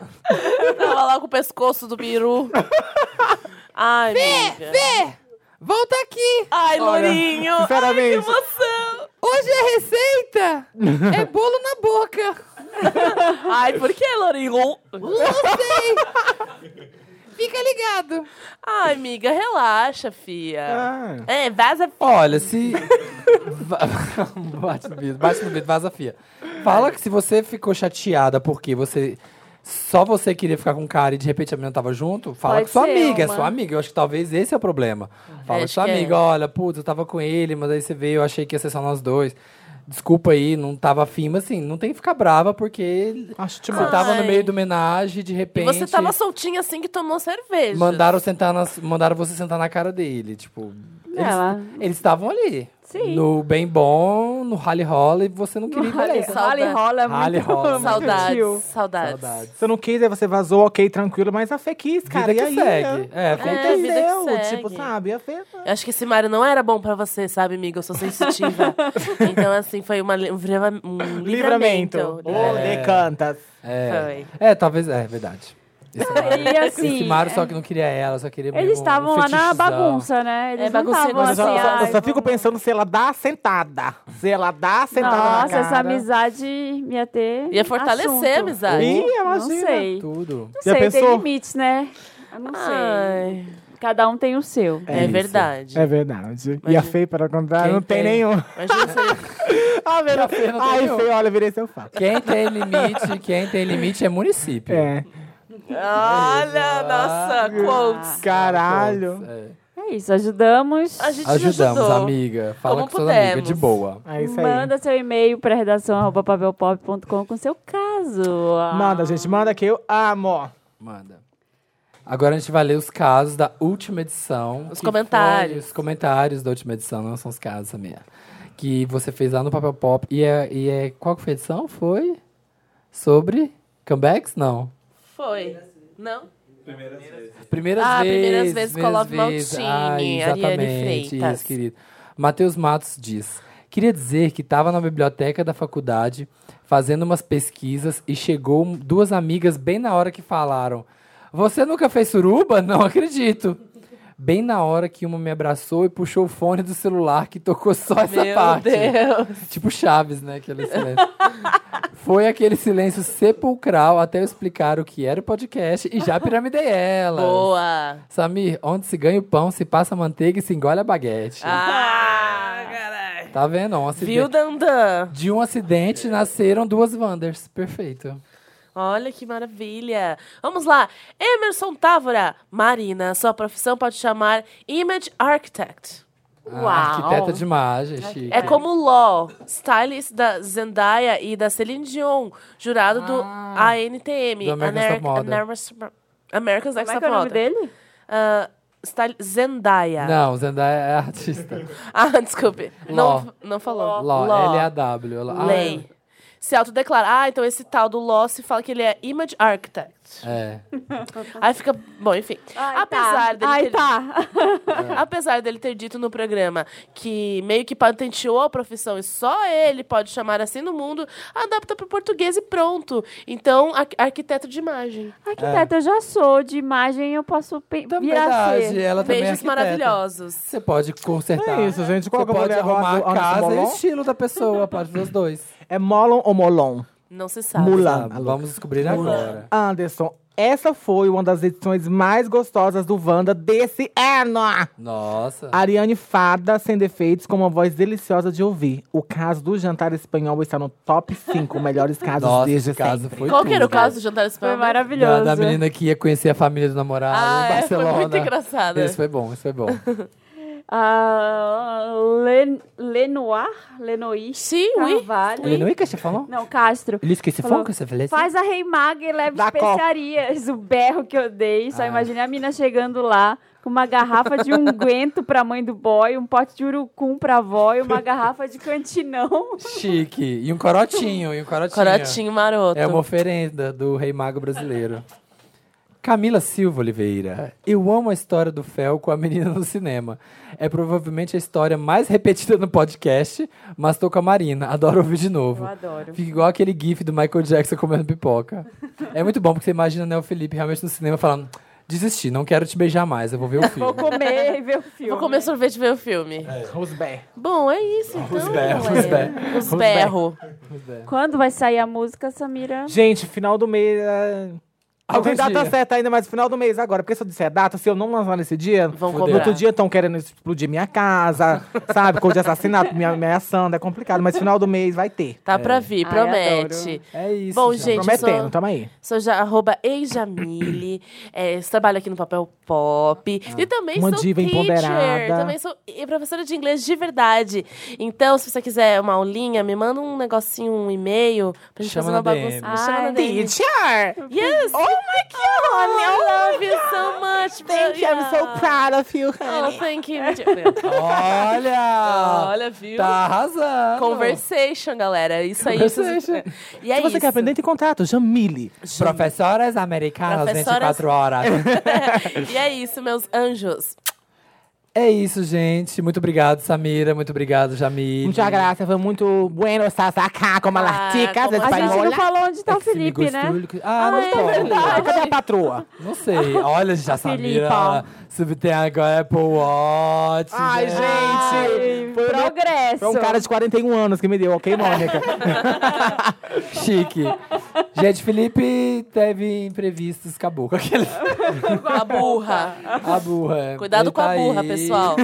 Speaker 4: tava lá com o pescoço do peru. Ai, amiga.
Speaker 2: Volta aqui!
Speaker 4: Ai, Lourinho.
Speaker 8: Sinceramente.
Speaker 4: Ai, que emoção.
Speaker 2: Hoje é receita! é bolo na boca!
Speaker 4: Ai, por que, Lourinho? (laughs)
Speaker 2: Fica ligado! Ah.
Speaker 4: Ai, amiga, relaxa, fia.
Speaker 8: Ah,
Speaker 4: É, vaza.
Speaker 2: Olha, se. (laughs) Va- bate no vidro, bate no vidro, vaza fia. Fala que se você ficou chateada porque você. Só você queria ficar com o cara e de repente a menina tava junto, fala
Speaker 1: Pode
Speaker 2: com sua
Speaker 1: ser
Speaker 2: amiga, é
Speaker 1: uma.
Speaker 2: sua amiga. Eu acho que talvez esse é o problema. Fala com
Speaker 4: acho
Speaker 2: sua
Speaker 4: que é.
Speaker 2: amiga, olha, putz, eu tava com ele, mas aí você veio, eu achei que ia ser só nós dois. Desculpa aí, não tava afim, mas assim, não tem que ficar brava porque
Speaker 8: Acho
Speaker 2: você tá
Speaker 8: demais.
Speaker 2: tava no
Speaker 4: Ai.
Speaker 2: meio do homenagem, de
Speaker 4: E
Speaker 2: repente.
Speaker 4: você tava soltinha assim que tomou cerveja.
Speaker 2: Mandaram, sentar nas- mandaram você sentar na cara dele, tipo. eles-
Speaker 1: ela-
Speaker 2: Eles estavam ali.
Speaker 1: Sim.
Speaker 2: No bem bom, no rally rola, e você não queria ir pra
Speaker 1: Rally
Speaker 2: isso.
Speaker 4: Saudade.
Speaker 1: rola é
Speaker 2: Rally
Speaker 1: muito,
Speaker 2: rola.
Speaker 1: muito
Speaker 4: Saudades,
Speaker 1: tio.
Speaker 4: saudades.
Speaker 2: Saudades.
Speaker 8: Você não quis, aí você vazou, ok, tranquilo, mas a Fê quis, cara.
Speaker 2: Vida
Speaker 8: e
Speaker 2: que
Speaker 8: aí,
Speaker 2: segue.
Speaker 8: né?
Speaker 2: É,
Speaker 4: É,
Speaker 2: é,
Speaker 4: vida que
Speaker 8: Aconteceu,
Speaker 4: segue.
Speaker 8: tipo, sabe? A Fê.
Speaker 4: Eu acho que esse Mário não era bom pra você, sabe, amiga? Eu
Speaker 2: (laughs)
Speaker 4: sou sensitiva. então, assim, foi uma, li- um vrema- um livramento.
Speaker 8: Livramento. Ou decantas.
Speaker 2: é,
Speaker 4: Foi.
Speaker 2: é, talvez, é, verdade. Esse Mário,
Speaker 1: E assim,
Speaker 2: esse Mário só que não queria ela, só queria mesmo
Speaker 1: eles estavam
Speaker 2: um
Speaker 1: lá na
Speaker 2: fetichizão.
Speaker 1: bagunça, né? Eles
Speaker 4: É,
Speaker 1: não
Speaker 4: bagunceiro,
Speaker 1: estavam
Speaker 8: Eu
Speaker 1: assim,
Speaker 8: só, eu só- eu
Speaker 1: ai,
Speaker 8: só fico
Speaker 1: vamos-
Speaker 8: pensando se ela dá a sentada. Se ela dá a sentada na
Speaker 1: Nossa,
Speaker 8: "Ah, cara.
Speaker 1: essa amizade ia ter
Speaker 4: Ia fortalecer a
Speaker 1: assunto.
Speaker 4: amizade.
Speaker 8: Ih,
Speaker 1: Não
Speaker 8: imagina.
Speaker 1: sei. Não
Speaker 2: Tudo.
Speaker 8: Já
Speaker 1: sei, tem
Speaker 8: pensou?
Speaker 1: limites, né? Eu não sei.
Speaker 4: Ai,
Speaker 1: Cada um tem o seu.
Speaker 4: é,
Speaker 2: isso.
Speaker 4: verdade.
Speaker 8: É verdade. E a Fê, para contar,
Speaker 2: Quem
Speaker 8: não tem,
Speaker 2: tem?
Speaker 8: nenhum.
Speaker 4: Imagina
Speaker 2: (laughs)
Speaker 4: se...
Speaker 8: Ah, velho.
Speaker 2: Fê não tem
Speaker 8: Ai,
Speaker 2: nenhum.
Speaker 8: Fê, olha, virei seu fato.
Speaker 2: Quem tem limite, quem tem limite é município.
Speaker 8: É.
Speaker 4: Olha,
Speaker 2: Ah.
Speaker 4: nossa, quotes.
Speaker 8: Caralho.
Speaker 2: É.
Speaker 1: É isso, ajudamos.
Speaker 4: A gente
Speaker 2: Ajudamos,
Speaker 4: ajudou.
Speaker 2: amiga. Fala
Speaker 4: Como
Speaker 2: com suas amigas,
Speaker 4: pudemos.
Speaker 2: de boa.
Speaker 8: É isso aí.
Speaker 1: Manda seu e-mail para redação arroba papelpop.com com seu caso. Ah,
Speaker 8: Manda, gente, manda que eu amo.
Speaker 2: Manda. Agora a gente vai ler os casos da última edição.
Speaker 4: Os
Speaker 2: que
Speaker 4: comentários.
Speaker 2: foi- Os comentários da última edição, não são os casos, Samir. Que você fez lá no Papel Pop. E é, e é qual que foi a edição? Foi sobre comebacks? Não.
Speaker 4: Foi. Não?
Speaker 2: Primeiras
Speaker 4: Ah,
Speaker 2: vezes.
Speaker 4: primeiras vezes com Olavo
Speaker 2: vezes. Ah,
Speaker 4: Maltini, Ariane
Speaker 2: exatamente,
Speaker 4: Freitas.
Speaker 2: isso, querido. Matheus Matos diz... Queria dizer que estava na biblioteca da faculdade fazendo umas pesquisas e chegou duas amigas bem na hora que falaram Você nunca fez suruba? (laughs) Não acredito. Bem na hora que uma me abraçou e puxou o fone do celular que tocou só essa
Speaker 4: Meu
Speaker 2: parte.
Speaker 4: Deus.
Speaker 2: Tipo Chaves, né? Aquele silêncio. Foi aquele silêncio sepulcral até eu explicar o que era o podcast e já piramidei ela.
Speaker 4: Boa.
Speaker 2: Samir, onde se ganha o pão, se passa a manteiga e se engole a baguete.
Speaker 4: Ah, caralho.
Speaker 2: Tá vendo? Um acidente.
Speaker 4: Viu, Dandan?
Speaker 2: De um acidente nasceram duas Wanders. Perfeito.
Speaker 4: Olha que maravilha. Vamos lá. Emerson Távora. Marina, sua profissão pode chamar Image Architect.
Speaker 2: A
Speaker 1: Uau.
Speaker 2: Ah, Arquiteta de imagem, chique.
Speaker 4: É como Law, stylist da Zendaya e da Celine Dion, jurado do ANTM.
Speaker 2: Ah. Do America's Top Model.
Speaker 4: Amer- America's Next
Speaker 1: Como é que
Speaker 4: Top
Speaker 1: é o nome
Speaker 4: Model.
Speaker 1: dele?
Speaker 4: Ah, style- Zendaya.
Speaker 2: Não, Zendaya é artista.
Speaker 4: (laughs) Ah, desculpe.
Speaker 2: Law.
Speaker 4: Não, não falou.
Speaker 2: Ló, L-A-W. Ah,
Speaker 4: Lei. Se autodeclara. Ah, então esse tal do Law se fala que ele é Image Architect.
Speaker 2: É.
Speaker 4: Aí fica... Bom, enfim. apesar, dele
Speaker 1: Ai,
Speaker 4: ter,
Speaker 1: tá.
Speaker 4: (laughs) apesar dele ter dito no programa que meio que patenteou a profissão e só ele pode chamar assim no mundo, adapta para o português e pronto. Então, ar- arquiteto de imagem.
Speaker 2: É.
Speaker 1: Arquiteto, eu já sou. De imagem, eu posso pe-
Speaker 2: Também
Speaker 1: vir a
Speaker 2: Então, verdade,
Speaker 1: ser.
Speaker 2: ela também é
Speaker 4: Beijos
Speaker 2: arquiteta.
Speaker 4: maravilhosos.
Speaker 2: Você pode consertar.
Speaker 3: É isso, gente. Qual
Speaker 2: Você
Speaker 3: que é a
Speaker 2: pode
Speaker 3: mulher
Speaker 2: arrumar
Speaker 3: agora do
Speaker 2: a casa e o
Speaker 3: Anderson
Speaker 2: estilo da pessoa, parte dos dois.
Speaker 3: É Molon ou Molon?
Speaker 4: Não se sabe.
Speaker 3: Mulan.
Speaker 2: Ah, vamos descobrir agora.
Speaker 3: Anderson, essa foi uma das edições mais gostosas do Wanda desse ano.
Speaker 2: Nossa.
Speaker 3: Ariane Fada, sem defeitos, com uma voz deliciosa de ouvir. O caso do jantar espanhol está no top
Speaker 2: (laughs)
Speaker 3: 5 melhores casos
Speaker 2: Nossa,
Speaker 3: desde
Speaker 2: esse caso
Speaker 3: sempre.
Speaker 2: foi
Speaker 4: Qual que era o
Speaker 2: tudo.
Speaker 4: caso do jantar
Speaker 1: Foi
Speaker 4: espanhol?
Speaker 2: Da,
Speaker 1: maravilhoso.
Speaker 2: da menina que ia conhecer a família do namorado
Speaker 4: Ah,
Speaker 2: em
Speaker 4: é,
Speaker 2: Barcelona.
Speaker 4: foi muito engraçado.
Speaker 2: Esse foi bom, esse foi
Speaker 4: (laughs)
Speaker 2: bom.
Speaker 1: Ah, Len- Lenoir? Lenoir?
Speaker 4: Sim, oui.
Speaker 1: Carvalho.
Speaker 2: Ele não ia que você falou?
Speaker 1: Não, Castro.
Speaker 2: Ele esqueceu
Speaker 1: Falou,
Speaker 2: que você falou?
Speaker 1: Faz a reimaga e leva
Speaker 3: Da Ah.
Speaker 1: especiarias. O berro que eu dei. Só imaginei a mina chegando lá com uma garrafa de unguento pra mãe do boy, um pote de urucum pra avó e uma garrafa de cantinão.
Speaker 2: Chique. E um corotinho, e um corotinho.
Speaker 4: Corotinho maroto.
Speaker 2: É uma oferenda do rei mago brasileiro. Camila Silva Oliveira. Eu amo a história do Fel com a menina no cinema. É provavelmente a história mais repetida no podcast, mas tô com a Marina. Adoro ouvir de novo.
Speaker 1: Eu adoro.
Speaker 2: Fica igual aquele gif do Michael Jackson comendo pipoca. é muito bom, porque você imagina né, o Felipe realmente no cinema falando desisti, não quero te beijar mais, eu vou ver o filme.
Speaker 1: Vou comer e ver o filme.
Speaker 4: Vou comer sorvete e ver o filme.
Speaker 3: Rosbé.
Speaker 4: Bom, é isso então. Os berros.
Speaker 2: É. os berros.
Speaker 4: Os berros.
Speaker 1: Quando vai sair a música, Samira?
Speaker 3: Gente, final do mês. é, Não tem
Speaker 2: Algum
Speaker 3: data
Speaker 2: dia.
Speaker 3: certa ainda, mas final do mês agora. Porque se eu disser data, se eu não lançar nesse dia,
Speaker 4: Vão
Speaker 3: no
Speaker 4: cobrar.
Speaker 3: outro dia estão querendo explodir minha casa, sabe? Coisa de assassinato, me ameaçando, é complicado. Mas final do mês vai ter.
Speaker 4: Tá pra vir,
Speaker 1: Ai,
Speaker 4: promete.
Speaker 2: É isso.
Speaker 4: Bom,
Speaker 2: gente.
Speaker 4: gente,
Speaker 3: Prometendo,
Speaker 4: sou-
Speaker 3: tamo aí.
Speaker 4: Sou já, arroba Eijamile, é, trabalho aqui no Papel Pop. E também
Speaker 3: Uma
Speaker 4: sou
Speaker 3: diva
Speaker 4: teacher,
Speaker 3: empoderada.
Speaker 4: também sou e- professora de inglês de verdade. Então, se você quiser uma aulinha, me manda um negocinho, um e-mail, pra gente
Speaker 2: Chama
Speaker 4: fazer uma
Speaker 2: na DM.
Speaker 4: bagunça. Me Chama na
Speaker 1: Ai.
Speaker 4: DM.
Speaker 3: Teacher!
Speaker 4: Yes! Oh my God! I love you so much! yeah.
Speaker 3: proud of you,
Speaker 4: Oh, thank you. Mentira.
Speaker 2: Olha!
Speaker 4: Olha, viu?
Speaker 2: Tá arrasando!
Speaker 4: Conversation, galera. Isso aí.
Speaker 2: Conversation.
Speaker 4: E é
Speaker 3: Se você
Speaker 4: isso.
Speaker 3: quer aprender, tem contato. Jamile.
Speaker 2: Professoras americanas,
Speaker 4: Professoras-
Speaker 2: 24 horas.
Speaker 4: E é isso, meus anjos.
Speaker 2: é isso, gente. Muito obrigado, Samira. Muito obrigado, Jamil.
Speaker 3: Muita graça, foi muito bueno estar acá como
Speaker 4: Ah,
Speaker 3: las chicas
Speaker 4: como-
Speaker 1: A gente não
Speaker 3: espanholas.
Speaker 1: falou onde
Speaker 2: É
Speaker 3: É
Speaker 1: tá o Felipe, né?
Speaker 2: Ah, não,
Speaker 4: é
Speaker 2: pode.
Speaker 4: (laughs)
Speaker 3: Cadê a patroa?
Speaker 2: não sei. Olha,
Speaker 3: (laughs)
Speaker 2: já Samira.
Speaker 1: Felipa.
Speaker 2: Subtém agora Apple Watch.
Speaker 3: Ai, gente! Foi, o meu-
Speaker 1: Progresso.
Speaker 3: foi um cara de 41 anos que me deu, ok, Mônica?
Speaker 2: Chique. gente, Felipe teve imprevistos. Acabou com
Speaker 3: (laughs)
Speaker 2: aquele...
Speaker 4: A burra.
Speaker 2: A burra.
Speaker 4: Cuidado
Speaker 2: Ele
Speaker 4: com a
Speaker 2: tá
Speaker 4: burra,
Speaker 2: aí.
Speaker 4: pessoal.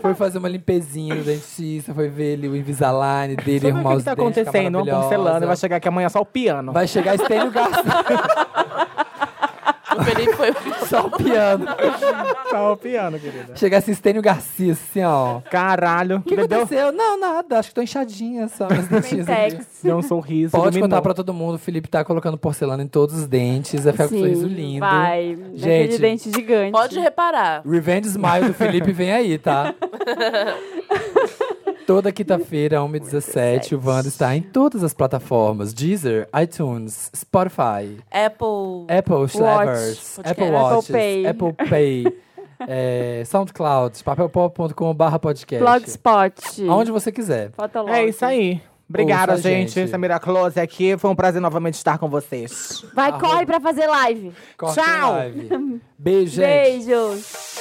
Speaker 2: Foi fazer uma limpezinha no dentista, foi ver ele, o Invisalign dele,
Speaker 3: Sabe o
Speaker 2: arrumar
Speaker 3: que,
Speaker 2: os
Speaker 3: que tá
Speaker 2: dentes. ficar
Speaker 3: acontecendo? Uma porcelana,
Speaker 2: maravilhosa.
Speaker 3: vai chegar aqui amanhã só o piano.
Speaker 2: Vai chegar Estênio Garcia, (laughs)
Speaker 4: O Felipe foi.
Speaker 2: só o piano.
Speaker 3: (laughs) Só o piano, querida.
Speaker 2: Chegar esse Estênio Garcia, assim, ó.
Speaker 3: Caralho.
Speaker 2: O que
Speaker 3: deu,
Speaker 2: aconteceu? Não, nada. Acho que tô inchadinha só. Mas
Speaker 1: Mentex.
Speaker 3: deu um sorriso.
Speaker 2: Pode
Speaker 3: iluminou.
Speaker 2: contar pra todo mundo. O Felipe tá colocando porcelana em todos os dentes. Vai ficar com um sorriso lindo.
Speaker 1: Vai. Aquele
Speaker 2: Gente.
Speaker 1: dente gigante.
Speaker 4: (laughs) Pode reparar.
Speaker 2: Revenge Smile do Felipe vem aí, tá? Toda quinta-feira, 1h17, o Wanda está em todas as plataformas. Deezer, iTunes, Spotify,
Speaker 4: Apple.
Speaker 2: Apple Slavers,
Speaker 4: Podcast.
Speaker 2: Apple
Speaker 4: Apple
Speaker 2: Watches,
Speaker 1: Pay.
Speaker 2: Apple Pay, (laughs) é, SoundCloud, papelpop.com.br podcast.
Speaker 1: Blogspot.
Speaker 2: Aonde você quiser.
Speaker 1: Falta logo.
Speaker 3: É isso aí. Obrigada,
Speaker 2: Ouça a
Speaker 3: gente.
Speaker 2: gente.
Speaker 3: Samira Close aqui. Foi um prazer novamente estar com vocês.
Speaker 1: Vai, corre pra fazer live.
Speaker 2: Corta
Speaker 3: Tchau!
Speaker 2: a live. Beijo, gente.
Speaker 1: Beijos.